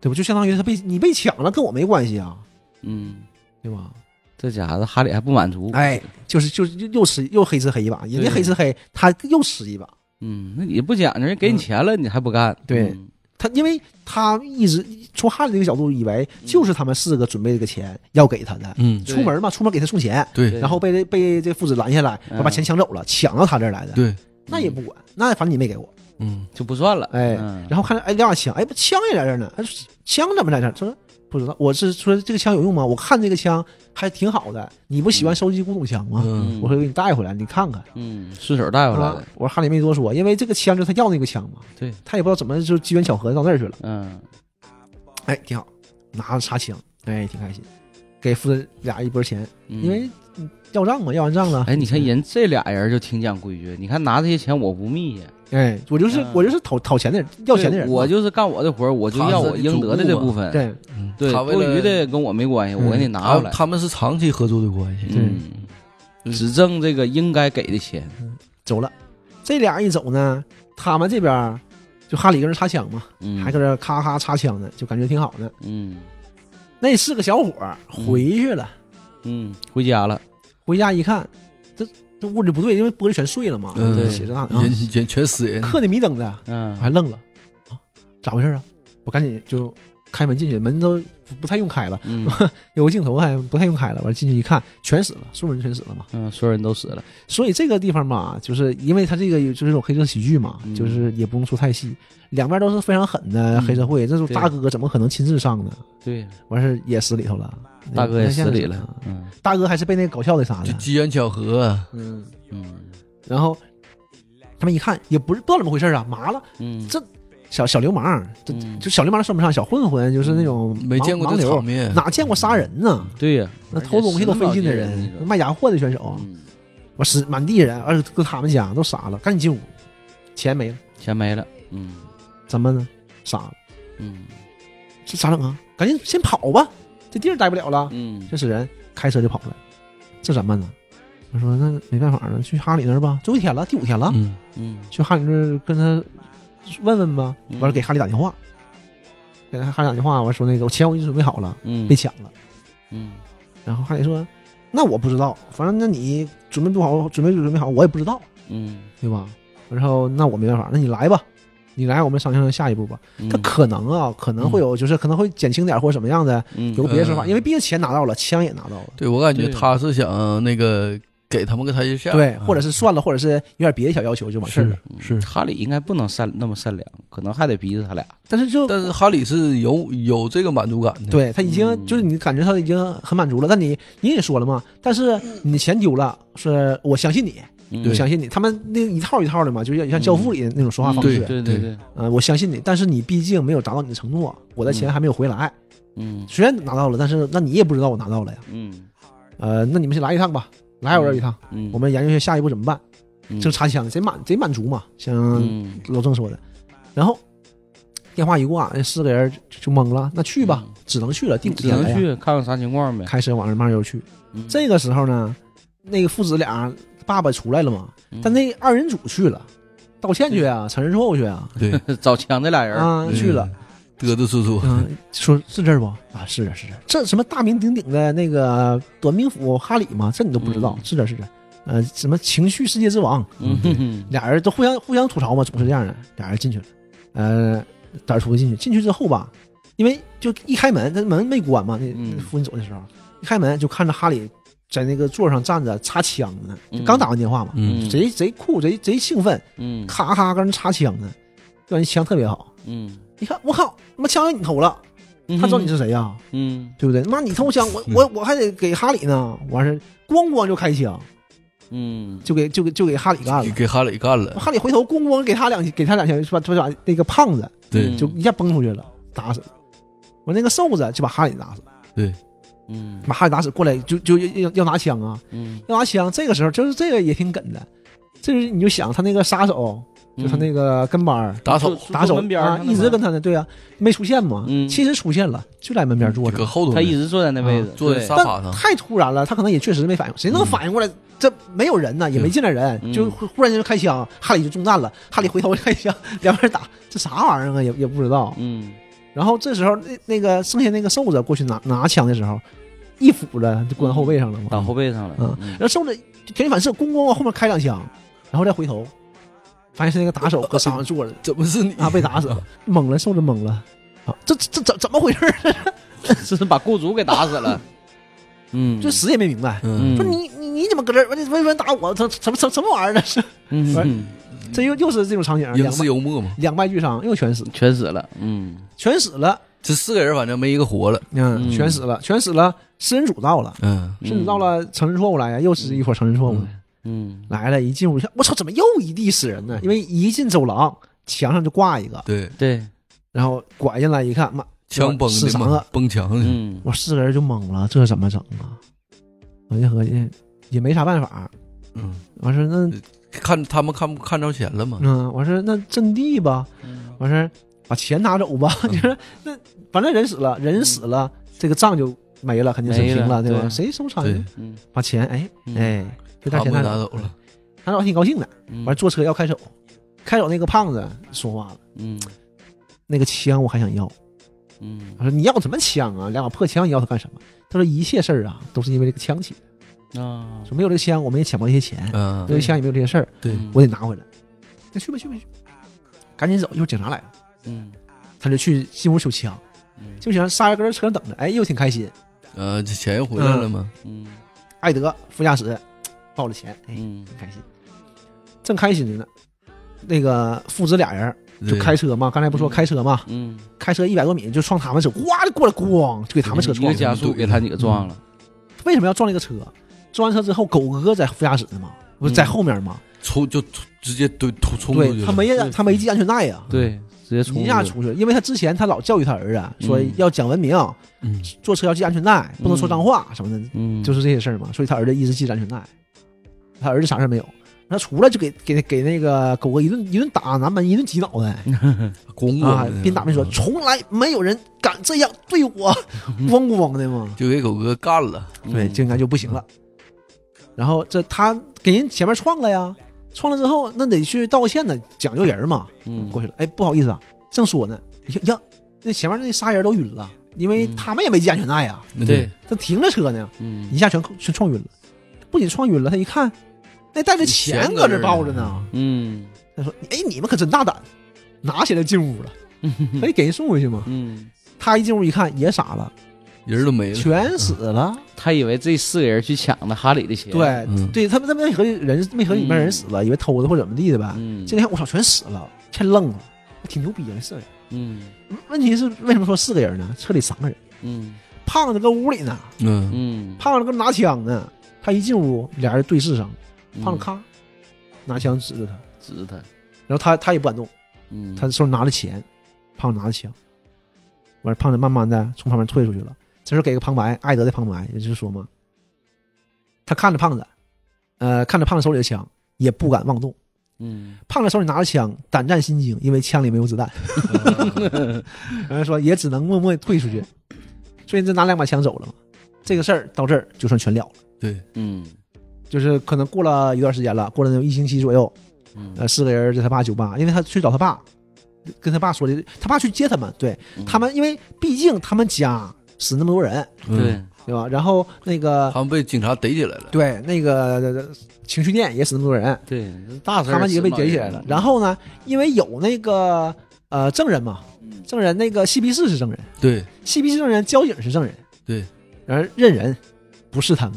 B: 对吧？就相当于他被你被抢了，跟我没关系啊，
A: 嗯，
B: 对吧？
A: 这家伙哈里还不满足，
B: 哎，就是就是又又吃又黑吃黑一把，人家
A: 对
B: 黑吃黑，他又吃一把。
A: 嗯，那你不讲究，人给你钱了，你还不干？
B: 对
A: 嗯，
B: 他因为他一直从哈里这个角度以为就是他们四个准备这个钱要给他的，
C: 嗯，
A: 对
B: 出门嘛，出门给他送钱，
A: 对
C: 对
B: 然后被这被这父子拦下来，
A: 嗯
B: 要把钱抢走了，抢到他这儿来的，
C: 对，
B: 那也不管，那反正你没给我。
C: 嗯，
A: 就不算了。
B: 哎
A: 嗯
B: 然后看着哎，两把枪，哎，不枪也在这儿呢，哎，枪怎么在这儿？他说不知道，我是说这个枪有用吗？我看这个枪还挺好的，你不喜欢收集古董枪吗？
C: 嗯，
B: 我会给你带回来，你看看。
A: 嗯，顺手带回来
B: 啊
A: 的，，
B: 我说哈里没多说，因为这个枪就是他要那个枪嘛，
A: 对，
B: 他也不知道怎么就机缘巧合到那儿去了。
A: 嗯
B: 哎，挺好，拿着擦枪，哎，挺开心，给父子俩一波钱，
A: 嗯，
B: 因为嗯要账嘛，要完账了。
A: 哎，你看人这俩人就挺讲规矩，你看拿这些钱我不密呀，
B: 哎，我就是、
A: 嗯
B: 我就是讨讨钱的人，要钱的人
A: 对
B: 嘛，
A: 我就是干我的活儿，我就要我应得的这部分，
B: 对，
C: 嗯
A: 对，
C: 他为
A: 多
C: 了
A: 余的跟我没关系，
B: 嗯
A: 我给你拿
C: 他
A: 回来，
C: 他们是长期合作的关系，
A: 嗯，只挣这个应该给的钱，
B: 走了。这俩一走呢，他们这边儿就哈里跟人插枪嘛，
A: 嗯，
B: 还搁这咔咔插枪呢，就感觉挺好的。
A: 嗯
B: 那四个小伙儿回去了，
A: 嗯，回家了，
B: 回家一看，这这屋里不对，因为玻璃全碎了嘛，
C: 嗯
B: 这血这那的啊
C: 人，人全死人，
B: 刻的迷瞪的，
A: 嗯
B: 我，还愣了，啊，咋回事啊？我赶紧就开门进去，门都不不太用开了，
A: 嗯
B: 有个镜头还不太用开了。完了进去一看，全死了，所有人全死了嘛。
A: 嗯，所有人都死了，
B: 所以这个地方嘛，就是因为它这个就是这种黑色喜剧嘛，
A: 嗯
B: 就是也不用说太细，两边都是非常狠的
A: 嗯
B: 黑社会，这种
A: 对
B: 大哥怎么可能亲自上呢？
A: 对，
B: 完事儿也死里头了，哎
A: 大哥也
B: 那现
A: 死
B: 在
A: 里
B: 是
A: 了，嗯
B: 大哥还是被那个搞笑的杀
C: 就
B: 的，
C: 机缘巧合，啊
B: 嗯，
A: 嗯
B: 然后他们一看也不是不知道怎么回事啊，麻了，
A: 嗯，
B: 这小小流氓，这
A: 嗯
B: 就小流氓算不上，小混混就是那种
C: 没
B: 盲
C: 见过
B: 盲
C: 这场
B: 流，
C: 面，
B: 哪见过杀人呢？
A: 对呀，
B: 那偷东西都费劲的
A: 而且十分老
B: 人，
A: 劲
B: 卖洋货的选手，
A: 嗯，
B: 我死满地人，而且搁他们家都傻了，赶紧进屋，钱没了。
A: 钱没了，嗯
B: 怎么呢？傻了，
A: 嗯
B: 这咋整啊？赶紧先跑吧！这地儿待不了了。
A: 嗯
B: 这死人开车就跑了，这咋办呢？我说那没办法了，去哈里那儿吧。最后一天了，第五天了，
C: 嗯
A: 嗯
B: 去哈里那儿跟他问问吧。
A: 嗯
B: 完了给哈里打电话，给他哈里打电话，完说那个我钱我已经准备好了，
A: 嗯
B: 被抢了。
A: 嗯
B: 然后哈里说那我不知道，反正那你准备不好，准备就准备好，我也不知道，
A: 嗯，
B: 对吧？然后那我没办法，那你来吧，你来我们商量下一步吧。
A: 嗯
B: 他可能啊，可能会有，就是可能会减轻点或者怎么样的，
A: 嗯
B: 有别的说法，
C: 嗯
B: 因为毕竟钱拿到了，枪也拿到了，
C: 对我感觉
A: 对
C: 他是想那个给他们个台阶下，啊
B: 对，或者是嗯算了，或者是有点别的小要求就完事儿了。
C: 是是，
A: 哈利应该不能善那么善良，可能还得逼着他俩。
B: 但是就
C: 但是哈里是有有这个满足感的，，
B: 对他已经、
A: 嗯
B: 就是你感觉他已经很满足了，但你你也说了嘛，但是你的钱丢了，是我相信你，
A: 嗯
B: 我相信你，他们那一套一套的嘛，就像像教父里那种说话方式，
A: 嗯对对对，
B: 呃，我相信你，但是你毕竟没有达到你的承诺，我的钱还没有回来，
A: 嗯
B: 虽然拿到了，但是那你也不知道我拿到了呀，
A: 嗯
B: 呃，那你们先来一趟吧，来我这儿一趟，
A: 嗯，
B: 我们研究一下下一步怎么办，
A: 嗯
B: 就插枪，贼满贼满足嘛，像
A: 嗯
B: 老郑说的，然后。电话一挂，那四个人就就懵了。那去吧，
A: 嗯
B: 只能去了。第五
A: 只
B: 天了
A: 能
B: 呀，
A: 去看看啥情况呗。
B: 开车往那慢悠悠去。
A: 嗯
B: 这个时候呢，那个父子俩爸爸出来了嘛，
A: 嗯
B: 但那二人组去了，道歉去啊，承认错误去啊，
C: 对，
A: 嗯找枪那俩人儿，
C: 嗯
B: 啊去了，
C: 嘚嘚瑟瑟，
B: 嗯，说是这儿不啊？是这儿是这儿，这什么大名鼎鼎的那个短命府哈里嘛，这你都不知道，
A: 嗯
B: 是这儿是这儿，呃，什么情绪世界之王，
A: 嗯哼哼
B: 俩人都互相互相吐槽嘛，总是这样的，俩人进去了，呃，胆儿出进去，进去之后吧，因为就一开门，他门没关嘛，那
A: 嗯
B: 那父亲走的时候，一开门就看着哈里在那个座上站着插枪呢，
A: 嗯
B: 刚打完电话嘛，
C: 嗯
B: 贼贼酷，贼贼兴奋，
A: 嗯
B: 咔咔跟人插枪呢，这人枪特别好，
A: 嗯，
B: 一看我靠，他妈枪让你偷了，他知道你是谁呀、
A: 嗯
B: 对不对？妈你偷 枪，我
C: 嗯
B: 我我还得给哈里呢，完事儿咣咣就开枪，
A: 嗯
B: 就给就给就给哈里干了
C: 给。给哈里干了，
B: 哈里回头咣咣给他两给他两枪，是吧？就把那个胖子
C: 对
A: 嗯
B: 就一下崩出去了，打死了。我那个瘦子就把哈里打死了，
A: 嗯
B: 把哈里打死过来就就要要拿枪啊，
A: 嗯，
B: 要拿枪。这个时候就是这个也挺梗的，这是你就想他那个杀手，就他那个跟班儿
C: 打手
A: 就
B: 打手
A: 嗯门边
B: 啊，一直跟他呢，对啊，没出现嘛，
A: 嗯
B: 其实出现了，就在门边坐着
C: 搁。后头呢，
A: 他一直坐在那位
B: 啊
A: 置，
C: 坐在
A: 对
C: 沙发
B: 但
C: 上
B: 太突然了，他可能也确实没反应，谁能
C: 嗯
B: 反应过来？这没有人呢，也没进来人，
A: 嗯
B: 就忽忽然间就开枪，哈利就中弹了。哈利回头开枪， 两边打，这啥玩意儿啊？也也不知道。
A: 嗯
B: 然后这时候那那个剩下那个瘦子过去拿拿枪的时候，一斧子就关后背上了嘛。
A: 打后背上了
B: 嗯，
A: 嗯
B: 然后瘦子就条件反射，咣咣往后面开两枪，然后再回头，发现是那个打手搁沙发上坐着
C: 怎么是你
B: 啊，被打死了，懵了，瘦子懵了，啊，这这这怎怎么回事儿？
A: 这嗯 是把雇主给打死了， 嗯，
B: 就死也没明白。
C: 嗯，
B: 说你你你怎么搁这儿？你为什么打我？这什么什么什么玩意儿？这 是
A: 嗯
B: 完
A: 嗯
B: 这又又是这种场景，
C: 英
B: 两
C: 式
B: 败
C: 幽默嘛，
B: 两败俱伤，又全死，
A: 全死了，嗯
B: 全死了，
C: 这四个人反正没一个活了，
B: 嗯，
A: 嗯
B: 全死了，全死了。食人组到了，
C: 嗯，
B: 食人组到了，承认错误来呀，又是一伙承认错误的
A: 嗯
B: 来了，一进屋，我操，怎么又一地死人呢？因为一进走廊，墙上就挂一个，
C: 对，
A: 对，
B: 然后拐进来一看，妈，
C: 枪崩
B: 是
C: 的
B: 啥
C: 嘛，崩墙的，
A: 嗯
B: 我四个人就懵了，这怎么整啊？我就合计也没啥办法，
C: 嗯，
B: 完事儿那
C: 看他们看看着钱了嘛，
B: 嗯，我说那阵地吧，我说把钱拿走吧，
C: 嗯
B: 就是那反正人死了，人死了，这个账就没了，肯定是
A: 没
B: 平
A: 了
B: 对吧？
A: 对
B: 谁收场
C: 对
B: 呢？
A: 嗯
B: 把钱，哎
A: 嗯
B: 哎，就
C: 他
B: 点钱
C: 们
B: 拿
C: 拿
B: 走
C: 走，了，
B: 拿走还挺高兴的。
A: 嗯
B: 完坐车要开走，开走那个胖子说话了，
A: 嗯
B: 那个枪我还想要，
A: 嗯
B: 我说你要什么枪啊？两把破枪你要它干什么？他说一切事儿啊都是因为这个枪起的，
A: 啊
B: 说没有这个枪我们也抢不到这些钱，
C: 嗯
B: 没，有枪也没有这些事儿，
C: 对，
A: 嗯
B: 我得拿回来。那去吧去吧去吧，赶紧走，一会儿警察来了。
A: 嗯
B: 他就去进屋取枪，
A: 嗯
B: 就想仨人搁这车上等着，哎，又挺开心。
C: 呃，这钱又回来了嘛，
B: 哎
A: 嗯
B: 艾德副驾驶报了钱，哎，
A: 嗯
B: 很开心，正开心着呢，那个父子俩人就
C: 对
B: 开车嘛，刚才不说
A: 嗯
B: 开车嘛，
A: 嗯，
B: 开车一百多米就撞他们车，哗就过来，咣就给他们车
A: 一个
B: 撞
C: 嗯
B: 了。
A: 加速给他几个撞了，
B: 嗯为什么要撞那个车？撞完车之后，狗哥在副驾驶呢嘛，不
A: 嗯
B: 是在后面嘛？
C: 冲就冲直接对突冲出去
B: 对
C: 了，
B: 他没
A: 对
B: 他没系安全带呀，
A: 对，直接冲
B: 一下出去了，因为他之前他老教育他儿子说
A: 嗯
B: 要讲文明，
C: 嗯，
B: 坐车要系安全带，不能说脏话什么的，
A: 嗯
B: 就是这些事儿嘛，所以他儿子一直系着安全带，他儿子啥事儿没有，然后出来就给给给那个狗哥一顿一顿打南门，一顿挤脑袋
A: 嗯
C: 公公
B: 啊，边打边
C: 嗯
B: 说，从来没有人敢这样对 我，嗡嗡的嘛。
C: 就给狗哥干了。
A: 嗯
B: 对，就应该就不行了。然后这他给人前面撞了呀，撞了之后那得去道个歉呢，讲究人嘛。
A: 嗯
B: 过去了，哎，不好意思啊，正说呢，哎呀，那前面那仨人都晕了，因为
A: 嗯
B: 他们也没系安全带呀，
A: 对，
B: 他停着车呢，
A: 嗯
B: 一下全全撞晕了。不仅撞晕了，他一看，那带着钱搁这抱着呢，
A: 嗯
B: 他说：“哎，你们可真大胆，拿起来进屋了，可以给人送回去吗
A: 嗯，？”
B: 他一进屋一看，也傻了，
C: 人都没了。
B: 全死了。
A: 他以为这四个人去抢的哈里的鞋，，
B: 对，
C: 嗯
B: 对他们他们没合计人没合计里面人死了，以为偷的或怎么地的呗。
A: 嗯，
B: 这天我操，全死了，太愣了，挺牛逼的四个人。
A: 嗯
B: 问题是为什么说四个人呢？车里三个人，
A: 嗯
B: 胖子搁屋里呢，
C: 嗯，
A: 嗯，
B: 胖子搁拿枪呢。他一进屋，俩人对视上，
A: 嗯
B: 胖子咔、拿枪指着他，
A: 指他，
B: 然后他他也不敢动，
A: 嗯，
B: 他手里拿着钱，胖子拿着枪，完胖子慢慢的从旁边退出去了。这时候给个旁白，艾德的旁白，也就是说嘛，他看着胖子，呃，看着胖子手里的枪，也不敢妄动。
A: 嗯
B: 胖子手里拿着枪，胆战心惊，因为枪里没有子弹。 嗯然后说也只能默默地退出去，所以这拿两把枪走了嘛。这个事儿到这儿就算全了了，
C: 对，
A: 嗯
B: 就是可能过了一段时间了，过了有一星期左右，
A: 嗯，
B: 呃，四个人在他爸酒吧，因为他去找他爸，跟他爸说的，他爸去接他们，对呃他们，因为毕竟他们家死那么多人，
C: 嗯
A: 对，
B: 对吧？然后那个
C: 他们被警察逮起来了。
B: 对那个呃情趣店也死那么多人，
A: 对，大事儿
B: 他们几个被
A: 死老
B: 逮起
A: 人
B: 来了。然后呢，因为有那个呃证人嘛，证人那个 CP 四是证人
C: 对
B: ，CP 四证人，交警是证人，
C: 对，
B: 然而认人不是他们，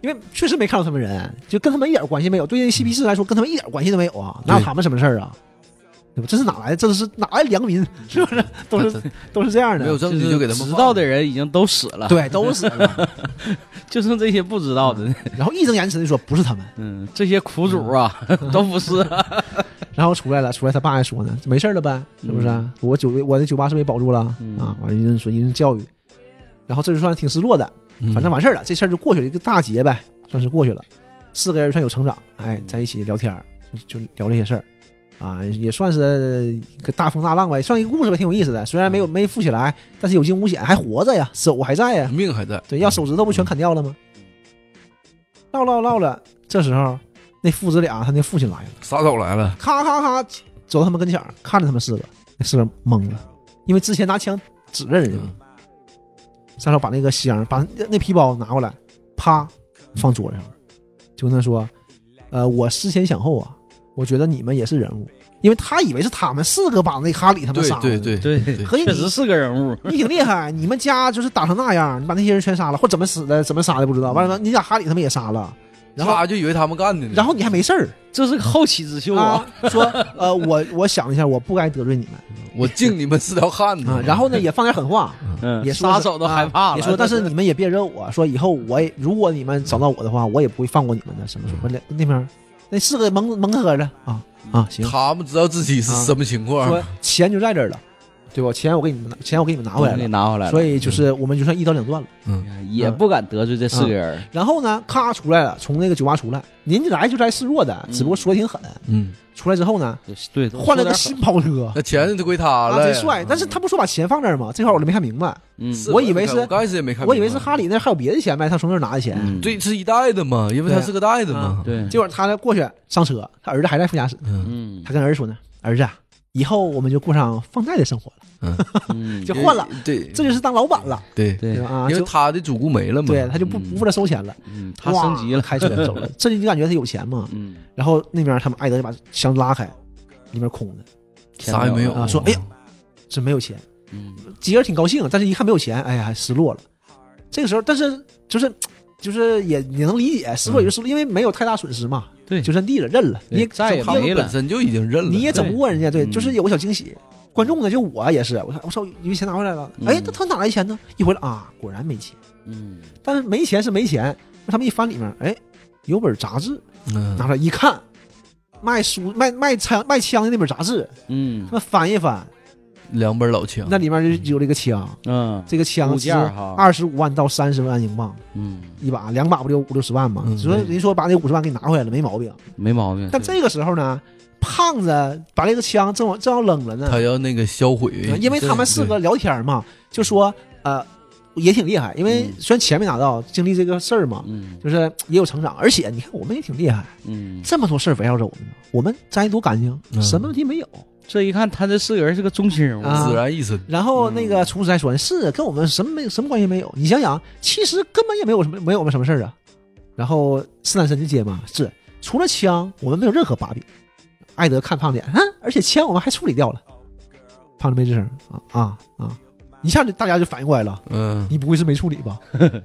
B: 因为确实没看到他们人，就跟他们一点关系没有。对于 CP 四来说，跟他们一点关系都没有啊，哪有
C: 对
B: 他们什么事儿啊？对吧？这是哪来的？这是哪来的良民？是不是？ 都是都是这样的。
C: 没有证据就给他们
A: 知
C: 放
A: 道的人已经都死了，，
B: 对，都死了。
A: 就剩这些不知道的，
B: 然后义正言辞的说不 是他们，
A: 嗯，这些苦主啊，
B: 嗯
A: 都不是，
B: 然后出来了，出来他爸还说呢，没事儿了呗，是不是？
A: 嗯
B: 我酒我的酒吧是被保住了、
A: 嗯
B: 啊，完了一顿说一顿教育，然后这就算挺失落的，
C: 嗯
B: 反正完事儿了，这事儿就过去了，一个大劫呗，算是过去了。四个人算有成长，
A: 嗯
B: 哎，在一起聊天儿就就聊这些事儿，啊，也算是一个大风大浪吧，也算一个故事吧，挺有意思的。虽然没有
A: 嗯
B: 没富起来，但是有惊无险，还活着呀，手还在
A: 嗯
B: 呀，
C: 嗯命还在。
B: 对，要手指头不全砍掉了吗？唠唠唠了，这时候那父子俩他那父亲来了。
C: 杀手来了。
B: 咔咔咔走到他们跟前儿，看着他们四个，那四个懵了，因为之前拿枪指着人家
C: 嗯
B: 嘛。三少把那个箱，把那皮包拿过来，啪放桌上，就跟他说：“呃，我思前想后啊，我觉得你们也是人物，因为他以为是他们四个把那哈里他们
C: 对
B: 杀了。
C: 对 对
A: 对
C: 对
B: 合计
A: 确实是个人物，
B: 你挺厉害，你们家就是打成那样，你把那些人全杀了，或怎么死的，怎么杀的不知道。完了，你把哈里他们也杀了，然后
C: 他就以为他们干的呢。
B: 然后你还没事儿，
A: 这是个后起之秀
B: 啊
A: 啊，、
B: 说呃，我我想了一下，我不该得罪你们。”
C: 我敬你们是条汉子
B: 啊，。然后呢也放点狠话，
A: 嗯，
B: 也说
A: 杀手都害怕了，
B: 啊也说，但是你们也别惹我，说以后我也如果你们找到我的话，我也不会放过你们的，什么什么的。那边儿那四个蒙蒙呵着啊啊，行，
C: 他们知道自己是什么情况
B: 啊说。钱就在这儿了，对吧？钱我给你们拿，钱我给你们拿回来
A: 给
B: 了，
A: 拿回来了，哎
B: 所以就是我们就算一刀两断了。
A: 也不敢得罪这四个人，
B: 然后呢，咔出来了，从那个酒吧出来，人家来就来示弱的，只不过说挺狠。
C: 嗯，
B: 出来之后呢，
A: 对，
B: 换了个新跑车。
C: 那钱就归他
B: 啊，
C: 了。
B: 贼帅！但是他不说把钱放这儿吗？这块儿我就没看明白，
A: 嗯
C: 是
B: 我以为是
C: 我刚开始也没看明白，
B: 我以为是哈里那还有别的钱呗，他从那儿拿的钱。
A: 嗯
C: 对，是一袋子嘛，因为
B: 啊
C: 他是个袋子嘛。
A: 对，
B: 结果他呢过去上车，他儿子还在副驾驶，
C: 嗯，
A: 嗯
B: 他跟儿子说呢：“儿子、啊，以后我们就过上放贷的生活了，
A: 嗯
B: 就换了，
C: 对，
B: 这就是当老板了，
C: 对，
A: 对
B: 对吧？啊，
C: 因为
B: 就
C: 他的主顾没了嘛。
B: 对他就不
A: 嗯
B: 不为了收钱了，
A: 嗯，他升级了
B: 哇，开车走 了。这就感觉他有钱嘛。
A: 嗯，
B: 然后那边他们艾德就把箱拉开，里面空的，
C: 啥也没有嗯
B: 啊说哎呀，真没有钱。
A: 嗯
B: 吉儿挺高兴，但是一看没有钱，哎呀，失落了。这个时候，但是就是。”就是也也能理解，失落也就失落，因为没有太大损失嘛，
A: 嗯对
B: 就算地了，认了，
A: 对
B: 你也
A: 再也
B: 走
A: 没
C: 他们
A: 了
C: 本身就已经认了。
B: 你也整不过人家，对，
A: 嗯
B: 就是有个小惊喜。观众呢，就我也是，我说我操，有钱拿回来了，
A: 嗯
B: 哎，那他哪来钱呢？一回来啊，果然没钱，
A: 嗯
B: 但是没钱是没钱，他们一翻里面，哎，有本杂志
C: 嗯
B: 拿出来一看，卖书卖卖枪卖枪的那本杂志，
A: 嗯
B: 他们翻一翻，
C: 两本老枪，
B: 那里面就有这个枪，
A: 嗯
B: 这个枪
A: 物
B: 是
A: 件儿哈
B: 二十五万到三十万英镑
A: 嗯，
B: 一把，两把不就五六十万吗？
C: 嗯
B: 所以
A: 对
B: 人说把那五十万给你拿回来了，没毛病。
A: 没毛病。
B: 但
A: 对
B: 这个时候呢，胖子把这个枪正往正要扔了呢，
C: 他要那个销毁
B: 对，啊因为他们四
C: 对
B: 个聊天嘛，就说呃也挺厉害，因为
A: 嗯
B: 虽然钱没拿到，经历这个事儿嘛，
A: 嗯
B: 就是也有成长，而且你看我们也挺厉害，
A: 嗯，
B: 这么多事儿围绕着我们呢，我们咱也多干净，
C: 嗯
B: 什么问题没有。
A: 这一看他这四个人是个中心人物，
B: 啊
C: 自然一身，
B: 然后
A: 嗯
B: 那个厨师还说是啊跟我们什么没什么关系没有，你想想，其实根本也没有什么没有我们什么事儿啊。然后斯坦森就接嘛，是除了枪，我们没有任何把柄。艾德看胖脸，啊，而且枪我们还处理掉了。胖子没吱声啊啊啊！一下就大家就反应过来了，
C: 嗯，
B: 你不会是没处理吧？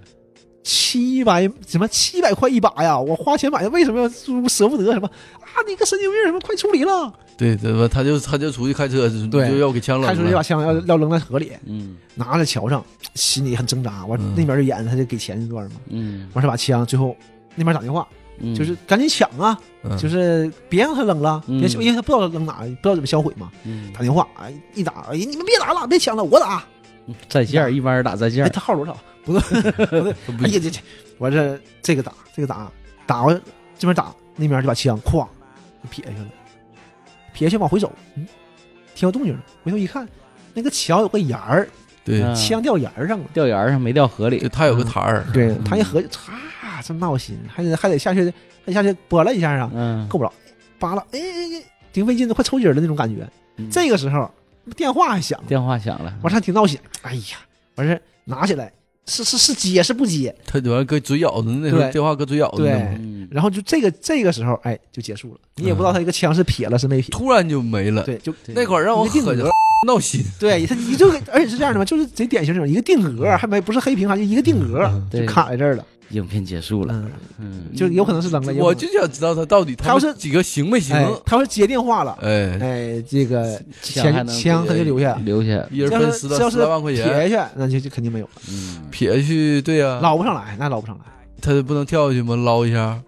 B: 七百什么七百块一把呀？我花钱买的，为什么要舍不得什么啊？你个神经病什么，快处理了！
C: 对，对吧？他就他就出去开车，
A: 对
C: 就要给枪
B: 开
C: 扔
B: 出去把
C: 了，
B: 枪要要扔在河里，
A: 嗯
B: 拿在桥上，心里很挣扎。完、
C: 嗯
B: 那边就演他就给钱这段嘛，
A: 嗯，
B: 完事把枪最后那边打电话，
A: 嗯
B: 就是赶紧抢啊，
C: 嗯
B: 就是别让他扔了，
A: 嗯
B: 别因为他不知道扔哪，不知道怎么销毁嘛。
A: 嗯
B: 打电话哎一打，哎你们别打了，别抢了，我打。
A: 嗯在线儿一般人打在线
B: 哎，
A: 儿，
B: 他号多少？不对，不对，
C: 他不
B: 哎呀这这，完这这个打这个打，打完这边打那边就把枪哐就撇下去了，撇下去往回走，嗯，听到动静了，回头一看，那个桥有个沿儿，
C: 对，
A: 嗯
B: 枪掉沿儿上了。
A: 掉沿儿上没掉河
C: 对
A: 里，
C: 他有个台儿，
B: 对，他一合计，擦，真闹心，还得还得下去，还得下去拨了一下啊，
A: 嗯，
B: 够不着，扒拉，哎哎哎，挺费劲的，快抽筋儿的那种感觉。
A: 嗯
B: 这个时候电话还响了，
A: 电话响了，
B: 完事儿还挺闹心，哎呀，完事儿拿起来，是是是接是不接？
C: 他完了搁嘴咬着，那时候
B: 对
C: 电话搁嘴咬着呢
B: 对
C: 嘛，
A: 嗯
B: 然后就这个这个时候，哎，就结束了，
C: 嗯
B: 你也不知道他一个枪是撇了是没撇，
C: 突然就没了。
B: 对，就
A: 对
C: 那会儿让我
B: 一个定
C: 可
B: 格，
C: 闹心，
B: 对他你就而且是这样的嘛，就是贼典型那种一个定格，还没不是黑屏，还就一个定格
C: 嗯
B: 就
A: 对
B: 卡在这儿了，
A: 影片结束了，
B: 嗯，
A: 嗯，
B: 就有可能是扔了，有
C: 我
B: 可
C: 就想知道他到底
B: 哎他要
C: 们
B: 是
C: 几个行没行
B: 能。哎，他要是接电话了，
C: 哎，
B: 哎，这个
A: 枪还
B: 钱
A: 能
B: 枪他就留下，
A: 嗯留下，
C: 一人
B: 要
C: 分
B: 是
C: 十
B: 要
C: 到
B: 是
C: 十来万块钱，
B: 撇下去那就就肯定没有了，
A: 嗯，
C: 撇下去，对呀，
B: 捞不上来，那捞不上来。
C: 他不能跳下去吗？捞一下，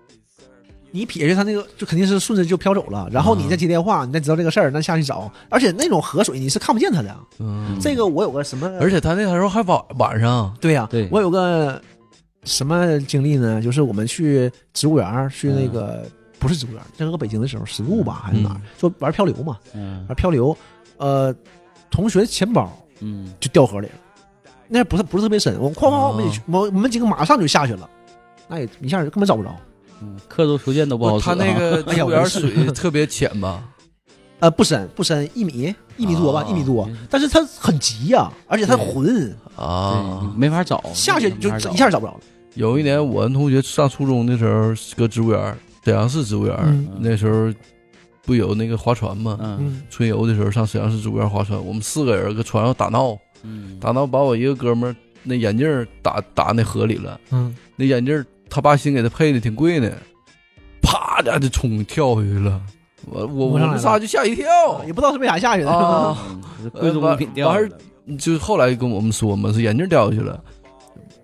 B: 你撇下他那个，就肯定是顺着就飘走
C: 嗯
B: 了。然后你再接电话，你再知道这个事儿，那下去找。而且那种河水你是看不见他的。啊
C: 嗯，
B: 这个我有个什么？
C: 而且他那时候还晚晚上，
B: 对呀、
A: 对
B: 我有个什么经历呢？就是我们去植物园儿，去那个、不是植物园儿，那个北京的时候，石固吧还是哪儿
C: 嗯，
B: 就玩漂流嘛，
A: 嗯
B: 玩漂流，呃，同学钱包
A: 嗯
B: 就掉河里了，那不是不是特别深，我哐哐哐，我们也去我我们几个马上就下去了，那也一下就根本找不着。
A: 嗯，刻舟求剑都不好使
C: 他
A: 啊，
C: 那个
B: 哎呀
C: 公园
B: 我
C: 水特别浅吧？
B: 呃，不深不深，一米一米多吧，
C: 啊
B: 一米多。但是他很急呀、而且他
A: 对
B: 浑，
A: 对你
C: 啊，
A: 没法找，
B: 下去
A: 你
B: 就
A: 没法找
B: 一下找不着了。
C: 有一年我们同学上初中的时候，搁植物园，沈阳市植物园，
B: 嗯
C: 那时候不有那个划船吗？
A: 嗯
B: 嗯
C: 春游的时候上沈阳市植物园划船，我们四个人搁船上打闹，
A: 嗯，
C: 打闹把我一个哥们儿那眼镜儿打打那河里了，
B: 嗯，
C: 那眼镜儿他爸新给他配的，挺贵的，啪的就冲跳下去了，我我我
B: 摸上来
C: 们
B: 了
C: 仨就吓一跳，
B: 也不知道是为啥下去的。
C: 啊
A: 嗯这贵重物品掉
C: 完
A: 了
C: 事就后来跟我们说嘛，是眼镜掉下去了。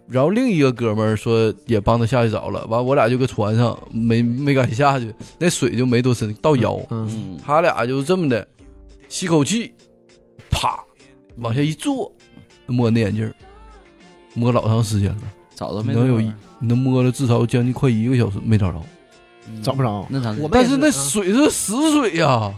C: 然后另一个哥们儿说也帮他下去找了，完我俩就搁船上没没敢下去，那水就没多深，到腰。
B: 嗯，
A: 嗯，
C: 他俩就这么的，吸口气，啪，往下一坐，摸那眼镜儿，摸老长时间了，
A: 找着没
C: 能有
A: 地
C: 一
A: 方
C: 你能摸了至少将近快一个小时没找着。
A: 嗯
B: 找不着。
A: 那咱
B: 我们
C: 但
B: 也
C: 是
B: 是
C: 那
B: 嗯
C: 水是死水呀、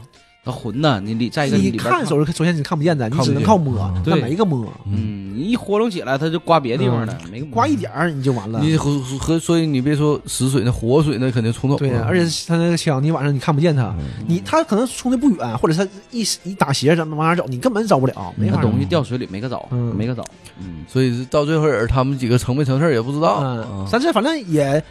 A: 那混呐，你里再一个
B: 你
A: 里边
B: 看，首先首先你看不见的，你只能靠摸
C: 看不，
A: 见
B: 那
A: 对
B: 没个摸，
A: 嗯，你一活动起来，它就刮别地方了，没
B: 刮一点儿你就完了。
C: 你和和所以你别说死水，那活水那肯定冲走嗯
B: 对呀、
C: 了。
B: 而且他那个枪，你晚上你看不见他，你他可能冲的不远，或者他一一打斜咱们往哪找，你根本找不了，没
A: 嗯那
B: 法
C: 懂
A: 东西掉水里没个找，
B: 嗯
A: 没个找，嗯
C: 所以到最后人他们几个成没成事儿也不知道。
B: 嗯，
C: 啊
B: 咱这反正也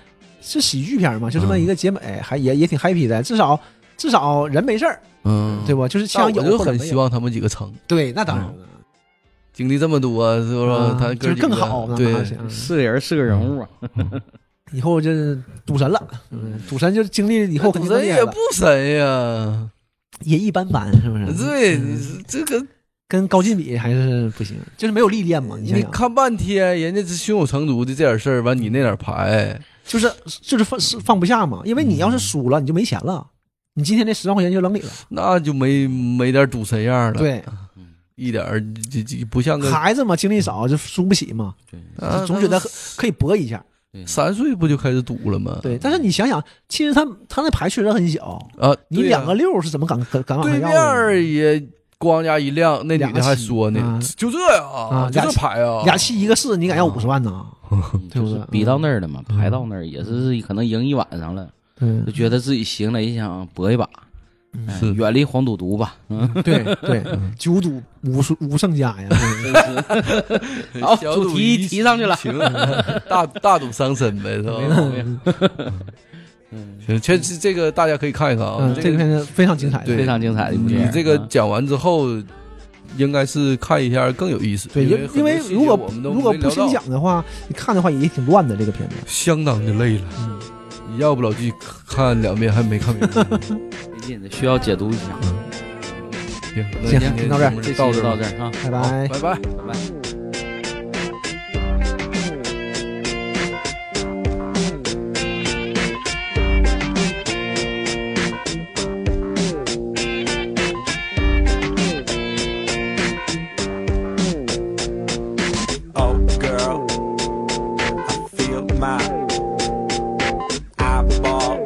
B: 是喜剧片嘛，就这么
C: 嗯
B: 一个结尾，还也也挺 happy 的，至少至少人没事儿，
C: 嗯，
B: 对吧？就是枪
C: 但我
B: 有
C: 就
B: 或者
C: 很
B: 没有
C: 希望他们几个成，
B: 对，那当然了，
C: 经历这么多，是不是？
B: 啊就
C: 他哥
B: 是
C: 几个
B: 更好呢。
C: 对嗯
B: 而，且
A: 四个人四个人物啊，
B: 以后就是赌神了，嗯，赌神就是经历以后肯定更
C: 人
B: 厉害
C: 也
B: 了
C: 不，神呀，
B: 也一般般，是不嗯是？
C: 对，你这个
B: 跟高进比还是不行，就是没有历练嘛。你想
C: 你
B: 想，
C: 看半天，人家是胸有成竹的这点事儿，完你那点牌，
B: 就是就是放是放不下嘛，因为你要是输了，你就没钱了，你今天这十万块钱就扔里了。
C: 那就没没点赌神样了。，
B: 对，
C: 一点儿就就就不像个
B: 孩子嘛，经历少就输不起嘛，
A: 对，
C: 啊
B: 总觉得
C: 他
B: 可以搏一下。
A: 对
C: 三岁不就开始赌了吗？
B: 对，但是你想想，其实他他那牌确实很小，
C: 啊，
B: 你
C: 对呀
B: 两个六是怎么敢敢敢往
C: 对
B: 上要
C: 面儿
B: 的呢？
C: 也咣家一亮，那女的还说
B: 两
C: 呢
B: 个，
C: 就这样啊，
B: 啊
C: 就
B: 俩
C: 这牌啊，
B: 俩七一个四，你敢要五十万呢？
A: 嗯
B: 对
A: 就
B: 不
A: 是
B: 对
A: 逼到那儿了嘛，
B: 嗯
A: 排到那儿也是可能赢一晚上了，
B: 嗯
A: 就觉得自己行了，也想搏一把，
B: 嗯
A: 哎
C: 是
A: 远离黄赌毒吧。嗯，
B: 对 对，九赌无输无胜家呀。
A: 好
C: 小
A: 主
C: 赌
A: 题
C: 怡
A: 提上去了
C: 情，大大赌伤身呗，是
A: 没
C: 吧？
A: 毛病。嗯，
C: 行，这这这个大家可以看一看啊
B: 嗯，，这个片子非常精彩。
C: 对
A: 非常精彩的一部电
C: 嗯你
A: 影。
C: 这个
A: 啊
C: 讲完之后，应该是看一下更有意思。
B: 对，因
C: 很
B: 因
C: 多
B: 为
C: 细节
B: 如果
C: 我们都
B: 如果
C: 没
B: 不
C: 聊
B: 先
C: 到，
B: 讲的话，你看的话也挺乱的这个片子。
C: 相当的累了，
B: 嗯，
C: 要不老纪看两遍还没 看明白。
A: 最近得需要解读一下。
C: 行，那
B: 行
C: 今天
B: 到这儿
C: 节目
A: 这期
C: 到
A: 就
C: 这
A: 到
C: 儿
A: 这
C: 吧，
A: 儿啊。
B: 拜
C: 好
B: 拜。
C: 拜拜。
D: Oh, girl, I feel my eyeball Oh, Oh,